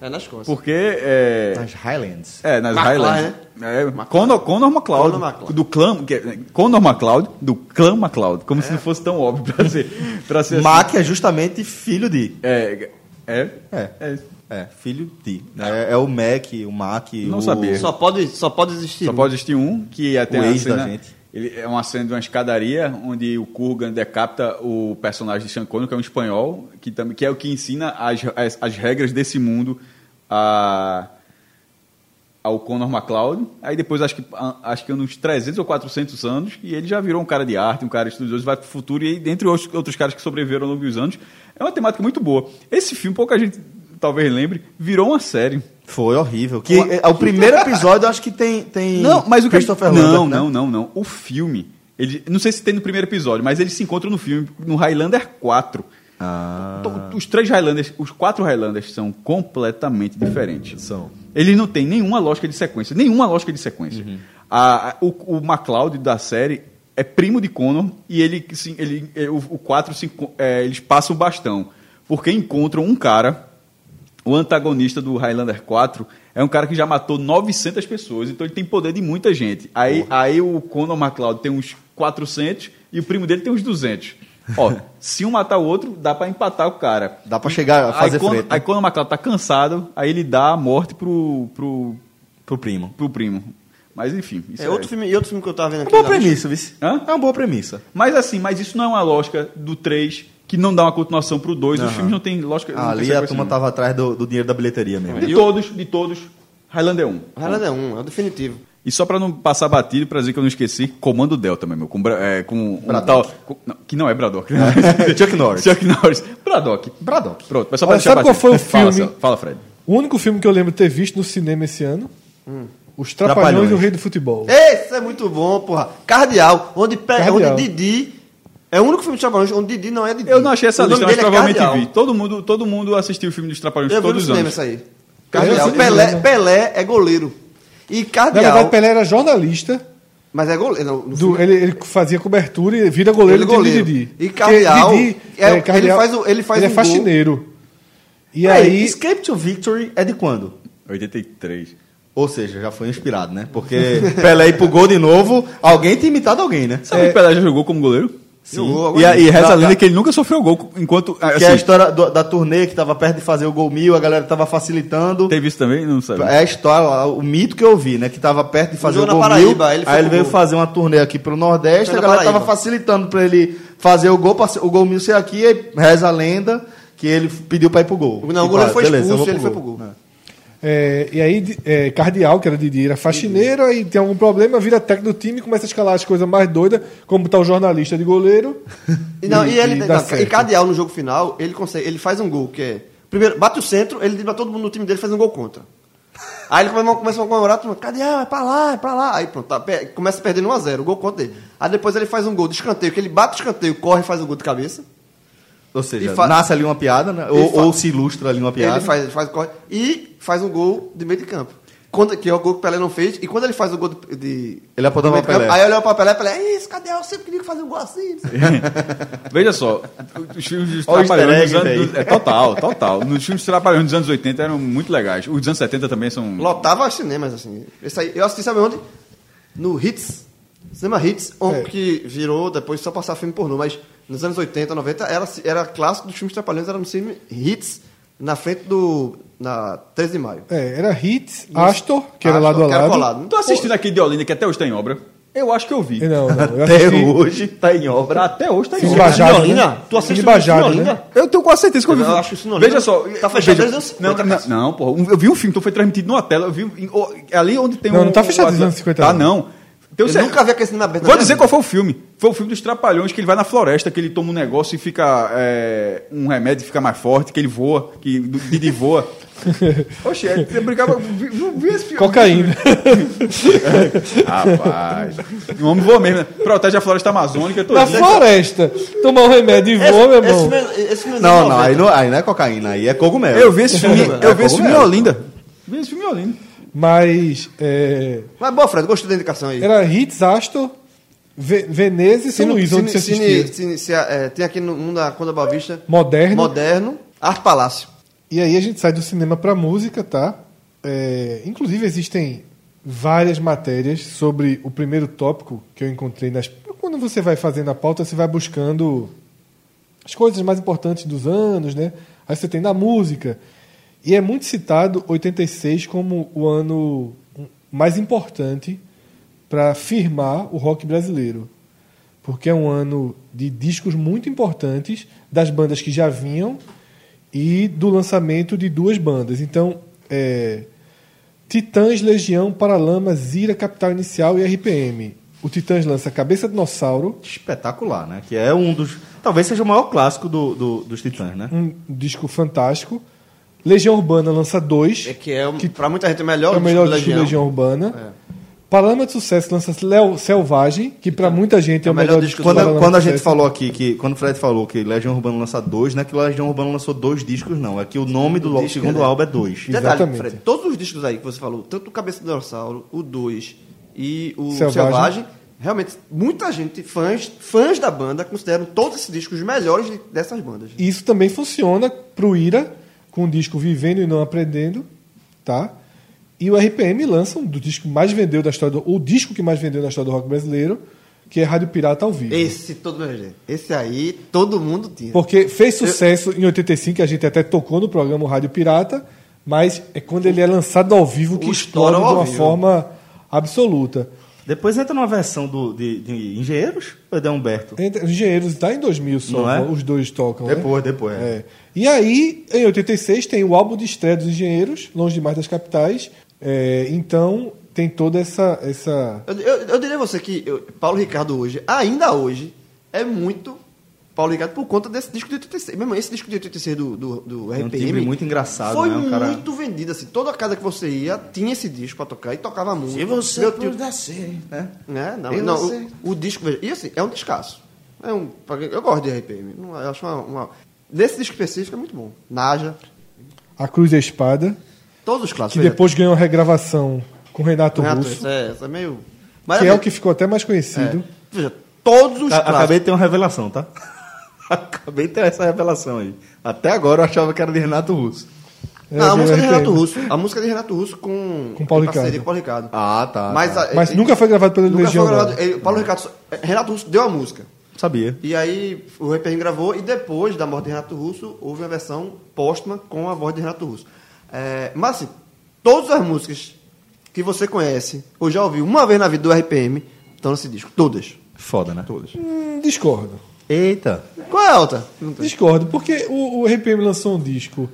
É na Escócia. Porque. É... Nas Highlands. É, nas McLaren, Highlands. É, Conor, Conor McLeod. né? Conor McLeod. Do clã. que é- Conor McLeod, do clã McLeod. Como se É. não fosse tão óbvio pra ser. Pra ser assim. Mac é justamente filho de. É. É. É. É. filho de. É, é o Mac, o Mac. Não o... sabia. Só pode, só pode existir. Só um. pode existir um, que até né? O a ex da cena- gente. Ele é uma cena de uma escadaria onde o Kurgan decapita o personagem de Sean Connery, que é um espanhol, que, também, que é o que ensina as, as, as regras desse mundo a, ao Conor McLeod. Aí depois, acho que, a- acho que é uns 300 ou 400 anos, e ele já virou um cara de arte, um cara estudioso, vai pro futuro, e aí, dentre outros, outros caras que sobreviveram ao longo dos anos, é uma temática muito boa. Esse filme, pouca gente talvez lembre, virou uma série. Foi horrível. Que, é, é o primeiro episódio, eu acho que tem. tem Não, mas o é que Christopher não, Lambert, né? não, não, não. O filme, ele, não sei se tem no primeiro episódio, mas eles se encontram no filme no Highlander 4. To- Os três Highlanders, os quatro Highlanders são completamente diferentes. São. Eles não têm nenhuma lógica de sequência, nenhuma lógica de sequência. A- o, o McLeod da série é primo de Connor e ele, se- ele eh, o, o 4 se enco- eh, eles passam o bastão. Porque encontram um cara, o antagonista do Highlander 4, é um cara que já matou 900 pessoas, então ele tem poder de muita gente. Aí, aí o Connor McLeod tem uns 400 e o primo dele tem uns 200. Ó, se um matar o outro, dá pra empatar o cara. Dá pra chegar a fazer aí, quando, frente, né? Aí quando o McLeod tá cansado, aí ele dá a morte pro, pro, Pro primo. Pro primo. Mas enfim. É, outro filme, e outro filme que eu tava vendo É aqui. uma boa da- premissa, vice. É uma boa premissa. Mas assim, mas isso não é uma lógica do 3 que não dá uma continuação pro 2. Os Aham. filmes não têm lógica. não é tem Ali a sequência turma tá- tava nenhuma. atrás do, do dinheiro da bilheteria mesmo. De todos, de todos, Highlander 1. Highlander 1, é o definitivo. E só pra não passar batido, pra dizer que eu não esqueci, Comando Delta, meu irmão. Com, Bra- é, com um tal. com- não, que não é Braddock. né? Chuck Norris. Chuck Norris. Braddock. Braddock. Pronto, mas só pra Olha, deixar sabe qual batido. foi o Fala, filme? Cel- Fala, Fred. O único filme que eu lembro ter visto no cinema esse ano, Hum. Os Trapalhões, Trapalhões. e o Rei do Futebol. Esse é muito bom, porra. Cardeal, onde, pe... Cardeal. onde Didi. É o único filme de Trapalhões onde Didi não é Didi. Eu não achei essa o nome lista, mas dele é provavelmente Cardeal. vi. Todo mundo, todo mundo assistiu o filme dos Trapalhões Eu vi no todos os cinema anos. isso aí. Cardeal. é Cardeal. né? Pelé, Pelé é goleiro. E Na Cardeal. verdade, Pelé era jornalista. Mas é goleiro. não, no Do, ele, ele fazia cobertura e vira goleiro, Ele do time goleiro. de Didi. E Cardeal, Porque é, ele faz o- ele faz ele um é gol. É, faxineiro. E Peraí, aí- Escape to Victory é de quando? 83. Ou seja, já foi inspirado, né? Porque Pelé ir pro gol de novo, alguém tem imitado alguém, né? Sabe que o Pelé já jogou como goleiro? Sim. Jogou, E, e reza a lenda que ele nunca sofreu gol enquanto. Que é a assim, história do- da turnê que tava perto de fazer o gol mil, a galera tava facilitando. Teve isso também? Não sabe. É a história, lá, o mito que eu vi, né? Que tava perto de fazer o jogo na gol Paraíba, mil. ele foi aí ele pro veio gol. fazer uma turnê aqui pro Nordeste, Foi a na galera tava Paraíba. facilitando pra ele fazer o gol, pra ser- o gol mil ser aqui, aí reza a lenda que ele f- pediu pra ir pro gol. Não, o E goleiro quase, foi beleza, eu expulso vou e ele foi pro gol. É, e aí, de- é, Cardeal, que era Didi, era faxineiro, aí tem algum problema, vira técnico do time, começa a escalar as coisas mais doidas, como tá o jornalista de goleiro. E, não, e, ele, dá não, certo. e Cardeal no jogo final, ele consegue, ele faz um gol que é. Primeiro, bate o centro, ele dribla todo mundo no time dele e faz um gol contra. Aí ele começa, começa a comemorar, todo mundo, Cardeal, é pra lá, é pra lá. Aí pronto, tá, pe- começa perdendo 1x0, o gol contra dele. Aí depois ele faz um gol de escanteio, que ele bate o escanteio, corre e faz o gol de cabeça. Ou seja, E fa- nasce ali uma piada, né? E Ou, fa- ou se ilustra ali uma piada. Ele faz, faz, corre e faz um gol de meio de campo. Contra, que é o gol que o Pelé não fez. E quando ele faz o gol de. de Ele apontou de meio pra de campo, Pelé. Aí olhou pra Pelé, Pelé, "Ih, esse Cardeal, eu sempre queria fazer um gol assim. Veja só, os filmes dos Olha o Trapalhões dos easter egg anos. aí. É total, total. Os filmes dos Trapalhões dos anos 80 eram muito legais. Os dos anos 70 também são. Lotava cinemas, assim. Esse aí, eu assisti, sabe onde? No Hits. Cinema Hits, um É. que virou depois só passar filme pornô, mas nos anos 80, 90, era, era clássico dos filmes trapalhões, era no cinema Hits, na frente do. na 13 de maio. É, era Hits, Astor, que era lado a Astor, que era lado. colado. Tô assistindo aquele de Olinda que até hoje tá em obra. Eu acho que eu vi. Não, não, eu Até assisti- hoje tá em obra. Até hoje tá em Filme obra. bajado, Olinda? Ah, né? Tu assiste Filme o filme bajado, Olinda? né? Eu tenho quase certeza que eu vi. Eu acho isso no Veja Olinda. só. Tá fechado veja- desde os anos 50, Não, cara. não, não, porra. Um- Eu vi um filme, então foi transmitido numa tela. Eu vi em- ó, ali onde tem Não, um. não tá fechado o- desde os anos 50, Tá, não. não. Tem um Eu cer- nunca vi aquele cinema aberto. na Vou minha dizer vida. qual foi o filme. Foi o filme dos Trapalhões, que ele vai na floresta, que ele toma um negócio e fica. é, um remédio e fica mais forte, que ele voa, que do- Didi voa. Oxe, é, eu brincava. Vi, vi- vi esse filme. Cocaína. Rapaz. O homem voa mesmo, né? Protege a floresta amazônica toda. Na floresta. Tomar um remédio e é voa, meu irmão. Esse, esse, filme- esse filme Não, não, 90. aí não, aí não é cocaína, aí é cogumelo. Eu vi esse filme. É Eu vi esse filme em Cogumelo. Olinda. Vi esse filme em Olinda. Mas é, Mas boa, Fred, gostei da indicação aí. era Hits, Astor, Ve- Veneza e São Luís, onde você cine, assistia. cine- cine- é, tem aqui no mundo da Conda Boa Vista. Moderno. Moderno. Arte Palácio. E aí a gente sai do cinema pra música, tá? É, inclusive existem várias matérias sobre o primeiro tópico que eu encontrei nas. Quando você vai fazendo a pauta, você vai buscando as coisas mais importantes dos anos, né? Aí você tem na música. E é muito citado 86 como o ano mais importante para firmar o rock brasileiro. Porque é um ano de discos muito importantes das bandas que já vinham e do lançamento de duas bandas. Então, é, Titãs, Legião, Paralamas, Zira, Capital Inicial e RPM. O Titãs lança Cabeça de Dinossauro, Espetacular, né? Que é um dos. Talvez seja o maior clássico do, do- dos Titãs, Hum, né? um disco fantástico. Legião Urbana lança dois. É que é, um- pra muita gente, é o melhor é o melhor do disco de Legião É. Urbana. Paralama de Sucesso lança Leo- Selvagem, que pra muita gente é, o melhor, disco do Quando, Paralamas quando a de gente Sucesso. falou aqui que. Quando o Fred falou que Legião Urbana lança dois, não é que Legião Urbana lançou dois discos, não. É que o nome do disco, segundo né? álbum é dois. Detalhe, Exatamente. Fred, todos os discos aí que você falou, tanto o Cabeça do Dinossauro, o 2, e o Selvagem. Selvagem. Realmente, muita gente, fãs, fãs da banda, consideram todos esses discos os melhores de- dessas bandas. Isso também funciona pro Ira, com o disco Vivendo e Não Aprendendo, tá? E o RPM lança um do disco que mais vendeu da história do, o disco que mais vendeu na história do rock brasileiro, que é Rádio Pirata ao vivo. Esse todo meu jeito. Esse aí, todo mundo tinha. Porque fez sucesso em 85, a gente até tocou no programa Rádio Pirata, mas é quando ele é lançado ao vivo que O estoura estouro de ao uma vivo. forma absoluta. Depois entra numa versão do, de, de Engenheiros ou é de Humberto? Entre, os engenheiros tá em 2000 Não só, é? os dois tocam. né? Depois, depois, é. É. E aí, em 86, tem o álbum de estreia dos engenheiros, Longe Demais das Capitais. É, então, tem toda essa. essa... Eu, eu, eu diria a você que eu- Paulo Ricardo hoje, ainda hoje, é muito Paulo Ricardo por conta desse disco de 86. Mesmo esse disco de 86 do, do, do Tem um RPM. timbre muito engraçado, Foi né? O cara- muito vendido, assim. Toda casa que você ia tinha esse disco pra tocar e tocava muito. Se você Meu tio- pudesse, né? Né? Não, Eu não, sei. o, o disco, veja, e assim, é um descasso. É um, pra quem- eu gosto de RPM. não- Eu acho uma, uma- Nesse disco específico é muito bom. Naja, A Cruz e a Espada, todos os que clássicos. veja. depois ganhou a regravação com Renato, Renato, Russo, é, essa é meio. É, que é o que ficou até mais conhecido. Veja, todos os A- clássicos. É, Acabei de ter uma revelação, tá? Acabei de ter essa revelação aí. Até agora eu achava que era de Renato Russo. Não, a do música é de RPM. Renato Russo. A música é de Renato Russo com, É, Com Paulo em parceria Ricardo. com Paulo Ricardo. Ah, tá. Mas, a- Mas ele- nunca foi gravado pelo nunca Legião. foi gravado. não. ele- Paulo Ricardo, só- Renato Russo deu a música. Sabia. E aí o RPM gravou e depois da morte de Renato Russo houve uma versão póstuma com a voz de Renato Russo. É, mas assim, todas as músicas que você conhece ou já ouviu uma vez na vida do RPM estão nesse disco. Todas. Foda, né? Todas. É. Hum, discordo. Eita. Qual é a outra? Não tem. Discordo, porque o, o RPM lançou um disco.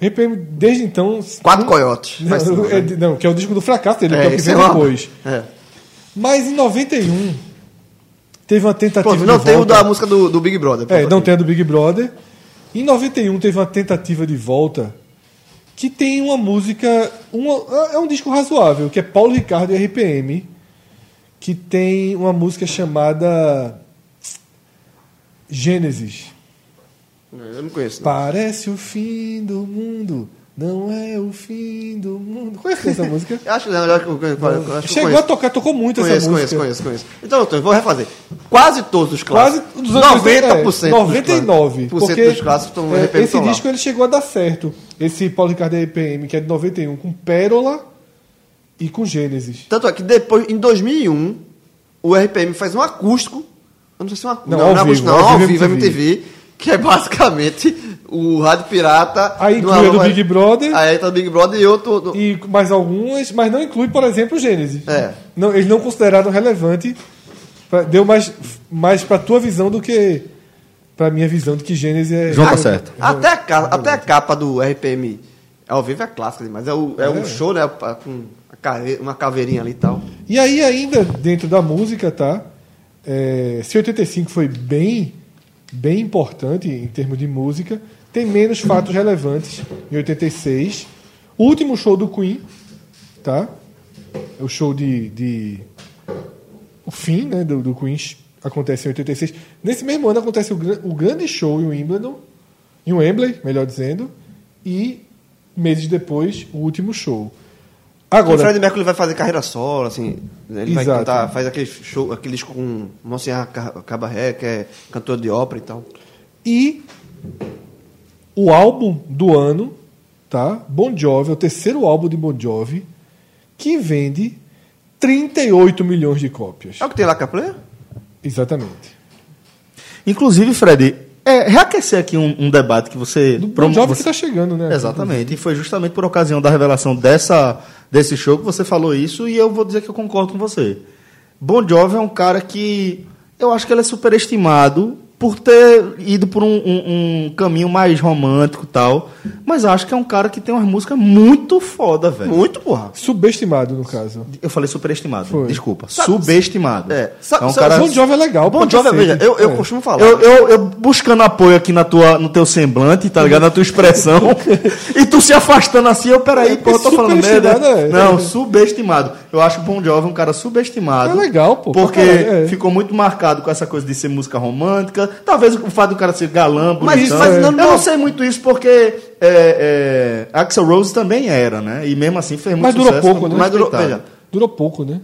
O RPM, desde então. Quatro Coiotes. Não, Mas sim, é né? de- não, que é o disco do fracasso dele, que é o que isso vem uma- depois. é. Mas em 91 teve uma tentativa Pronto, não de tem o volta. da música do, do Big Brother. É, Pronto, não aqui. tem a do Big Brother. Em 91 teve uma tentativa de volta que tem uma música. uma- é um disco razoável, que é Paulo Ricardo e RPM, que tem uma música chamada Gênesis. Eu não conheço. não. Parece o fim do mundo, não é o fim do mundo. Conhece essa música? Eu Acho que não, eu acho que eu- eu- eu acho que eu Chegou conheço. a tocar, tocou muito conheço, essa música. Conheço, conheço, conheço. Então, doutor, eu vou refazer. Quase todos os Quase clássicos. dos anos 90%. 80, é, 99%. Dos Porque dos clássicos estão é, repetindo Esse disco ele chegou a dar certo. Esse Paulo Ricardo RPM, que é de 91, com Pérola e com Gênesis. Tanto é que depois, em 2001, o RPM faz um acústico. Eu não sei se é um acústico. Não, Não, não, ao é acústico, vivo, não, ao ao vivo vivo MTV. MTV. Que é basicamente o Rádio Pirata. Aí numa inclui a do nova- Big Brother Aí tá o Big Brother e outro. do- e mais algumas, mas não inclui, por exemplo, o Gênesis. É. Não, eles não consideraram relevante. pra- Deu mais, mais pra tua visão do que pra minha visão de que Gênesis é. João tá certo. Até a, ca- até a capa do RPM ao vivo é clássica demais. É, o, é, É. um show, né? pa- Com a care- uma caveirinha ali e tal. E aí, ainda dentro da música, tá? É, se 85 foi bem, bem importante em termos de música, tem menos fatos relevantes em 86. O último show do Queen, tá? É o show de. de- o fim né, do, do Queen acontece em 86. Nesse mesmo ano acontece o, gran- o grande show em Wimbledon, em Wembley, melhor dizendo, e meses depois, o último show. Agora, o Agora, Fred Mercury vai fazer carreira solo, assim. né, Ele vai Exato. cantar, faz aquele show, aquele disco com Monsenhor Ca- Cabaré, que é cantor de ópera e tal. E o álbum do ano, tá? Bon Jovi, é o terceiro álbum de Bon Jovi, que vende 38 milhões de cópias. É o que tem lá, Caplé? Exatamente. Inclusive, Fred, é, reaquecer aqui um, um debate que você. Do Bon promo- Jovi você- que tá chegando, né? Exatamente. E foi justamente por ocasião da revelação dessa, desse show que você falou isso, e eu vou dizer que eu concordo com você. Bon Jovi é um cara que eu acho que ele é superestimado por ter ido por um, um- um caminho mais romântico e tal, mas acho que é um cara que tem umas músicas muito foda, velho. Muito, porra. Subestimado, no caso. Eu falei superestimado, Foi. desculpa. Subestimado. É, sa- um sa- cara... Bon Jovi é legal. Bom pra Jovem, cacete. veja, eu, eu É. costumo falar. Eu, eu, eu buscando apoio aqui na tua, no teu semblante, tá ligado? Na tua expressão. e tu se afastando assim, eu, peraí, É, pô, eu tô falando merda. superestimado, é. Não, subestimado. Eu acho o Bon Jovi um cara subestimado. É legal, pô, pra Porque caralho, é. ficou muito marcado com essa coisa de ser música romântica. Talvez o fato do cara ser galã, Mas bonitão. isso- É. mas não- Eu não sei muito isso, porque é, é, Axel Rose também era, né? E mesmo assim fez muito Mas durou sucesso. pouco, muito né? Mas durou, respeitado. veja, Durou pouco, né?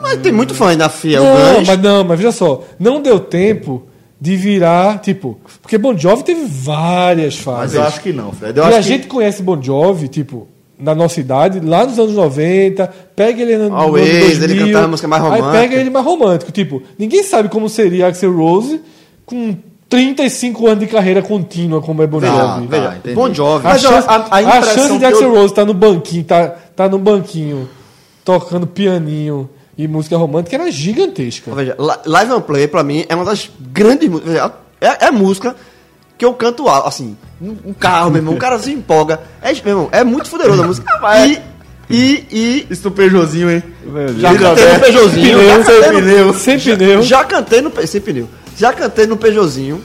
Mas tem muito fã ainda fiel. Não, Guns. mas não, mas veja só, não deu tempo de virar, tipo, porque Bon Jovi teve várias fases. Mas eu acho que não, Fred. Eu é e acho a que- gente conhece Bon Jovi, tipo, na nossa idade, lá nos anos 90, pega ele no no ano Always, 2000, ele cantava música mais Aí romântica. pega ele mais romântico, tipo, ninguém sabe como seria Axel Rose com 35 anos de carreira contínua como é Bon Veja, Jovi. veja, Tá, Bon Jovi. A, Mas, ó, chance, a- a a impressão chance que de eu- Axel Rose tá no banquinho, tá, tá no banquinho tocando pianinho e música romântica era gigantesca. Veja, Li- Live on Play, pra mim, é uma das grandes músicas. Veja, É, é música que eu canto alto, assim, um carro, meu irmão. O cara se empolga. É, meu irmão, é muito fuderoso a música. E, e, e. Isso do Peugeotzinho, hein? Já Vida cantei no aberta. Peugeotzinho. Pneu, já cantei sem no- pneu. Sem pneu. Já cantei no. pe- Sem pneu. Já cantei no Peugeotzinho.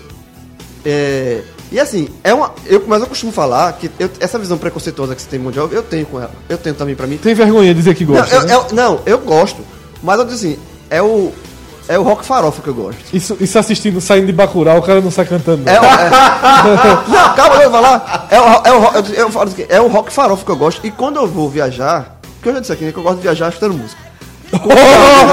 É, e assim, é uma. Eu, mas eu costumo falar que eu- essa visão preconceituosa que você tem mundial, eu tenho com ela. Eu tenho também pra mim. Tem vergonha de dizer que gosta. não, eu, né? eu- não, eu gosto. Mas eu digo assim, é o. É o rock farofa que eu gosto. Isso, isso assistindo, saindo de Bacurau, o cara não sai cantando. não. É o, é- Não, calma, deixa eu falar. É o, é, o, eu- eu falo assim, é o rock farofa que eu gosto. E quando eu vou viajar, porque eu já disse aqui, né, que eu gosto de viajar escutando música. Não,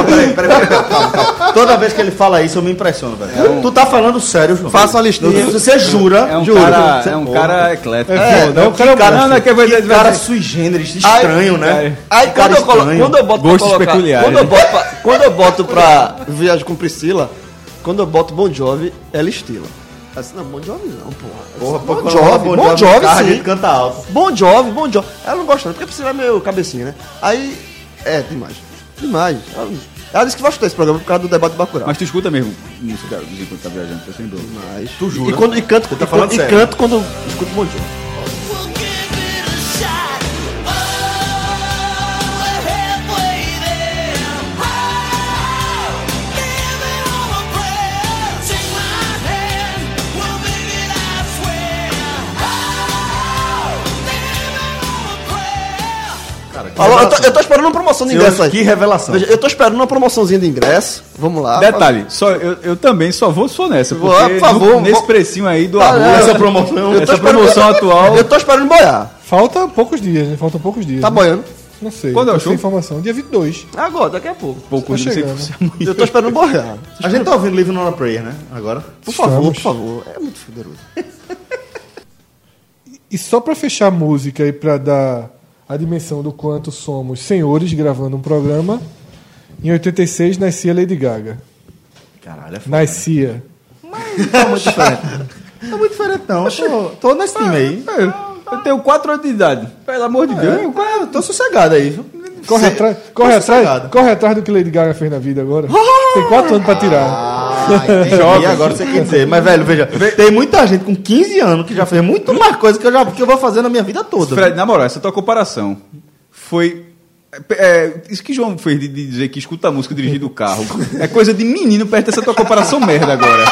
peraí, peraí, peraí, calma, calma, calma. tá- Toda vez que ele fala isso, eu me impressiono, velho. Tu tá falando sério, João. Faça uma listinha. Você jura? É um jura. cara, Você- é um Porra. cara eclético. É, foda, é um que cara bom. não, não, que vai- que vai- cara vai- sui generis, estranho, né? Aí Que cara quando eu, colo- estranho. quando eu boto Gostos pra colocar, peculiares. Quando eu boto pra, quando eu boto pra viagem com Priscila, quando eu boto Bon Jovi, ela estila. Assim, não, Bon Jovi não, porra. Porra, pô, Bon quando Jovi, rola Bon Jovi, no carro, a sim. gente canta alto. Bom Jovem, Bom Jovem. Ela não gosta, não, porque a Priscila é meio cabecinha, né? Aí. É, demais. Demais. Ela, ela disse que vai escutar esse programa por causa do debate do Bacurau. Mas tu escuta mesmo música do Zico quando tá viajando, eu sem dúvida. Mas. Tu jura? E, quando, e canto, tá e, falando quando- e sério? canto quando escuto Bom Jovem. Oh, Oh, Oh, Alô, eu, tô, eu tô esperando uma promoção de Senhores, ingresso aí. que revelação. Veja, eu tô esperando uma promoçãozinha de ingresso. Vamos lá. Detalhe, só, eu, eu também só vou só nessa, Vou, porque por favor, no- nesse vou- precinho aí do Tá, arroz, né? essa, Essa promoção. Eu tô essa esperando- promoção atual, Eu tô esperando boiar. Falta poucos dias, né? Faltam poucos dias. Tá né? boiando. Não sei. Quando é o tô sem show? informação. Dia 22. Agora, daqui a pouco. pouco, não tá sei chegando. se amanhã. Eu tô esperando boiar. A gente tá ouvindo Live on a Prayer, né? Agora. Por favor, Estamos. por favor. É muito fuderoso. E só pra fechar a música e pra dar a dimensão do quanto somos senhores gravando um programa, em 86 nascia Lady Gaga. Caralho, é foda. Nascia. Tá muito diferente. Tá muito diferente, não. Tô, É, tô nesse time aí. Eu tenho 4 anos de idade, pelo amor de Deus. Eu, eu tô sossegado aí, viu? Corre, Cê- atrás, tô tá corre, atrás, sossegado. corre atrás do que Lady Gaga fez na vida agora. Tem quatro anos pra tirar. Ah, entendi. agora você quer dizer. Mas, velho, veja, tem muita gente com 15 anos que já fez muito mais coisa que eu, já, que eu vou fazer na minha vida toda. Fred, na moral, essa tua comparação foi. é, isso que João fez de, de dizer que escuta a música dirigindo o carro é coisa de menino perto dessa tua comparação merda agora.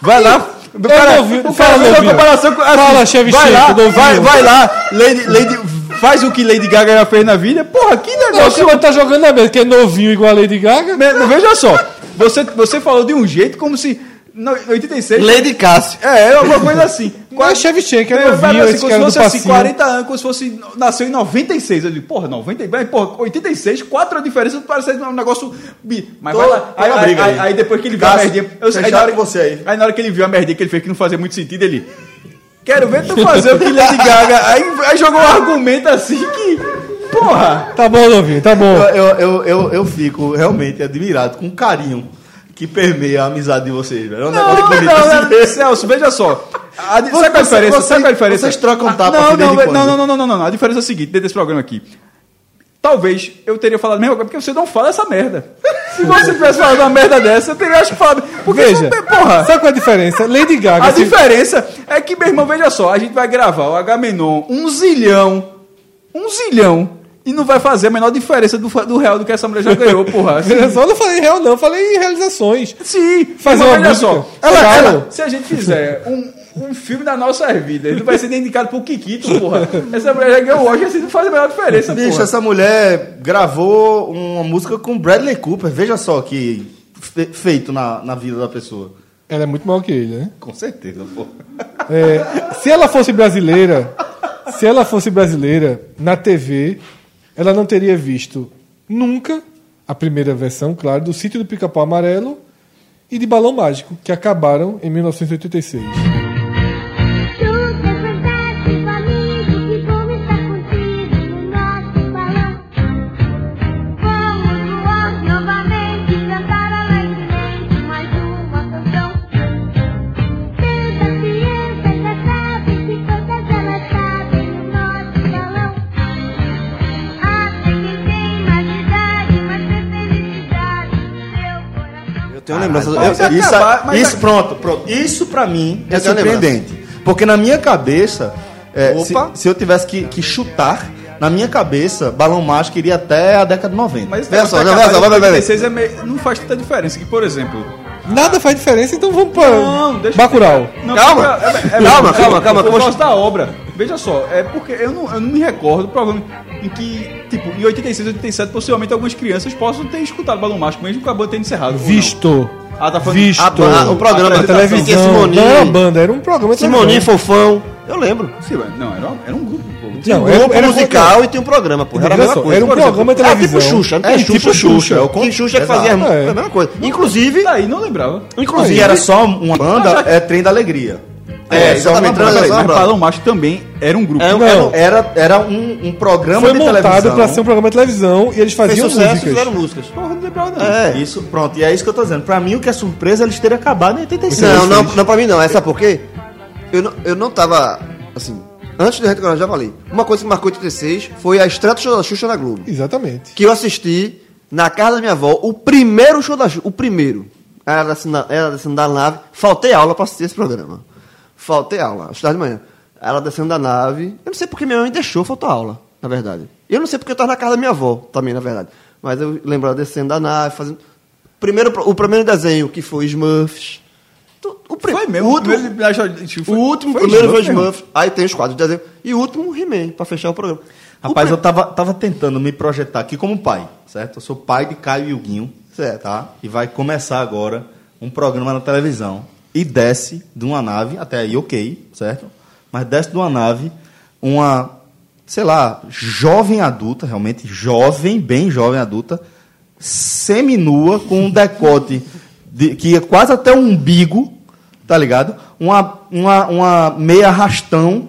Vai lá. Eu não ouvi, o cara fala, fez uma novinho. comparação com. assim, Fala, chefe vai Chico, lá, novinho. vai, vai lá. Lady, Lady, faz o que Lady Gaga já fez na vida. Porra, que Não, o negócio. senhor tá jogando na mesa, que é novinho igual a Lady Gaga? Mas Veja só. Você, você falou de um jeito como se. no- 86. Lady Cássio. É, é alguma coisa assim. Qual é o Shevchenko? Eu, É assim, novinho, como esse se cara do fosse assim, passinho. 40 anos, como se fosse. Nasceu em 96. Eu digo, porra, 90, vai, porra, 86, quatro a diferença, parece um negócio. bi- Mas Tô- vai lá. tô Aí, na aí, briga aí- aí. aí depois que ele viu a Cássio, merdinha. eu- aí, fechado na hora, com você aí. aí na hora que ele viu a merdinha que ele fez que não fazia muito sentido, ele. Quero ver tu fazer o que Lady Gaga. Aí, aí jogou um argumento assim que. Porra! Tá bom, novinho, tá bom. Eu, eu, eu, eu, eu fico realmente admirado com o carinho que permeia a amizade de vocês, velho. É um Não, negócio não, bonito. assim. não, não, Celso, veja só. A, di- sabe qual é a Você- diferença? você- sabe qual é a diferença? vocês trocam tapa, não, assim, não, desde ve- quando? não, não, não, não, não, não, não. A diferença é a seguinte, dentro desse programa aqui. Talvez eu teria falado a mesma coisa, porque você não fala essa merda. Se você tivesse falado uma merda dessa, eu teria acho que falado. Porque Veja, você- porra, sabe qual é a diferença? Lady Gaga... a se- diferença é que, meu irmão, veja só, a gente vai gravar o Agamenon um zilhão, um zilhão, e não vai fazer a menor diferença do, fa- do real do que essa mulher já ganhou, porra. Assim, Eu só não falei em real, não. Falei em realizações. Sim, mas Fazer uma olha música. só. Ela- Ela, ela- ela- se a gente fizer um, um filme da nossa vida, ele não vai ser nem indicado pro Kikito, porra. Essa mulher já ganhou o Oscar, assim, não faz a menor diferença, Bicho, assim, porra. essa mulher gravou uma música com Bradley Cooper. Veja só que fe- feito na, na vida da pessoa. Ela é muito maior que ele, né? Com certeza, pô. É, se ela fosse brasileira, se ela fosse brasileira, na TV, ela não teria visto nunca a primeira versão, claro, do Sítio do Pica-Pau Amarelo e de Balão Mágico, que acabaram em 1986. Eu tenho lembrança. Eu, Isso, acabar, isso pronto, pronto. Isso pra mim é Eu tenho surpreendente. Porque na minha cabeça, é, se, se eu tivesse que, que chutar, na minha cabeça, Balão Mágico iria até a década de 90. Mas tá Vê só, vê só, vai, vai, vai, vai. 36 é meio- não faz tanta diferença. Que, por exemplo. Nada faz diferença, então vamos para Não, deixa eu Bacurau. Não, Calma. fica- é- é- Calma, é- calma, calma, Eu como- gosto da obra. Veja só, é porque eu não, eu não me recordo, provavelmente, em que, tipo, em 86, 87, possivelmente algumas crianças possam ter escutado Balão Mágico, mesmo com a banda tendo encerrado. ou não. Visto. Ah, tá falando Visto. Ah, tá, o programa, A tá, televisão. tá, Simone. Não era uma banda, era um programa. de Simoninho televisão. Fofão. Eu lembro. Sim, mas não, era, era um grupo, pô. Tinha um Não, era- grupo era- musical e tinha um programa, pô. Era a Olha mesma só, coisa. era um Por exemplo, programa de televisão. Era tipo Xuxa. Não É, tem Xuxa, tipo Xuxa. Xuxa, É um é o o que Xuxa que fazia Exato. a mesma coisa. Inclusive, Daí não lembrava. inclusive era só uma banda, é Trem da Alegria. É, só uma exatamente, banda, só era só uma Mas banda. Balão Mágico também era um grupo. Era, Não. era, era, era um, um é programa Foi de montado televisão. para ser um programa de televisão e Fez eles faziam sucesso, músicas. fizeram músicas. Porra, não lembrava não. É. Isso, pronto. E é isso que eu tô dizendo. Pra mim, o que é surpresa é eles terem acabado em 86. Não, não, não, pra mim não. Essa por quê? Eu não, eu não tava, assim... Antes do Reto Coronel, já falei. Uma coisa que marcou 86 foi a estreia do show da Xuxa na Globo. Exatamente. Que eu assisti na casa da minha avó, o primeiro show da Xuxa. O primeiro. Era da Sina- era descendo da nave. Faltei aula pra assistir esse programa. Faltei aula, às tarde de manhã. Ela descendo da nave. Eu não sei porque minha mãe deixou faltar aula, na verdade. Eu não sei porque eu tava na casa da minha avó também, na verdade. Mas eu lembro ela descendo da nave, fazendo. Primeiro, pro- o primeiro desenho que foi Smurfs. Tu- O prim- Foi mesmo. o O último- primeiro, o último, foi primeiro foi Smurf mesmo. Smurfs. Aí tem os quadros de desenho. E o último, He-Man, pra fechar o programa. O Rapaz, prim- eu tava, tava tentando me projetar aqui como pai, certo? Eu sou pai de Caio e Huguinho, Certo. tá? E vai começar agora um programa na televisão. E desce de uma nave, até aí ok, certo? Mas desce de uma nave uma, sei lá, jovem adulta, realmente jovem, bem jovem adulta, seminua com um decote de- que é quase até o umbigo, tá ligado? Uma, uma, uma meia rastão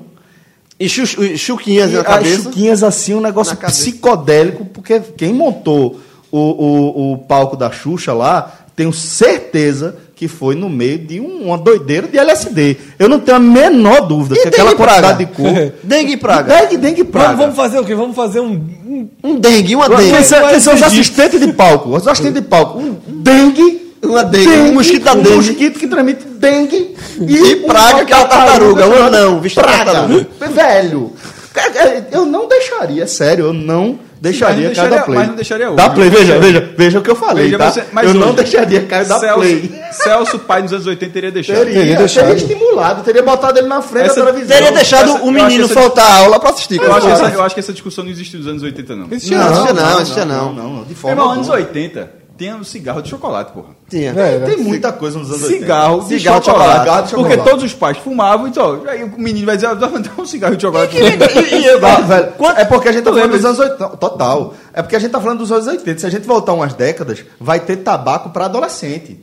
E chu- chu- Chuquinhas e na as cabeça. chuquinhas assim, um negócio Na cabeça. psicodélico, porque quem montou o, o, o palco da Xuxa lá, tenho certeza que foi no meio de um- uma doideira de LSD. Eu não tenho a menor dúvida E que aquela dengue praga? quantidade de cor. Dengue e praga. Dengue, dengue e praga. Vamos, vamos fazer o quê? Vamos fazer um. um- Um dengue, uma dengue. Quem são- quem são os Mas existe. assistentes é um de palco? Os assistentes de palco. Um dengue. Uma dengue, um mosquito da um dengue. mosquito que transmite dengue e, um E praga, que é uma tartaruga, um anão, vestido de tartaruga. Velho, é, é, eu não deixaria, é sério, eu não deixaria Mas não Caio da deixaria- Play. mas não deixaria hoje. Da Play, veja, veja, veja o que eu falei, Veja tá? você- eu mas não hoje, deixaria Caio da Celso, Play. Celso Pai nos anos 80 teria deixado. Teria, teria, estimulado, teria botado ele na frente Essa- da televisão. Teria deixado Essa- o eu acho menino essa- faltar a aula pra assistir. Eu acho, que claro. essa, eu acho que essa discussão não existiu nos anos 80, não. Meu Existia, Não, não. assistia não, assistia não. não, não, de forma irmão, anos alguma. 80 tinha um cigarro de chocolate, porra. Tinha. Era. Tem muita coisa nos anos 80. Cigarro, de Cigarro de chocolate. chocolate. Porque Chocolate. todos os pais fumavam, então, aí o menino vai dizer, ah, dá dá um cigarro de chocolate. Tá, velho. É porque a gente tá Tu falando lembra dos anos 80. Total. É porque a gente tá falando dos anos 80. Se a gente voltar umas décadas, vai ter tabaco pra adolescente.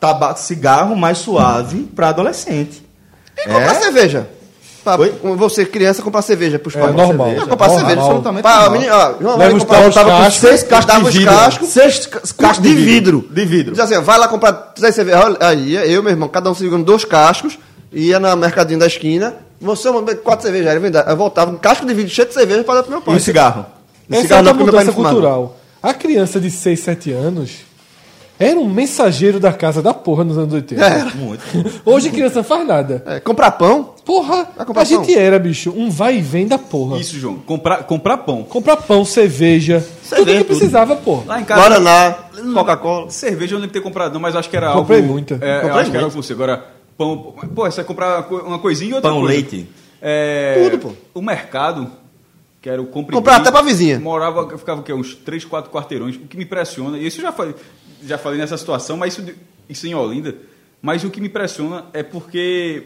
Tabaco, cigarro mais suave pra adolescente. E comprar cerveja. Pra, Oi? com você, criança, comprar cerveja pros É, pais. normal. Cerveja. É comprar normal. cerveja. Absolutamente Pá, normal. o menino, ó, João, vai Leva os comprar- tacos, Tava com Casco. seis cascos Dava de os vidro. cascos. Seis ca- Casco cascos de vidro. De vidro. Diz assim, ó, vai lá comprar três cervejas. Olha, Aí, eu, meu irmão, cada um segurando dois cascos, ia no mercadinho da esquina, você mano, quatro cervejas. Aí eu vendava- eu voltava com um casco de vidro cheio de cerveja pra dar pro meu E pai. um cigarro. Essa é cigarro outra não, tá porque meu pai mudança não fumava. cultural. A criança de 6, 7 anos era um mensageiro da casa da porra nos anos 80. Muito. Hoje criança não faz nada. É, comprar pão? Porra, Vai comprar a gente pão? era, bicho, um vai e vem da porra. Isso, João. Comprar, comprar pão. Comprar pão, cerveja, tudo que precisava, porra. Lá em casa. hum, Guaraná, Coca-Cola. Cerveja eu não lembro de ter comprado, não, mas eu acho que era Comprei algo. muita. É, Comprei eu acho que era algo com você. Agora, pão. Pô, você vai comprar uma co- uma coisinha e outra Pão, coisa. leite. É, Tudo, pô. O mercado, que era o compre e Comprar brinque, até pra vizinha. Morava, eu ficava o quê? Uns 3, 4 quarteirões. O que me impressiona, e isso eu já falei, já falei nessa situação, mas isso, de- isso em Olinda. Mas o que me impressiona é porque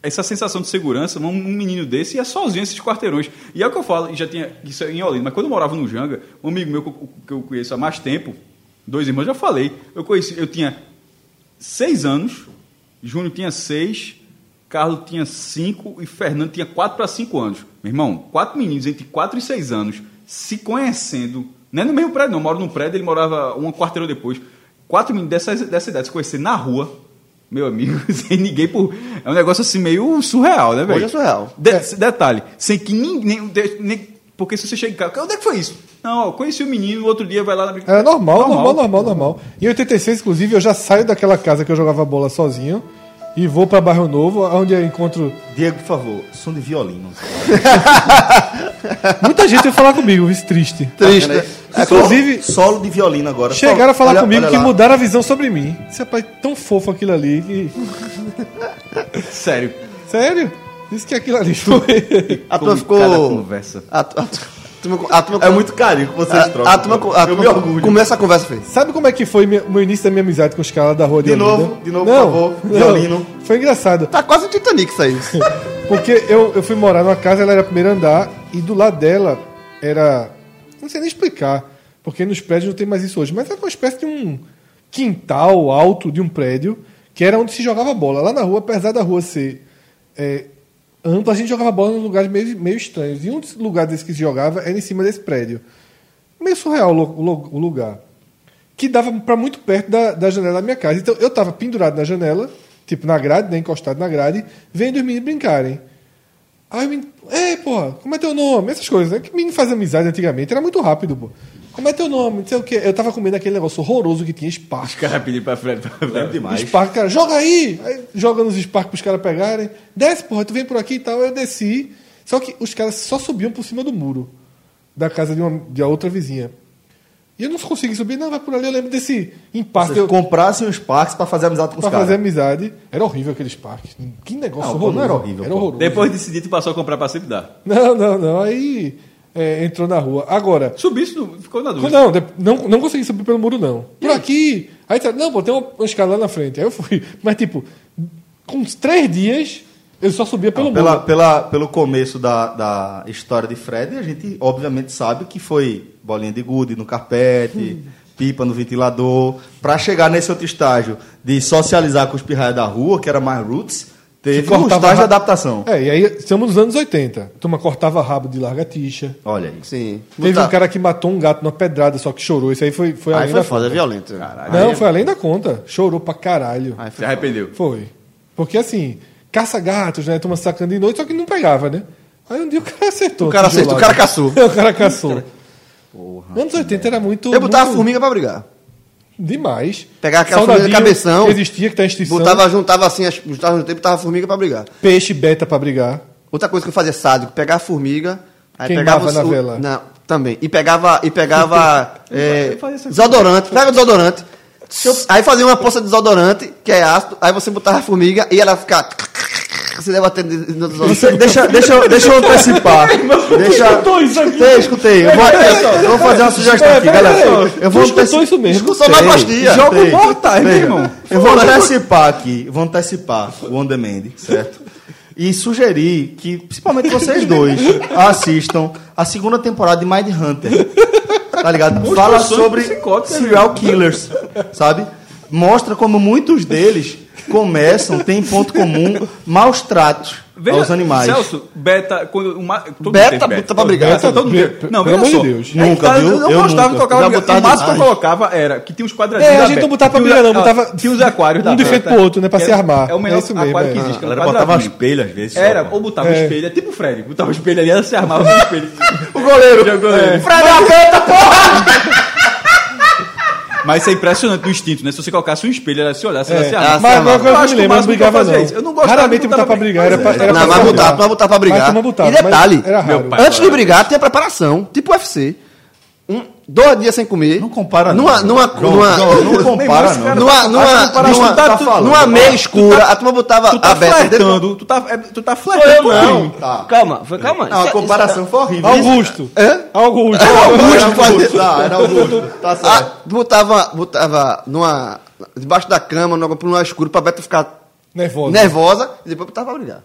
essa sensação de segurança, um, um menino desse ia sozinho nesses quarteirões. E é o que eu falo, e já tinha isso é em Olinda, mas quando eu morava no Janga, um amigo meu que eu, que eu conheço há mais tempo, dois irmãos, já falei, eu conheci, eu tinha seis anos, Júnior tinha seis, Carlos tinha cinco e Fernando tinha quatro para cinco anos. Meu irmão, quatro meninos entre quatro e seis anos se conhecendo, não é no mesmo prédio, não, eu moro num prédio, ele morava um quarteirão depois. Quatro meninos dessa, dessa idade se conhecer na rua, meu amigo, sem ninguém por. É um negócio assim meio surreal, né, velho? Hoje é surreal. De- Detalhe, sem que ninguém. de- nem- porque se você chega em casa, onde é que foi isso? Não, ó, conheci o menino, outro dia vai lá na brincadeira. É normal, normal, normal, normal, Em 86, inclusive, eu já saio daquela casa que eu jogava bola sozinho e vou pra Bairro Novo, onde eu encontro. Diego, por favor, som de violino. Muita gente veio falar comigo, isso triste. né? Triste. Inclusive- É Solo de violino agora. Chegaram a falar Olha- comigo olha que lá. mudaram a visão sobre mim. Esse rapaz é tão fofo aquilo ali que. Sério. Sério? Disse que é aquilo ali foi. A turma Como ficou. cada conversa. A, tu- a tu- a turma- a turma- É muito carinho que vocês a, trocam. A turma, a Eu turma me orgulho. começa a conversa, fez. Sabe como é que foi meu- o início da minha amizade com os caras da rua de De Olinda? novo, de novo, não, por favor, não, violino. Foi engraçado. Tá quase um Titanic isso aí. Porque eu, eu fui morar numa casa, ela era primeiro andar, e do lado dela era. Não sei nem explicar, porque nos prédios não tem mais isso hoje, mas era uma espécie de um quintal alto de um prédio, que era onde se jogava bola. Lá na rua, apesar da rua ser é, ampla, a gente jogava bola em lugares meio, meio estranhos. E um dos lugares desses que se jogava era em cima desse prédio. Meio surreal o lo- o lo- o lugar que dava para muito perto da, da janela da minha casa. Então eu estava pendurado na janela, tipo na grade, né, encostado na grade, vendo os meninos brincarem. Aí o menino, é, porra, como é teu nome? Essas coisas, né? Que menino faz amizade antigamente, era muito rápido, pô. Como é teu nome? Não sei o quê. Eu tava comendo aquele negócio horroroso que tinha Spark. Cara, pedi pra Fred. Lembro demais. Spark, cara, joga aí! Aí joga nos Spark pros caras pegarem. Desce, porra, tu vem por aqui e tal. Eu desci. Só que os caras só subiam por cima do muro da casa de uma de a outra vizinha. E eu não consegui subir, não, vai por ali. Eu lembro desse empate. Vocês Eu, comprassem os parques pra fazer amizade com os pra caras. fazer amizade. Era horrível aquele Spark. Que negócio Não, pô, horroroso. não era horrível, Era pô. horroroso. Depois desse dia, tu passou a comprar pra sempre dar. Não, não, não. Aí é, entrou na rua. Agora, Subisse, tu ficou na dúvida. Não, de- não, não consegui subir pelo muro, não. Por aqui. Aí tá, não, pô, tem uma, uma escada lá na frente. Aí eu fui. Mas, tipo, com uns três dias, eu só subia pelo Pela, muro. pela, pelo começo da, da história de Fred, a gente obviamente sabe que foi bolinha de gude no carpete, pipa no ventilador. Pra chegar nesse outro estágio de socializar com os pirraias da rua, que era mais roots, teve um cortava estágio de ra- adaptação. É, e aí estamos nos anos 80. A turma cortava rabo de larga-tixa. Olha aí. Sim. Teve Tá. um cara que matou um gato numa pedrada, só que chorou. Isso aí foi, foi Aí além foi da foda, é violento. Não, foi além da conta. Chorou pra caralho. Aí Se foi arrependeu. Foi. Porque assim, caça-gatos, né? Toma sacando de noite, só que não pegava, né? Aí um dia o cara acertou. O cara acertou, o cara caçou. o cara caçou. Anos 80 era muito. Eu botava muito a formiga pra brigar. Demais. Pegava aquela Saudadinho formiga de cabeção. que existia, que tá em extinção. Botava, juntava assim, as- juntava no tempo, botava a formiga pra brigar. peixe beta pra brigar. Outra coisa que eu fazia sádico, pegava a formiga, aí Queimava pegava o- na o- vela. Não, também. E pegava, e pegava é, Eu fazia essa desodorante, pega o desodorante. Aí fazia uma poça de desodorante, que é ácido, aí você botava a formiga e ela ficava se debatendo no desodorante. Você- deixa, deixa, eu- deixa eu antecipar. deixa, Escutei, escutei. É, Eu vou, eu vou fazer uma sugestão aqui, Pera, galera. pera aí. Eu vou Tu é, escutou anteci- isso mesmo? Escutou na Sei. pastilha. Jogo Sei. mortais, meu Sei. irmão. Eu vou antecipar aqui. Vou antecipar o On Demand, certo? E sugerir que, principalmente vocês dois, assistam a segunda temporada de Mind Hunter. Tá ligado? Fala Construções sobre né, psicóticas, serial killers, sabe? Mostra como muitos deles começam, têm em ponto comum maus tratos Veja, aos animais. Celso, beta, quando uma, todo Beta, mundo teve tá bota pra brigar. Beta, todo mundo Pe- teve. pe- Não, veja pelo amor só. de Deus. É que Nunca, tá- viu? Eu não Eu gostava nunca. de colocar Já pra brigar. botaram O máximo que eu demais. colocava era que tinha uns quadradinhos. É, a da gente Beta. não botava pra Tinha brigar, os- não, ah, botava Tinha os aquários da um de Beta. frente pro outro, né, pra Que se é- armar. É o melhor É isso mesmo, aquário é. que Ah, existe. a que é um galera botava um quadradinho. espelho às vezes. Era, ou botava o É. espelho, é tipo o Fred, botava o espelho ali, ela se armava no espelho. O goleiro. O É. goleiro. Fred Aveta, porra! Mas isso é impressionante o instinto, né? Se você colocasse um espelho, ela se olhasse, ela É, se armava. mas agora que Eu eu acho me que o lembro, eu não máximo que eu brigava fazia não. é isso. Eu não gostava Raramente de botava pra brigar, era pra, era Não, pra mas brigar. botava, mas botava pra Mas brigar. turma botava, e mas detalhe, era raro. Meu pai. antes de brigar, tinha preparação, tipo UFC. Um, dois dias sem comer. Não compara, não. Numa, numa, João, numa, João, não compara, não. numa, numa, comparação numa, tá falando. numa meia Tu escura, a turma botava Tu tá a beta dentro- flertando, tu tá, é, tu tá flertando. Não, tá. Calma, foi- calma. é Não, a Isso- comparação foi horrível. Augusto. É. Hã? Augusto. Era Augusto, tá, era Augusto. Tá certo. Ah, botava, botava numa, debaixo da cama, numa, numa escura, pra Beta ficar Nervosa. nervosa, e depois botava pra brigar.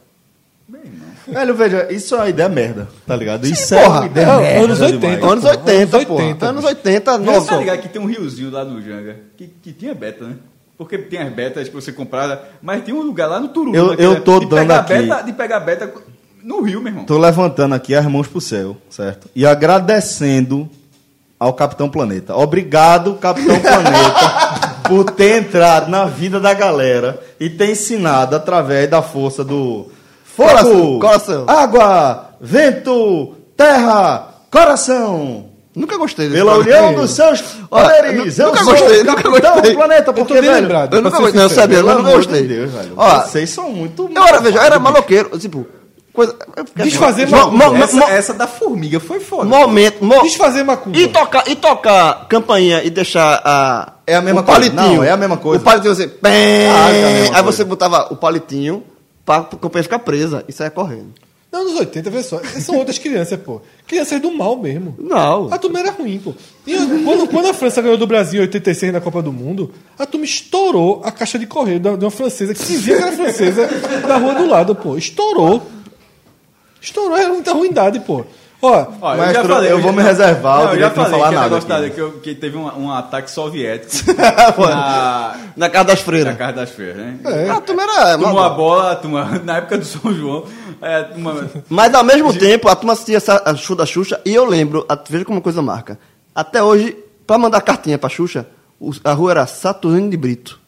Velho, veja, isso é uma ideia merda, tá ligado? Isso é Porra, uma ideia não, merda. anos 80, demais. Então, porra. Anos 80, porra. 80, Anos 80, Você nossa. tá ligado que tem um riozinho lá no Janga que, que tinha beta, né? Porque tem as betas que você comprava, mas tem um lugar lá no Turu. Eu- né, eu que é- tô de dando pegar aqui. Beta, de pegar beta no Rio, meu irmão. Tô levantando aqui as mãos pro céu, certo? E agradecendo ao Capitão Planeta. Obrigado, Capitão Planeta, por ter entrado na vida da galera e ter ensinado através da força do Coração, coração. água, vento, terra, coração. Nunca gostei desse Pela programa. união dos seus Olha, poderes, nu- eu nunca sou gostei, o nunca Capitão gostei. Planeta, Eu tô porque, bem velho, lembrado, pra nunca ser gostei, não, eu sincero. sabia, Pelo eu não amor de gostei. Deus, velho. Ó, Vocês são muito... Eu era, veja, eu era maloqueiro, tipo, coisa... Desfazer Mo- mo- macumba. mo- Essa- mo- Essa da formiga foi foda. Momento, mo- Desfazer macumba. E tocar, e tocar campainha e deixar a. É a mesma o coisa. palitinho. Não, é a mesma coisa. O palitinho você. Bem, Ah, é a mesma aí coisa. você botava o palitinho pra a campanha ficar presa e saia correndo. Não, nos 80, vê só. São outras crianças, pô. Crianças do mal mesmo. Não. A turma era ruim, pô. E quando, quando a França ganhou do Brasil em 86 na Copa do Mundo, a turma estourou a caixa de correio da- de uma francesa que se via que era francesa da rua do lado, pô. Estourou. Estourou, era muita ruindade, pô. Ó, Ó, Maestro, eu vou me reservar o Não, eu já direito de não falei falar que, nada negócio aqui. da- que, eu- que teve um, um ataque soviético na, Na casa das freiras. na Casa das Feiras, né? É, A turma era. Tomou a bola, a turma- na época do São João. é, a turma- Mas ao mesmo tempo, a turma assistia essa a show da Xuxa e eu lembro, a- veja como a coisa marca. Até hoje, pra mandar cartinha pra Xuxa, o- a rua era Saturnino de Brito.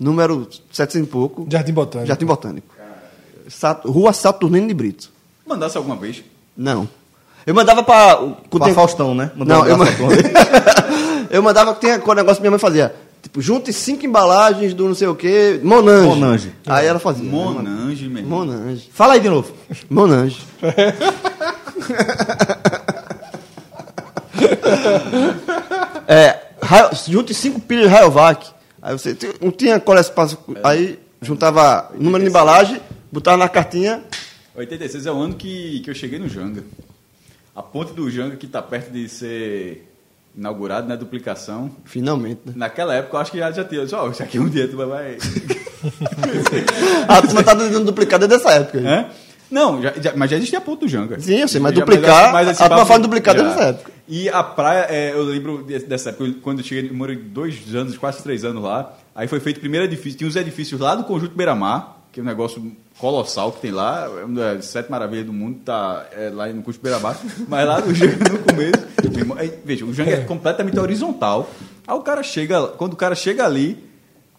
Número 700 e pouco. Jardim Botânico. Jardim Botânico. Sat- rua Saturnino de Brito. mandasse alguma vez. Não. Eu mandava pra. o- com Pra tem- Faustão, né? Mandou Não, eu, um ma- abraço pra todos. eu mandava que tem qual negócio que minha mãe fazia. Tipo, junte cinco embalagens do não sei o quê. Monange. Monange. Aí ela fazia. né? Monange, meu irmão. Monange. Fala aí de novo. Monange. é, raio- junte cinco pilhas de Rayovac. Aí você tem- não tinha qual é esse passo- Aí juntava número de embalagem, botava na cartinha. 86 é o ano que, que eu cheguei no Janga. A ponte do Janga, que está perto de ser inaugurada, né? Duplicação. Finalmente, né? Naquela época, eu acho que já, já tinha. Disse, Ó, isso aqui um dia tu vai- vai. A turma tá dando duplicada dessa época. É. aí. Hã? Não, já- já- mas já existia a ponte do Janga. Sim, eu sei, mas Já- assim, duplicar, esse a turma papo- fala duplicar já. desde essa época. E a praia, é, eu lembro de- dessa época, eu- quando eu cheguei, eu morei dois anos, quase três anos lá. Aí foi feito o primeiro edifício, tinha uns edifícios lá do Conjunto Beira-Mar, que é um negócio colossal que tem lá, é uma das sete maravilhas do mundo, tá é, lá no Conjunto Beira-Mar. Mas lá no Janga, no começo, meu irmão, aí, veja, o Janga é completamente horizontal. Aí o cara chega, quando o cara chega ali,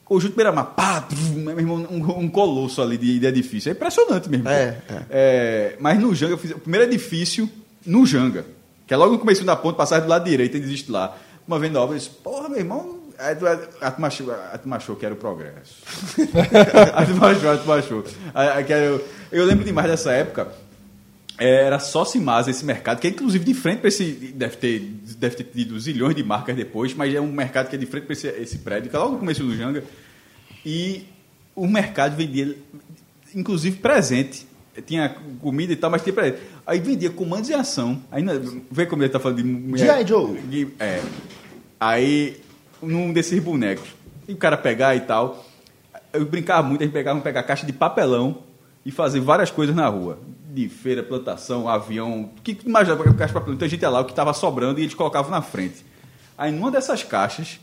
Conjunto Beira-Mar, é pá, pf, meu irmão, um, um colosso ali de, de edifício. É impressionante mesmo. É, pô. É, mas no Janga, eu fiz o primeiro edifício no Janga, que é logo no começo da ponte, passagem do lado direito, ele existe lá. Uma venda obra, eu disse, porra, meu irmão, aí tu- a turma achou- a turma achou que era o progresso. a turma achou, a turma achou. Aí- aí que era Eu, eu lembro demais dessa época, É, era só Simasa esse mercado, que é inclusive de frente para esse. Deve ter, deve ter tido zilhões de marcas depois, mas é um mercado que é de frente para esse, esse prédio, que é logo no começo do Janga. E o mercado vendia, inclusive, presente. Tinha comida e tal, mas tinha presente. Aí vendia comandos e ação. Aí, na- vê como ele tá falando de. mulher- G.I. Joe. de- É. Aí, num desses bonecos. E o cara pegar e tal. Eu brincava muito, a gente pegava pegar caixa de papelão e fazer várias coisas na rua. De feira, plantação, avião. O que imaginava que caixa de papelão? Então a gente ia lá, o que estava sobrando e eles colocavam na frente. Aí numa dessas caixas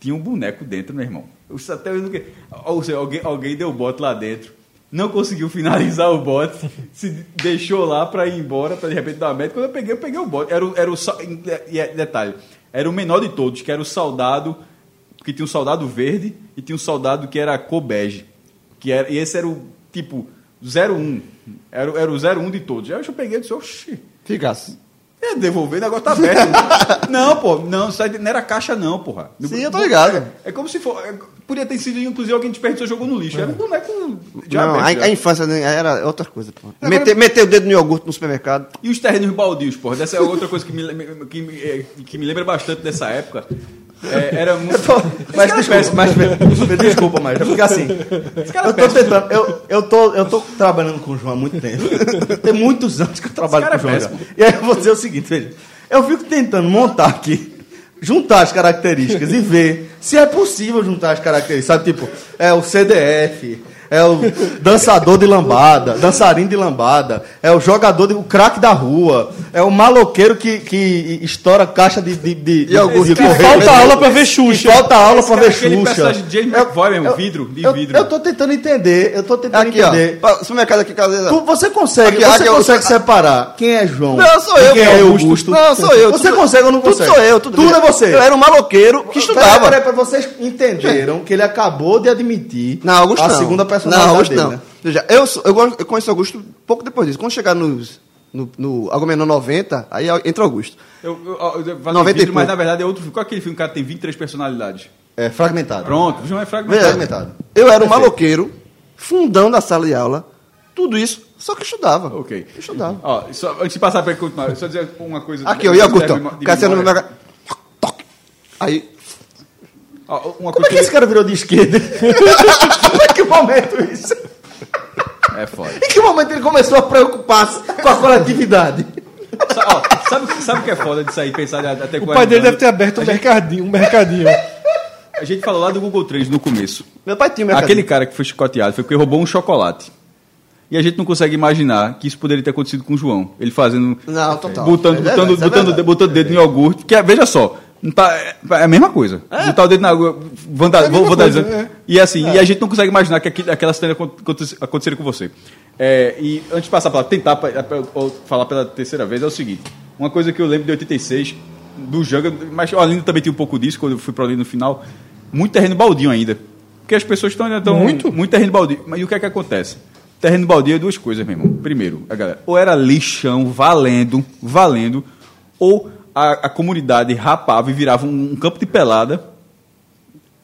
tinha um boneco dentro, meu irmão. Eu disse até mesmo que- Ou seja, alguém, alguém deu bote lá dentro. Não conseguiu finalizar o bote, se deixou lá para ir embora, para de repente dar uma meta. Quando eu peguei, eu peguei o bote. Era o, era o, sa- e é- detalhe, era o menor de todos, que era o soldado porque tinha um soldado verde e tinha um soldado que era cor bege. Que era, e esse era o tipo 01. Era, o- era o 01 de todos. Aí eu peguei e disse, oxi, Ficasse. é devolver, o negócio tá aberto. não, pô, não, isso aí não era caixa não, porra. Sim, eu tô ligado. É, como se for... é, podia ter sido, inclusive, alguém desperdiçou e jogou no lixo. Era um boneco já É. Não, a, aberto, já. a infância né, era outra coisa, pô. Meter, meter o dedo no iogurte no supermercado. E os terrenos baldios, porra. Dessa é outra coisa que me, lem- que, me- eh, que me lembra bastante dessa época. É, era muito... Mas desculpa, mas desculpa, mas é porque assim. Eu tô tentando, eu, eu, tô, eu tô trabalhando com o João há muito tempo. Tem muitos anos que eu trabalho Esse com o cara João. é já. E aí eu vou dizer o seguinte, veja. Eu fico tentando montar aqui, juntar as características e ver se é possível juntar as características. Sabe, tipo, é o CDF, é o dançador de lambada, dançarino de lambada, é o jogador, de, o craque da rua, é o maloqueiro que, que estoura caixa de, de, de, de algum Que falta aula pra ver Xuxa. Que falta aula Esse pra cara é ver aquele Xuxa. personagem de James McAvoy mesmo, vidro, de eu, vidro. Eu tô tentando entender, eu tô tentando Aqui, ó. entender. Pa- Supermercado aqui, casa. Tu- você consegue, Aqui, você aqui, eu- consegue separar quem é João Não, sou e eu. quem que é é Augusto. Não, sou eu. Você Tudo- consegue ou não tudo consegue? sou eu, tudo, é você. Tá Eu era um maloqueiro que estudava. Peraí, peraí, pra vocês entenderam que ele acabou de admitir Não, Augusto a não. segunda personalidade Não, Augusto dele, não. né? Veja, eu, sou- eu, gosto- eu conheço Augusto pouco depois disso. Quando chegar nos, no, no Agamenon 90, aí é entra Augusto. Eu, eu, eu, eu falei 90 e vidro, mas pouco. na verdade é outro filme. Qual é aquele filme que o cara tem 23 personalidades? É, fragmentado. Pronto, João é fragmentado. Veja, eu era um maloqueiro, fundão da sala de aula, tudo isso, só que estudava. Ok. Estudava. Ó, só, antes de passar para continuar, só dizer uma coisa. Aqui, ó, e Augusto, de memó- de Cassiano memória. Mega- Aí, Ó, Como uma é coisa que esse cara virou de esquerda? Como é que momento isso? É foda. Em que momento ele começou a preocupar-se com a coletividade? Sa- ó, sabe, sabe o que é foda disso aí? Pensar até O pai dele deve ter aberto um mercadinho. Um mercadinho. A gente falou lá do Google Trends no começo. meu pai tinha um mercadinho. Aquele cara que foi chicoteado foi porque roubou um chocolate. E a gente não consegue imaginar que isso poderia ter acontecido com o João. Ele fazendo. Não, total. É Botando, botando, verdade, botando, isso é verdade. botando o dedo em iogurte. Porque, veja só, não tá- é é a mesma coisa. Botar o dedo na água, vanda, É a mesma vandalizando. coisa, é. E assim, e a gente não consegue imaginar que aquilo- aquela cena acon- aconte- aconteceria com você. É, e antes de passar para tentar pa- pa- ou falar pela terceira vez, é o seguinte: uma coisa que eu lembro de 86, do Janga, mas o Alindo também tinha um pouco disso quando eu fui para Olinda no final. Muito terreno baldinho ainda. Porque as pessoas estão ainda tão, Muito? muito terreno baldio. Mas e o que é que acontece? Terreno baldio é duas coisas, meu irmão. Primeiro, a galera, ou era lixão, valendo, valendo, ou a, a comunidade rapava e virava um, um campo de pelada,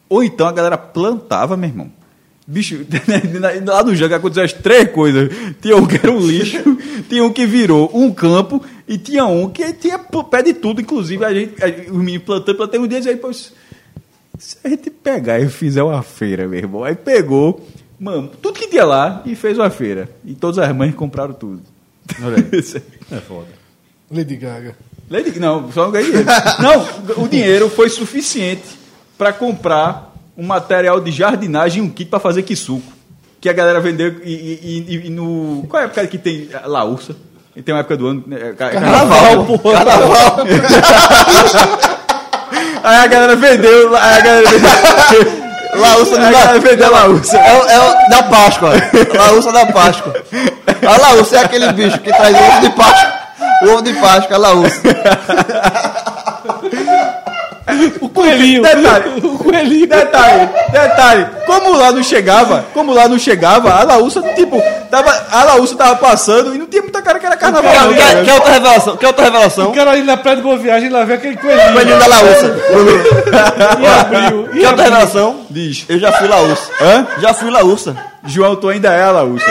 ou então a galera plantava, meu irmão. Bicho, lá no Janga aconteceu as três coisas. Tinha um que era um lixo, tinha um que virou um campo e tinha um que tinha p- pé de tudo, inclusive a gente, a- os meninos plantando, plantando um dia e aí, pô, isso- se a gente pegar e fizer uma feira, meu irmão, aí pegou, mano, tudo que tinha lá e fez uma feira. E todas as mães compraram tudo. É foda. Lady Gaga. Lady- Não, só não ganhei dinheiro. Não, o dinheiro foi suficiente para comprar um material de jardinagem e um kit para fazer que suco. Que a galera vendeu e, e- e- e no. Qual é a época que tem a La Ursa? E tem uma época do ano. né, é ca- Carnaval, porra. Carnaval. Aí a galera vendeu. Aí a galera vendeu. Laúça né? Aí a galera vendeu La Ursa. É, o- é o da Páscoa. Laúça da Páscoa. A Laúça é aquele bicho que traz ovo de Páscoa. O ovo de Páscoa, a Laúça. O coelhinho. Detalhe. O coelhinho. Detalhe, detalhe, como lá não chegava, como lá não chegava, a Laúça, tipo, tava, a Laúça tava passando e não tinha muita cara que era carnaval. Não, não, ali, né? Quer, quer outra revelação? Quer outra Eu revelação? quero ir na Praia de Boa Viagem e lá ver aquele coelhinho. Coelhinho é da Laúça. é E abriu. E Quer outra abriu. revelação? Diz, Eu já fui Laúça. Hã? Já fui Laúça. João, tu ainda é a Laúça.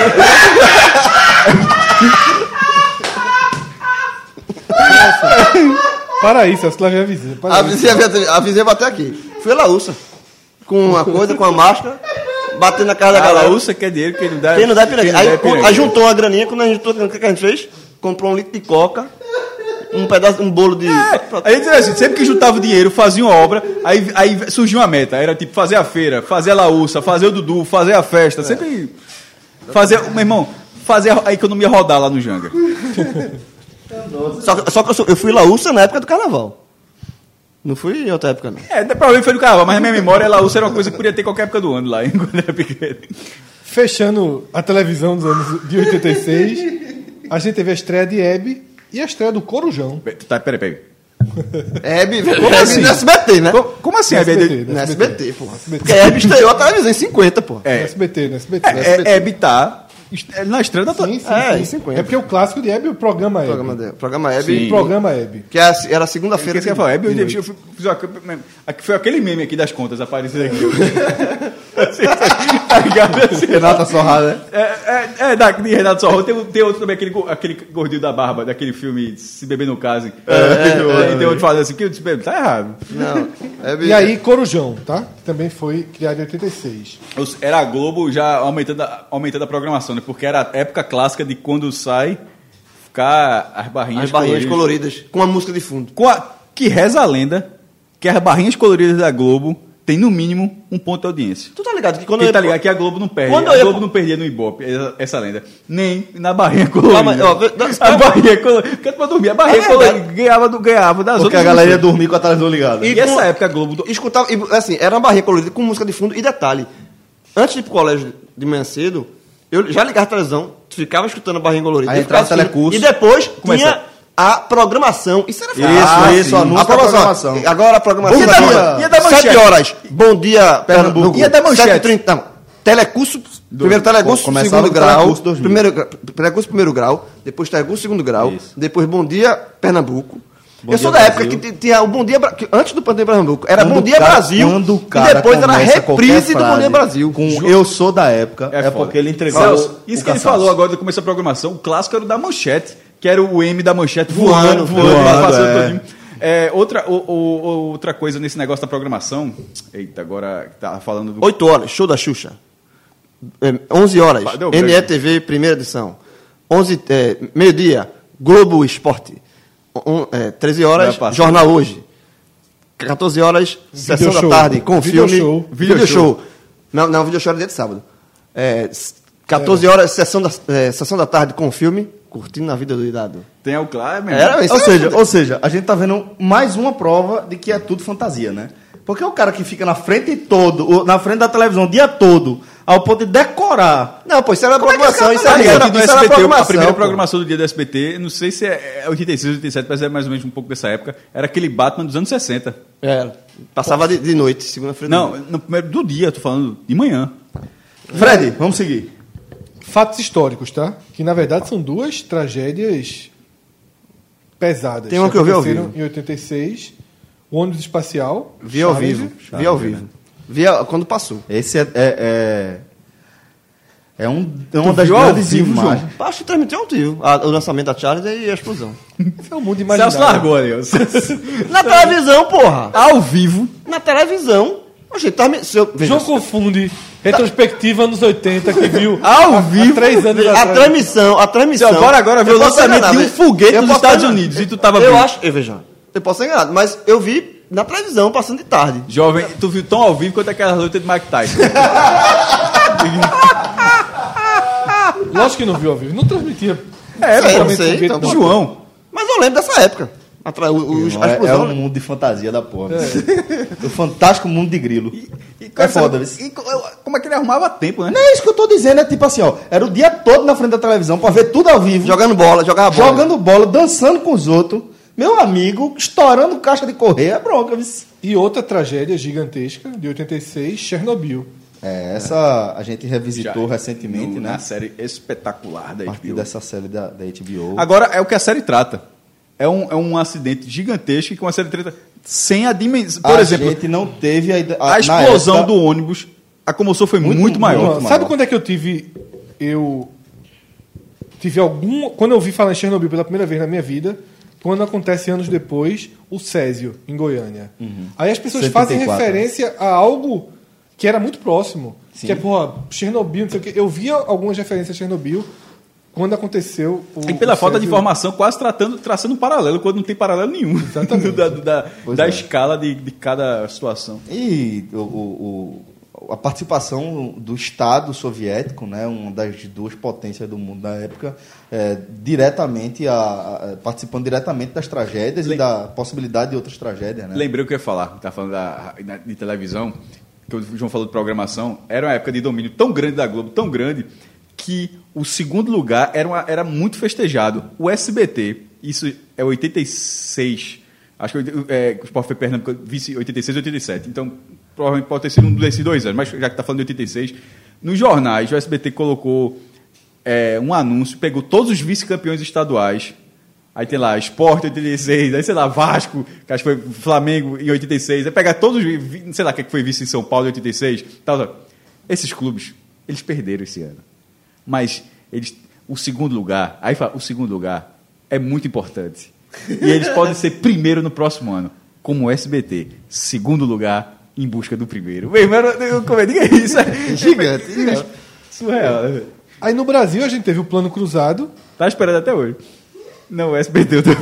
Para aí, Celso, lá vem a vizinha. Para A aí. vizinha, veio- a vizinha bateu aqui. Fui Laúça. Com uma coisa, com a máscara. Batendo na cara da A galera. Laúça quer dinheiro, quem não dá Quem não dá é piranha. quem não dá Aí, é piranha. quando- aí juntou uma graninha, quando a gente juntou, o que a gente fez? Comprou um litro de coca, um pedaço, um bolo de. Aí dizia assim, sempre que juntava o dinheiro, fazia uma obra, aí, aí surgiu uma meta. Era tipo fazer a feira, fazer a laúça, fazer o Dudu, fazer a É. festa. Sempre. Fazer. Meu irmão, fazer a economia rodar lá no Janga. Só, que- só que eu, sou- eu fui laúça na época do carnaval. Não fui em outra época, não. É, provavelmente foi do carnaval, mas na minha memória, a laúça era uma coisa que podia ter qualquer época do ano lá, hein, quando era pequeno. Fechando a televisão dos anos de 86, a gente teve a estreia de Hebe e a estreia do Corujão. Peraí, Tá, peraí, peraí. É, Bibi, como assim? No SBT, né? Co- Como assim, SBT? Hebe? No SBT, pô. SBT. Porque a Hebe estreou a televisão em 50, pô. No É, SBT, no SBT. é, é, Hebe tá est- é na estreia da tua- Sim, sim, É, sim. em 50. É porque o clássico de Hebe é o programa Hebe. Programa, de, programa Hebe. O programa Hebe. Que era, era Porque segunda-feira. esse cara fala, Hebe, eu- É, eu- eu fiz uma- aqui Foi aquele meme aqui das contas aparecendo aqui. tá ligado? Assim, Renata Sorrada, né? É, é, é da, de Renato Sorro. Tem, tem outro também, aquele, go- aquele gordinho da barba, daquele filme Se Beber no Case. É, e tem outro falando assim, que eu disse, "Bebe, tá errado. Não, Hebe- é. E aí, Corujão, tá? Que Também foi criado em 86. Os- Era a Globo já aumentando a, aumentando a programação, né? Porque era a época clássica de quando sai ficar as barrinhas, As barrinhas coloridas. coloridas, com a música de fundo. Com a- que reza a lenda que as barrinhas coloridas da Globo tem no mínimo um ponto de audiência. Tu tá ligado que quando Quem eu- tá ligado que a Globo não perde. Quando a eu- Globo não perdia no Ibope, essa- essa lenda. Nem na barrinha colorida. Calma aí, ó, vê- dá- a barrinha colorida. Porque pra dormir, a barrinha É verdade. colorida ganhava, do, ganhava das Porque outras. a galera é ia dormir com a televisão ligada. E, essa época a Globo... Escutava, e, assim, era uma barrinha colorida com música de fundo e detalhe. Antes de ir pro colégio de manhã cedo, eu já ligava a televisão, ficava escutando a barrinha colorida. Aí eu ficava entrava o assistindo, telecurso. E depois Começava. tinha a programação. Isso era Ah, Isso, isso, o anúncio da programação. Agora a programação. Bom Ia da- dia. ia da manchete. Sete horas. Bom dia, Pernambuco. Ia da manchete. 7h30, não. Telecurso, primeiro telecurso, Começava segundo com grau, telecurso 2000. primeiro, gra- telecurso, primeiro grau, depois telecurso, segundo grau, depois Bom Dia, Pernambuco. Bom eu sou Dia, da Brasil. época que t- tinha o Bom Dia, Bra- que antes do Bom Dia Pernambuco, era Quando Bom o Dia cara- Brasil, quando o e cara depois era a começa qualquer reprise do Bom Dia frase Brasil. Com eu sou da época. É, foda. porque ele entregou. Celso, o- isso o que ele cansaço. falou agora do começo da programação, o clássico era o da manchete, que era o M da manchete Voando, voando, voando, voando, passando é. todinho. É, outra, o- o- o- outra coisa nesse negócio da programação. Eita, agora tá falando do. 8 horas, show da Xuxa. É, 11 horas, Pa- deu break. NETV, primeira edição. 11, é, meio-dia, Globo Esporte. Um, é, 13 horas, Vai passar. Jornal Hoje. 14 horas, sessão da show. tarde, com Video filme. show. Video, Video show. show. Não, não, video show era dia de sábado. É, s- 14 horas, sessão da, é, sessão da tarde, com filme, curtindo a vida do idado. Tem o é claro, meu Era irmão. isso. ou, seja, ou seja, a gente tá vendo mais uma prova de que é tudo fantasia, né? Porque o cara que fica na frente todo, ou na frente da televisão o dia todo, ao ponto de decorar. Não, pô, isso era Como é que esse programação, cara isso tá era, isso ligado? era, do isso era SBT, a programação. primeira pô. programação do dia do SBT, não sei se é é 86, 87, mas é mais ou menos um pouco dessa época, era aquele Batman dos anos 60. É, passava de, de noite, segunda-feira. de Não, noite. no primeiro do dia, tô falando de manhã. Fred, vamos seguir. Fatos históricos, tá? Que na verdade são duas tragédias pesadas. Tem uma que eu vi ao vivo. Aconteceram Em 86, o ônibus espacial. Vi ao Challenger. vivo. Vi ao vivo. Vi ao- quando passou. Esse é. É, é, é um, é Tu uma das viu ao grandes vivo, João? imagens. Acho que transmitiu ao vivo. A- o lançamento da Charles e a explosão. É o mundo imaginário. Celso largou ali. ó. Na televisão, porra! Ao vivo. Na televisão. Oxe, transmi- se eu- veja, João confunde retrospectiva anos 80 que viu Ao há- vivo. há três anos a atrás. transmissão, a transmissão. Então, bora agora ver Eu o posso lançamento enganar, de um veja. foguete Eu nos posso Estados enganar. Unidos, e tu tava Eu vendo. acho, eu veja, eu posso ser enganado, mas eu vi na televisão passando de tarde. Jovem, tu viu tão ao vivo quanto aquela luta de Mike Tyson. Lógico que não viu ao vivo. Não transmitia. É, eu Somente não sei, foguete, então, não. João. Mas eu lembro dessa época. Atra- o- o- a É, é explosão. né? um mundo de fantasia da porra. É. né? o fantástico mundo de grilo. E é foda. isso. e co- como é que ele arrumava tempo, né? Não é isso que eu tô dizendo, é tipo assim, ó. Era o dia todo na frente da televisão pra ver tudo ao vivo. Jogando bola, jogava bola. jogando bola, dançando com os outros. Meu amigo, estourando caixa de correia, é bronca. viu? E outra tragédia gigantesca de 86, Chernobyl. É, essa a gente revisitou Já. recentemente, No- né? Na série espetacular da A partir HBO. dessa série da, da HBO. Agora, é o que a série trata. É um, é um acidente gigantesco que uma série trata sem a dimensão. Por a exemplo, gente não teve a, ide- a- a na explosão época- do ônibus, a comoção foi muito, maior. Mano, Sabe quando é que eu tive. Eu. Tive algum. Quando eu vi falar em Chernobyl pela primeira vez na minha vida, quando acontece anos depois, o Césio, em Goiânia. Aí as pessoas 74, fazem né? referência a algo que era muito próximo. Que é, porra, Chernobyl, não sei o quê. Eu via algumas referências a Chernobyl quando aconteceu o. E pela o falta de Césio- informação, quase tratando, traçando um paralelo, quando não tem paralelo nenhum da, da, da é. escala de, de cada situação. E o, o- o- a participação do Estado soviético, né, uma das duas potências do mundo na época, é, diretamente a- a- participando diretamente das tragédias e Lem- da possibilidade de outras tragédias, né? Lembrei o que eu ia falar, tá falando da, na- de televisão, que o João falou de programação, era uma época de domínio tão grande da Globo, tão grande, que o segundo lugar era, uma- era muito festejado. O SBT, isso é 86, acho que oit- é, o Sport foi Pernambuco, vice 86, 87, então provavelmente pode ter sido um desses dois anos, mas já que está falando de 86, nos jornais o SBT colocou é, um anúncio, pegou todos os vice-campeões estaduais. Aí tem lá, Sport 86, aí sei lá, Vasco, que acho que foi Flamengo em 86. Aí pega todos os, vi- sei lá, quem é que foi vice em São Paulo em 86. Tal, tal. Esses clubes, eles perderam esse ano. Mas eles, o segundo lugar, aí fala, o segundo lugar é muito importante. E eles podem ser primeiro no próximo ano, como o SBT. Segundo lugar, em busca do primeiro. Meu irmão, eu- eu- como é que é isso? É Gigante, gigante. Surreal, né? velho? Aí no Brasil a gente teve o Plano Cruzado, Tá esperando até hoje. Não, o SBT eu tenho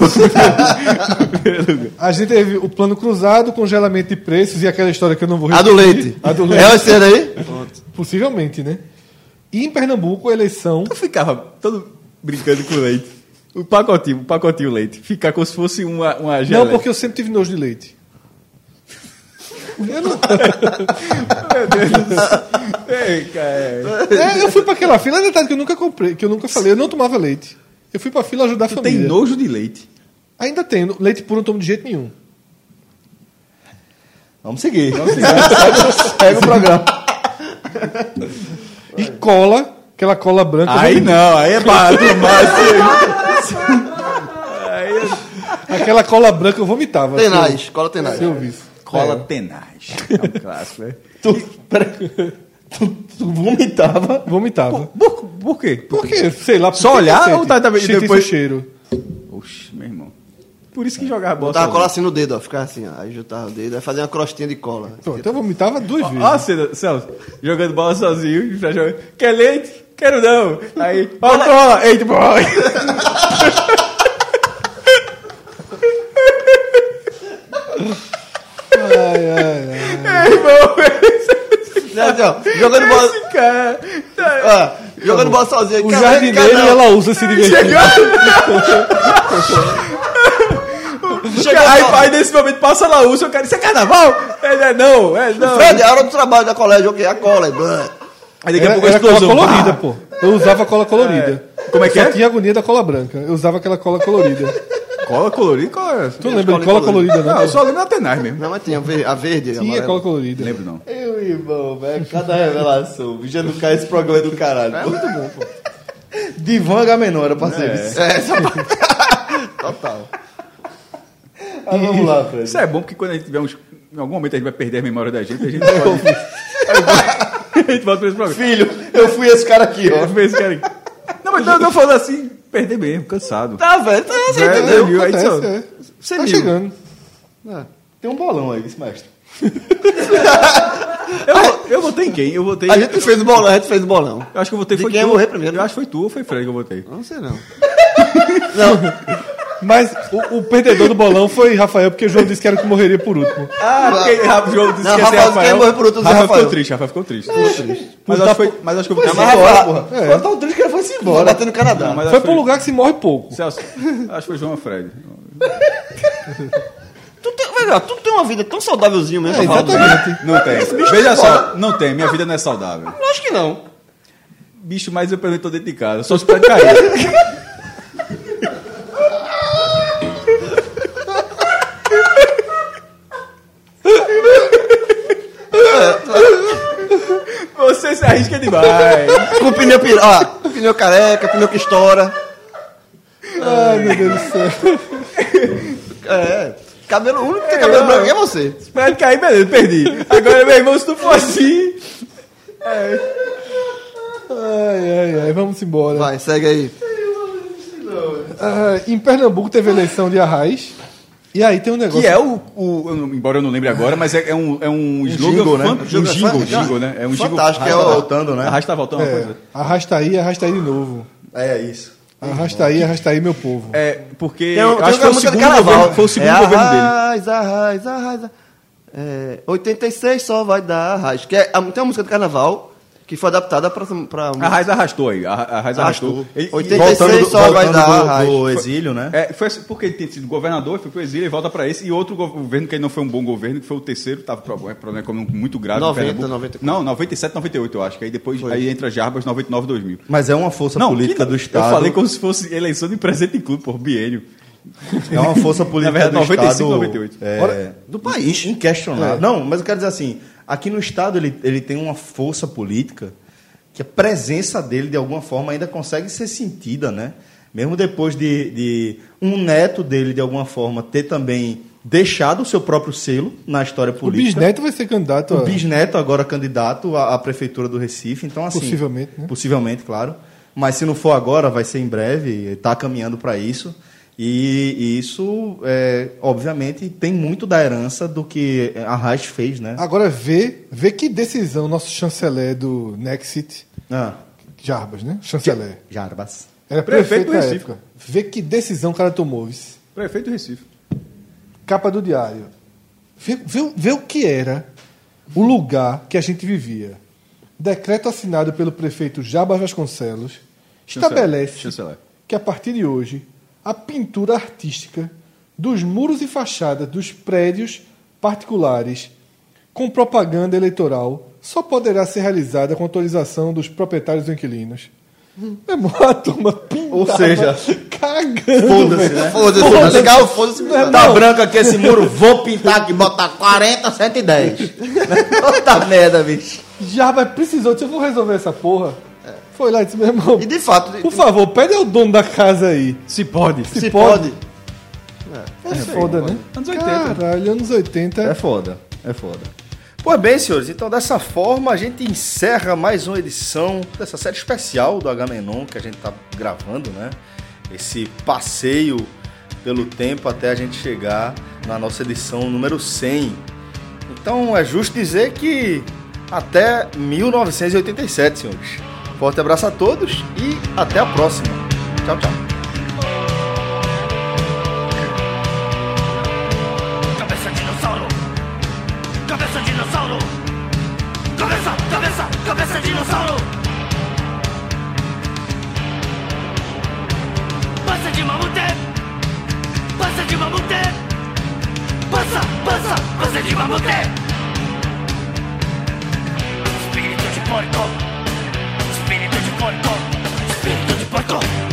A gente teve o plano cruzado, congelamento de preços e aquela história que eu não vou A do repetir. leite. A do É leite. essa era aí? Possivelmente, né? E em Pernambuco, a eleição. Eu ficava todo brincando com leite. O pacotinho, o pacotinho leite. Ficar como se fosse uma, uma geleia. Não, porque eu sempre tive nojo de leite. Eu não. Meu Deus do céu. Ei, cara. É, eu fui pra aquela fila, é detalhe que eu nunca comprei, que eu nunca falei, eu não tomava leite. Eu fui pra fila ajudar a Tu família. tem nojo de leite. Ainda tenho, leite puro eu não tomo de jeito nenhum. Vamos seguir. Vamos seguir. segue, segue o programa. E cola, aquela cola branca. eu Aí já- não, aí é barato demais. Aquela cola branca eu vomitava. Tenaz, se eu- cola tenaz. Se eu visse. Cola É. tenaz. É um clássico, né? Tu vomitava. Vomitava. Por, por quê? Por quê? Sei lá. Só olhar ou tá também também depois- depois cheiro? Oxe, meu irmão. Por isso que jogava bola. Botava cola assim no dedo, ó. Ficava assim, ó. Aí juntava o dedo, aí fazia uma crostinha de cola. Assim, Pronto, eu vomitava duas vezes. Ó, assim Celso, Celso, jogando bola sozinho, e já joga, quer leite? Quero não. Aí, ó, cola, eita, boy. Ai, ai, ai. Meu irmão, Né, assim, ó, jogando bola. esse cara. tá- ó, jogando bola um, sozinha. O Caralho, jardineiro é cara, e ela usa se divertindo. Chega aí, só- aí, nesse momento, passa lá, usa, o cara, isso é carnaval? É, né, não, é, não. Fred, a hora do trabalho da colégio, ok, a cola. é aí, blá. Aí daqui a Era, pouco a era cola explosão. colorida, Bah! pô. Eu usava cola colorida. Como é que Só é? tinha agonia da cola branca. Eu usava aquela cola colorida. Cola colorida? Cola... Tu lembra de cola colorida, não? Não, eu é, só lembro da Tenaz mesmo. Não, mas tinha a ver- a verde. a Tinha amarela. cola colorida. Lembro não. Meu irmão, velho, cada revelação. Já não cai esse programa é do caralho. É muito bom, pô. Divan Gamenon era pra ser isso. É, essa Total. Ah, vamos lá, Fred. Isso é bom porque quando a gente tiver uns. Em algum momento a gente vai perder a memória da gente, a gente pode. a gente volta pra esse programa. Filho, eu fui esse cara aqui, ó. Eu fiz, cara. aqui. Não, mas não, não falando assim, perder mesmo, cansado. Tá, velho. Tá, você Velho, entendeu? viu? Aí só- Acontece, é. Você Tá viu. chegando. Tem um bolão aí, esse mestre. Eu, eu votei em quem? Eu votei. A gente fez o bolão, a gente fez o bolão. Eu um. acho que eu votei De foi é quem tu. ia morrer primeiro? Eu acho que foi tu ou foi Fred que eu votei. Não sei não. Mas o, o perdedor do bolão foi Rafael, porque o João disse que era o que morreria por último. Ah, porque Rafa, o jogo disse Não, que ia ser Rafael, quem morreu por outro, Rafael Rafael. ficou triste, Rafael ficou triste. tá Mas, acho que foi, mas acho que eu votei. Mas Rafael, É. Só tão triste que ele foi-se Bora. embora. Bater no Canadá. mas Foi acho que pra um lugar que se morre pouco. Celso, acho que foi João ou Fred. Tu tem, velho, tu tem uma vida tão saudávelzinho mesmo. É, Rafael. exatamente. Não tem. Veja só, não tem. Minha vida não é saudável. Eu acho que é não. Bicho, mas eu pergunto dentro de casa. Só se pode cair. Você se arrisca demais. Com pneu pira... ah, pneu careca, pneu que estoura. Ai, meu Deus do céu. É. então- Cabelo, o único que tem cabelo branco aqui é você. Se pode cair, beleza, perdi. Agora, meu irmão, se tu for assim. Ai, ai, ai, vamos embora. Vai, segue aí. Tipo, Ah, em Pernambuco teve a eleição de Arraiz. E aí tem um negócio. Que é o. o- eu não- embora eu não lembre agora, mas é, é um, é um, slogan. jingle, né? fan- Um jingle, jingle, né? É um Tipo, jingle. Fantástico, é o- Voltando, né? Arrasta voltando uma É, coisa. arrasta aí, arrasta aí de novo. É isso. Arrasta aí, arrasta aí, meu povo. É, porque. Tem um- eu tem acho que foi uma o música do segundo Carnaval. governo, foi o segundo é governo dele. arraiz, dele. Arraiz, arraiz, arraiz. É, 86 só vai dar arraiz. Que é, tem uma música do carnaval que foi adaptada pra. pra A Raiz arrastou aí. A, a Raiz arrastou. Arrastou. Ele- 86 só vai dar arrasto. do, do exílio, né? É, foi assim, porque ele tinha sido governador, foi pro exílio e volta pra esse. E outro go- governo que aí não foi um bom governo, que foi o terceiro, tava pro- é problema econômico muito grave. em 90, Pernambuco. 94. Não, 97, 98, eu acho. Que aí depois aí entra Jarbas, 99, 2000. Mas é uma força não, política que- do Estado. Eu falei como se fosse eleição de presidente em clube, por biênio. É uma força política Na verdade, do 95, Estado. 98. é, Ora, do país. Inquestionável. É. Não, mas eu quero dizer assim: aqui no Estado ele, ele tem uma força política que a presença dele, de alguma forma, ainda consegue ser sentida, né? Mesmo depois de, de um neto dele, de alguma forma, ter também deixado o seu próprio selo na história o política. Bisneto vai ser candidato O a. bisneto agora candidato à, à prefeitura do Recife, então assim. Possivelmente, né? Possivelmente, claro. Mas se não for agora, vai ser em breve, está caminhando para isso. E, e isso, é, obviamente, tem muito da herança do que a Reich fez, né? Agora vê, vê que decisão nosso chanceler do Nexit, Ah, Jarbas, né? Chanceler. Jarbas. Era Prefeito prefeito, do da Recife. época. Vê que decisão o cara tomou. vice. Prefeito do Recife. Capa do diário. Vê, vê o- vê o que era o lugar que a gente vivia. Decreto assinado pelo prefeito Jabas Vasconcelos estabelece Chanceler. que a partir de hoje a pintura artística dos muros e fachadas dos prédios particulares com propaganda eleitoral só poderá ser realizada com autorização dos proprietários e inquilinos. É a turma pintava, Ou seja, cagando. Foda-se, velho. né? Foda-se, legal, foda-se. Meu irmão, Tá branco aqui esse muro, vou pintar aqui, botar 40, 110. Puta merda, bicho. Já, mas precisou, disse, eu vou resolver essa porra. Foi lá e disse, meu irmão. E de fato. Por favor, pede ao dono da casa aí. Se pode. Se, Se pode. pode. É, foda, né? Anos 80. Caralho, anos 80. É foda, é foda. Pois bem, senhores, então dessa forma a gente encerra mais uma edição dessa série especial do Agamenon que a gente tá gravando, né? Esse passeio pelo tempo até a gente chegar na nossa edição número 100. Então é justo dizer que até 1987, senhores. Forte abraço a todos e até a próxima. Tchau, tchau. Cabeça dinossauro! Cabeça dinossauro! Cabeça, cabeça, cabeça dinossauro! Passa de mamute! Passa de mamute! Passa, passa, passa de mamute! Espírito de porco! Espírito de porco! Espírito de porco!